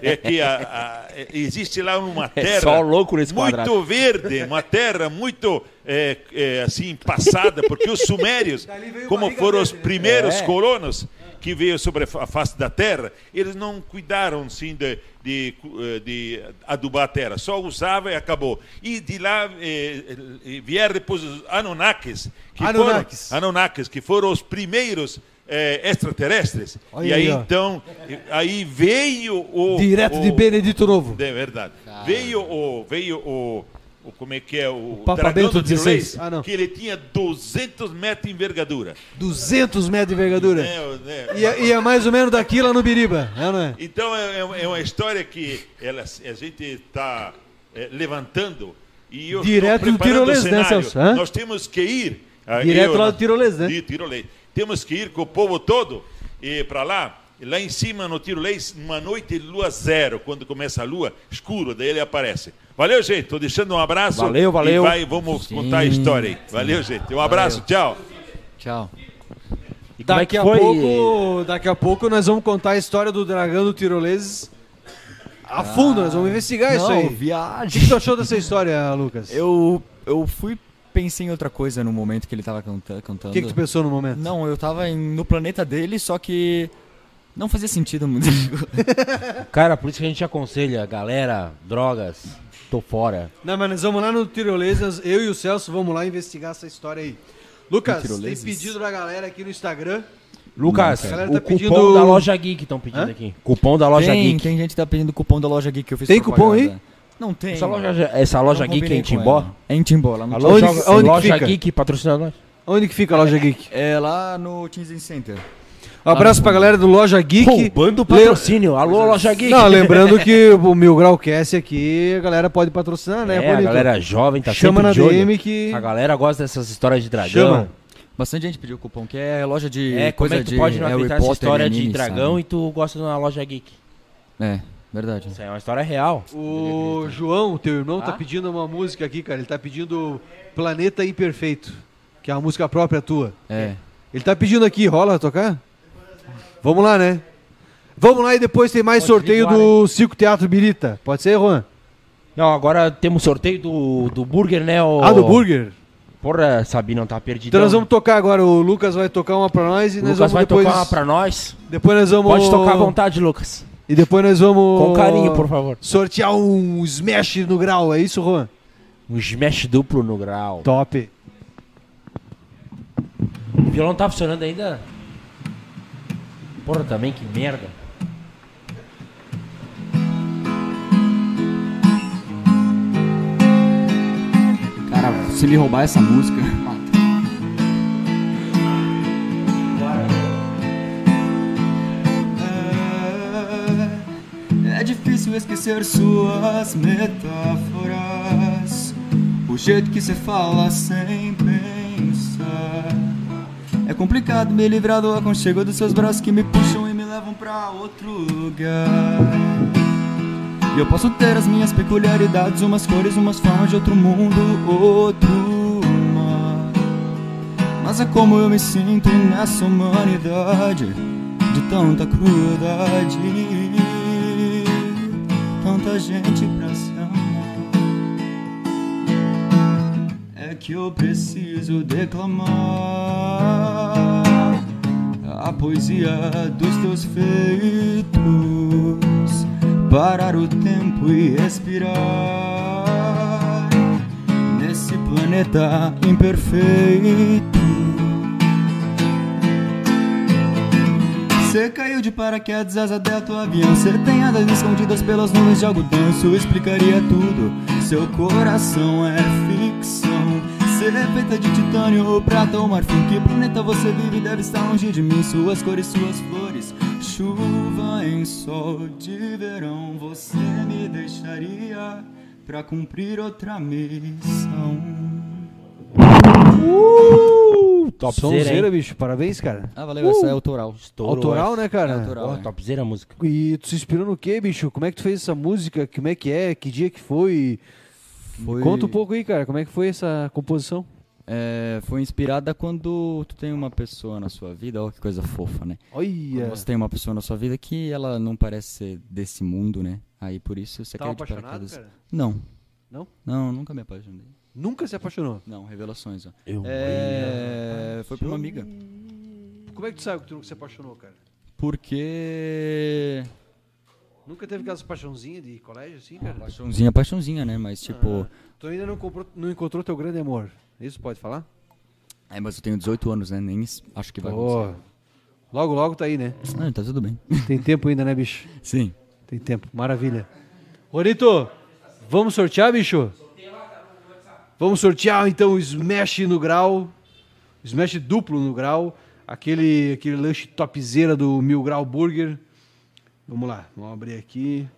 S7: É que a- a- é- existe lá uma terra
S2: É só louco nesse
S7: muito
S2: quadrado.
S7: verde, uma terra muito é, é, assim passada, porque os sumérios, como foram os primeiros
S2: É.
S7: colonos que veio sobre a fa- a face da terra, eles não cuidaram sim de, de, cu- eh, de adubar a terra, só usava e acabou. E de lá eh, eh, vieram depois os Anunnakis, que
S1: Anunnakis.
S7: foram Anunnakis, que foram os primeiros é, extraterrestres.
S1: Olha
S7: e aí,
S1: aí, ó.
S7: então, e- aí veio
S2: um.
S7: o.
S1: Direto
S7: o,
S1: de Benedito Novo.
S7: É verdade. Veio o. Veio o. o- Como é que é? O,
S1: Papa
S7: dragão
S1: Bento
S7: do tirolês,
S1: 16. Ah, não.
S7: que ele tinha 200 metros de envergadura.
S1: 200 metros de envergadura.
S7: É, o- né?
S1: E é, e é mais ou menos daqui lá no Biriba, é ou não é?
S7: Então é, é uma- é uma história que ela- a gente está levantando e eu
S1: Direto
S7: estou
S1: do
S7: preparando
S1: tirolês,
S7: o
S1: né,
S7: cenário.
S1: Celso? Hã?
S7: Nós temos que ir ah,
S1: Direto lá do tirolês, né?
S7: De tirolês. Temos que ir com o povo todo e para lá. E Lá em cima no tirolês, uma noite de lua zero, quando começa a lua, escuro, daí ele aparece. Valeu, gente. Estou deixando um abraço.
S2: Valeu, valeu.
S7: E vai, vamos contar a história aí. Valeu, gente. Um abraço, tchau.
S3: Tchau.
S2: E como é
S1: Daqui
S2: que
S1: a,
S2: foi?
S1: pouco, daqui a pouco nós vamos contar a história do dragão do tiroleses a fundo, nós vamos
S3: É
S2: Ah,
S1: investigar isso aí. O
S3: viagem.
S1: que tu achou dessa história, Lucas?
S3: Então, Eu, eu fui, pensei em outra coisa no momento que ele tava canta- cantando.
S1: O que, que tu pensou no momento?
S3: Não, eu tava em- no planeta dele, só que não fazia sentido muito.
S2: Cara, por isso que a gente aconselha, galera, drogas, tô fora.
S1: Não, mas nós vamos lá no Tirolesas, eu e o Celso vamos lá investigar essa história aí. Lucas,
S3: No
S1: tem
S3: Tiroleses?
S1: pedido da galera aqui no Instagram.
S2: Lucas,
S1: A galera
S2: o
S1: tá
S2: cupom
S1: pedindo-
S2: da loja Geek estão pedindo
S1: Hã?
S2: aqui. Cupom da loja
S3: tem,
S2: Geek.
S3: tem gente que tá pedindo cupom da loja Geek que eu fiz
S1: Tem cupom
S3: propaganda. Não tem.
S2: Essa loja, essa loja
S3: Não
S2: Geek é em
S3: combinei com
S2: Timbó?
S3: ela. É em Timbó, lá no
S2: A
S1: Alô,
S2: loja,
S1: onde que-
S2: a
S1: onde que
S2: loja
S1: fica?
S2: Geek patrocina nós.
S1: Onde que fica a Loja Geek?
S3: É lá no Tinsen Center.
S1: Um abraço pra galera do Loja Geek.
S2: Roubando patrocínio. Alô, loja Geek.
S1: é. Não, lembrando que o Mil Grau Cast aqui, a galera pode patrocinar, né?
S2: É, a
S1: Bonito?
S2: galera jovem tá
S1: Chama
S2: sempre
S1: na
S2: de olho.
S1: DM que-
S2: A galera gosta dessas histórias de dragão.
S1: Chama.
S3: Bastante gente pediu cupom, que é loja de
S2: É, como
S3: coisa
S2: é que tu
S3: de
S2: pode não
S3: Harry
S2: acreditar essa
S3: Potter e
S2: história de
S3: anime,
S2: dragão
S3: sabe?
S2: e tu gosta de uma loja geek?
S3: É, verdade.
S2: Isso aí é uma história real.
S1: O João, teu irmão, tá pedindo uma música aqui, cara. Ele tá pedindo Planeta Imperfeito, que é uma música própria tua.
S3: É.
S1: Ele tá pedindo aqui, rola tocar? Vamos lá, né? Vamos lá e depois tem mais sorteio
S2: ligar,
S1: do Circo Teatro Birita. Pode ser, Juan?
S2: Não, agora temos sorteio do, do burger, né? O...
S1: Ah, do Burger?
S2: Porra, Sabinão tá perdido.
S1: Então nós vamos tocar agora. O Lucas vai tocar uma pra nós e
S2: O
S1: nós
S2: Lucas
S1: vamos
S2: vai
S1: depois.
S2: tocar uma pra nós.
S1: Depois nós vamos.
S2: Pode tocar à vontade, Lucas.
S1: E depois nós vamos.
S2: Com carinho, por favor.
S1: Sortear um smash no grau, é isso, Juan?
S2: Um smash duplo no grau.
S1: Top.
S2: Tá- O violão tá funcionando ainda? Porra, também, que merda.
S5: Cara, se me roubar essa música, mata.
S3: É, é difícil esquecer suas metáforas. O jeito que você fala sem pensar. É complicado me livrar do aconchego dos seus braços que me puxam e me levam pra outro lugar. E eu posso ter as minhas peculiaridades, umas cores, umas formas de outro mundo, outro mar. Mas é como eu me sinto nessa humanidade de tanta crueldade, tanta gente pra se amar. É que eu preciso declamar a poesia dos teus feitos, parar o tempo e respirar nesse planeta imperfeito. Você caiu de paraquedas, asa delta, o avião. Você tem asas escondidas pelas nuvens de algodão. Isso explicaria tudo. Seu coração é ficção. Você é feita de titânio ou prata ou marfim. Que planeta você vive deve estar longe de mim. Suas cores, suas flores. Chuva em sol de verão. Você me deixaria pra cumprir outra missão.
S2: Uh,
S1: Sonzeira,
S2: topzera, hein?
S1: bicho. Parabéns, cara.
S3: Ah, valeu, essa é
S1: Uh!
S3: autoral.
S2: Estourou
S1: autoral, né, cara?
S3: É autoral.
S2: Porra, topzera a música.
S1: E tu se inspirou no quê, bicho? Como é que tu fez essa música? Como é que é? Que dia que foi?
S3: Foi-
S1: Conta um pouco aí, cara. Como é que foi essa composição?
S3: É, foi inspirada quando tu tem uma pessoa na sua vida, ó que coisa fofa, né?
S1: Olha.
S3: Quando você tem uma pessoa na sua vida que ela não parece ser desse mundo, né? Aí por isso você caiu de paraquedas. Não.
S1: Tá Não?
S3: Não, nunca me apaixonei.
S1: Nunca se apaixonou.
S3: Não, revelações, ó.
S2: Eu
S3: É, foi por uma amiga.
S1: Como é que tu sabe que tu nunca se apaixonou, cara?
S3: Porque
S1: Nunca teve aquelas paixãozinhas de colégio, assim, cara?
S3: paixãozinha, paixãozinha, né? Mas tipo,
S1: Tu ainda não, comprou- não encontrou teu grande amor. Isso pode falar? Ah.
S3: é, mas eu tenho 18 anos, né? Nem es- acho que vai acontecer.
S1: Logo, logo tá aí, né?
S3: Ah, tá tudo bem.
S1: Tem tempo ainda, né, bicho?
S3: Sim.
S1: Tem tempo. Maravilha. Rorito, vamos sortear, bicho? Vamos sortear, então, o Smash no grau. Smash duplo no grau. Aquele, aquele lanche topzera do Mil Grau Burger. Vamos lá, vamos abrir aqui.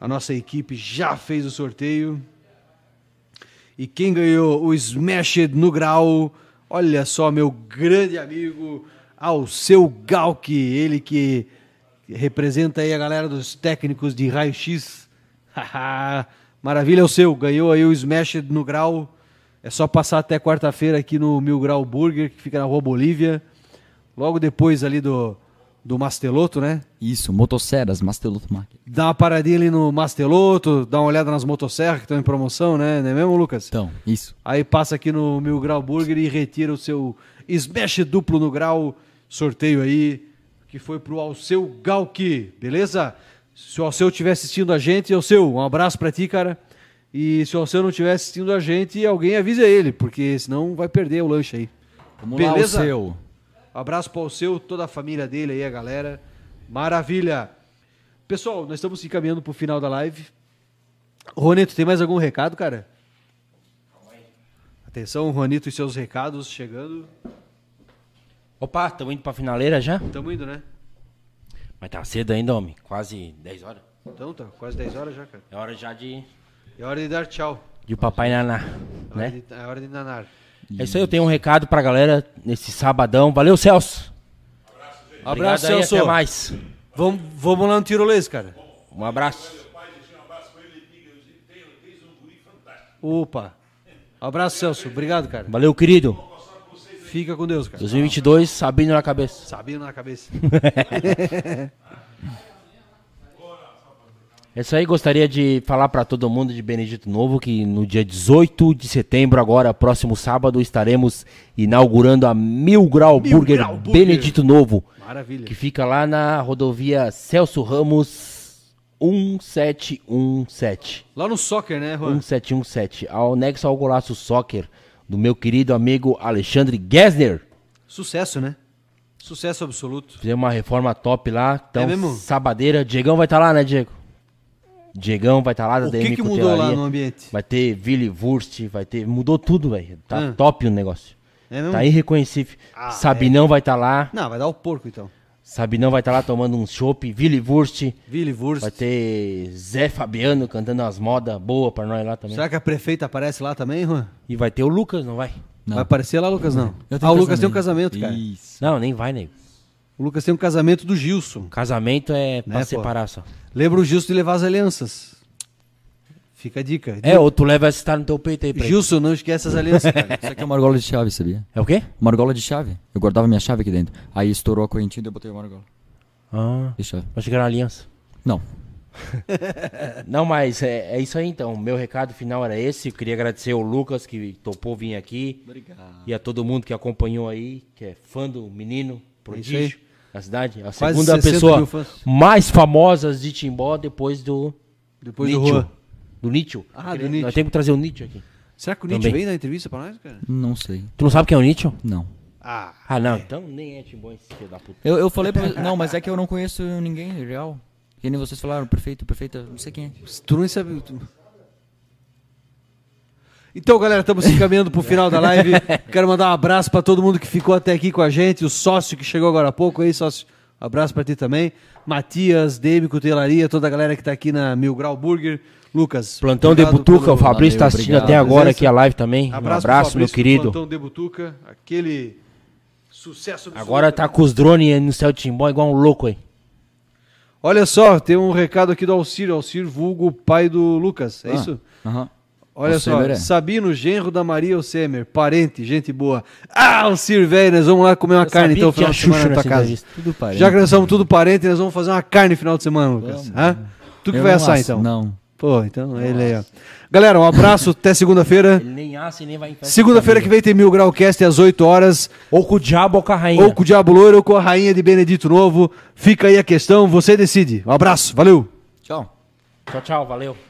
S1: A nossa equipe já fez o sorteio. E quem ganhou o Smash no grau, olha só, meu grande amigo Alceu Galk, ele que representa aí a galera dos técnicos de raio-x. Haha, Maravilha, Alceu, ganhou aí o Smash no grau. É só passar até quarta-feira aqui no Mil Grau Burger, que fica na Rua Bolívia. Logo depois ali do, do Masteloto, né?
S3: Isso, Motosserras, Masteloto Market.
S1: Dá uma paradinha ali no Masteloto, dá uma olhada nas motosserras que estão em promoção, né? Não é mesmo, Lucas?
S3: Então, isso.
S1: Aí passa aqui no Mil Grau Burger e retira o seu smash duplo no grau. Sorteio aí, que foi pro Alceu Galki, beleza? Se o Alceu estiver assistindo a gente, Alceu, um abraço pra ti, cara. E se o Alceu não estiver assistindo a gente, alguém avisa ele, porque senão vai perder o lanche aí.
S3: Vamos
S1: Beleza?
S3: lá, o seu.
S1: Abraço para o seu, toda a família dele aí, a galera. Maravilha! Pessoal, nós estamos se encaminhando pro final da live. Ronito, tem mais algum recado, cara? Atenção, Ronito e seus recados chegando.
S2: Opa, estamos indo pra finaleira já?
S1: Estamos indo, né?
S2: Mas tá cedo ainda, homem. Quase 10 horas.
S1: Então tá, quase 10 horas já, cara.
S2: É hora já de.
S1: É hora de dar tchau.
S2: De o Papai Naná,
S1: É, hora,
S2: né?
S1: de, é hora de nanar.
S2: É isso aí, eu tenho um recado pra galera nesse sabadão. Valeu, Celso.
S1: Abraço,
S2: Obrigado aí,
S1: Celso.
S2: Até mais.
S1: Vamos, vamos lá no tirolês, cara.
S2: Um abraço.
S1: Opa. Abraço, Celso. Obrigado, cara.
S2: Valeu, querido.
S1: Fica com Deus, cara.
S2: 2022, Sabino na cabeça.
S1: Sabino na cabeça.
S2: É isso aí, gostaria de falar pra todo mundo de Benedito Novo que no dia 18 de setembro, agora, próximo sábado, estaremos inaugurando a Mil Grau,
S1: Mil
S2: Burger,
S1: Grau Burger.
S2: Benedito Novo,
S1: Maravilha.
S2: que fica lá na rodovia Celso Ramos 1717.
S1: Lá no soccer, né, Juan?
S2: 1717, ao nexo ao golaço soccer do meu querido amigo Alexandre Gessner.
S1: Sucesso, né? Sucesso absoluto.
S2: Fizemos uma reforma top lá. Então,
S1: É mesmo?
S2: sabadeira. Diegão vai estar lá, né, Diego? Diegão vai estar lá da
S1: O que
S2: DM
S1: que mudou lá
S2: Cutelaria.
S1: no ambiente?
S2: Vai ter Willy Wurst, vai ter. Mudou tudo, velho. Tá
S1: Ah.
S2: top o negócio.
S1: É mesmo?
S2: Tá irreconhecível. Sabinão vai estar lá.
S1: Não, vai dar o porco então.
S2: Sabinão vai estar lá tomando um chopp. Willy Wurst.
S1: Vili Wurst.
S2: Vai ter Zé Fabiano cantando umas modas boas pra nós lá também.
S1: Será que a prefeita aparece lá também, Juan?
S2: E vai ter o Lucas, não vai?
S1: Vai aparecer lá, Lucas, não?
S3: Eu tenho
S1: Ah, o Lucas tem um
S3: casamento.
S1: casamento, cara.
S3: Isso.
S2: Não, nem vai, nego.
S1: O Lucas tem um casamento do Gilson.
S2: Casamento é pra
S1: Né, pô?
S2: separar só.
S1: Lembra o Gilson de levar as alianças. Fica a dica.
S2: É, ou tu leva essa que tá no teu peito aí pra ele.
S1: Gilson, não esquece as alianças, cara.
S3: Isso aqui é uma argola de chave, sabia?
S2: É o quê?
S3: Uma argola de chave. Eu guardava minha chave aqui dentro. Aí estourou a correntinha e eu botei uma argola.
S2: Ah,
S3: De chave.
S2: acho que era aliança.
S3: Não.
S2: Não, mas é, é isso aí então. Meu recado final era esse. Eu queria agradecer ao Lucas que topou vir aqui. Obrigado. E a todo mundo que acompanhou aí, que é fã do menino prodígio da cidade. A
S1: É Quase
S2: segunda
S1: 60
S2: pessoa
S1: mil fãs.
S2: mais famosa de Timbó depois do
S1: Depois do
S2: Nietzsche.
S1: Juan.
S2: Do Nietzsche.
S1: Ah,
S2: Ele-
S1: do Nietzsche.
S2: Nós temos que trazer o Nietzsche aqui.
S1: Será que o Nietzsche
S2: Também.
S1: veio na entrevista pra nós, cara?
S3: Não sei.
S2: Tu não sabe quem é o Nietzsche?
S3: Não.
S1: Ah,
S2: Ah, não. Então nem é Timbó esse filho da puta.
S3: Eu, eu falei pra... Não, mas é que eu não conheço ninguém real. Que nem vocês falaram, perfeito, perfeita, não sei quem é.
S1: tu não sabe... tu- Então, galera, estamos se encaminhando pro final da live. Quero mandar um abraço pra todo mundo que ficou até aqui com a gente, o sócio que chegou agora há pouco aí, sócio. Um Abraço pra ti também. Matias, DM Cutelaria, toda a galera que tá aqui na Mil Grau Burger. Lucas.
S2: Plantão de
S1: obrigado
S2: Butuca,
S1: pelo-
S2: o Fabrício tá
S3: Valeu,
S2: assistindo até
S3: obrigado.
S2: agora
S1: Presença.
S2: aqui a live também. um
S1: pro
S2: abraço, meu
S1: Fabrício,
S2: querido.
S1: Plantão de Butuca, aquele sucesso absoluto.
S2: Agora tá com os drones aí no céu de Timbó igual um louco aí.
S1: Olha só, tem um recado aqui do Alcir, Alcir vulgo pai do Lucas,
S2: Ah.
S1: é isso?
S3: Aham.
S1: Olha
S3: o
S1: só,
S3: Semer é.
S1: Sabino, genro da Maria Alcemer, parente, gente boa. Ah, Alcir, velho, nós vamos lá comer uma carne
S2: sabia
S1: então,
S2: que tinha
S1: final de semana
S2: Xuxa
S1: na tua
S2: nessa
S1: casa.
S2: entrevista.
S3: Tudo parente.
S1: Já que nós somos tudo parente, nós vamos fazer uma carne final de semana, Lucas. Hã? Tu que
S3: Eu
S1: vai
S3: não
S1: assar
S3: asso,
S1: então?
S3: Não.
S1: Pô, então ele aí, ó. Galera, um abraço, até segunda-feira.
S2: Ele nem assa e nem vai em festa.
S1: Segunda-feira que vem tem Mil Grau Cast às 8 horas.
S2: Ou com o diabo ou com a rainha.
S1: Ou com o Diabo Loiro ou com a Rainha de Benedito Novo. Fica aí a questão, você decide. Um abraço, valeu!
S3: Tchau.
S2: Tchau, tchau, valeu.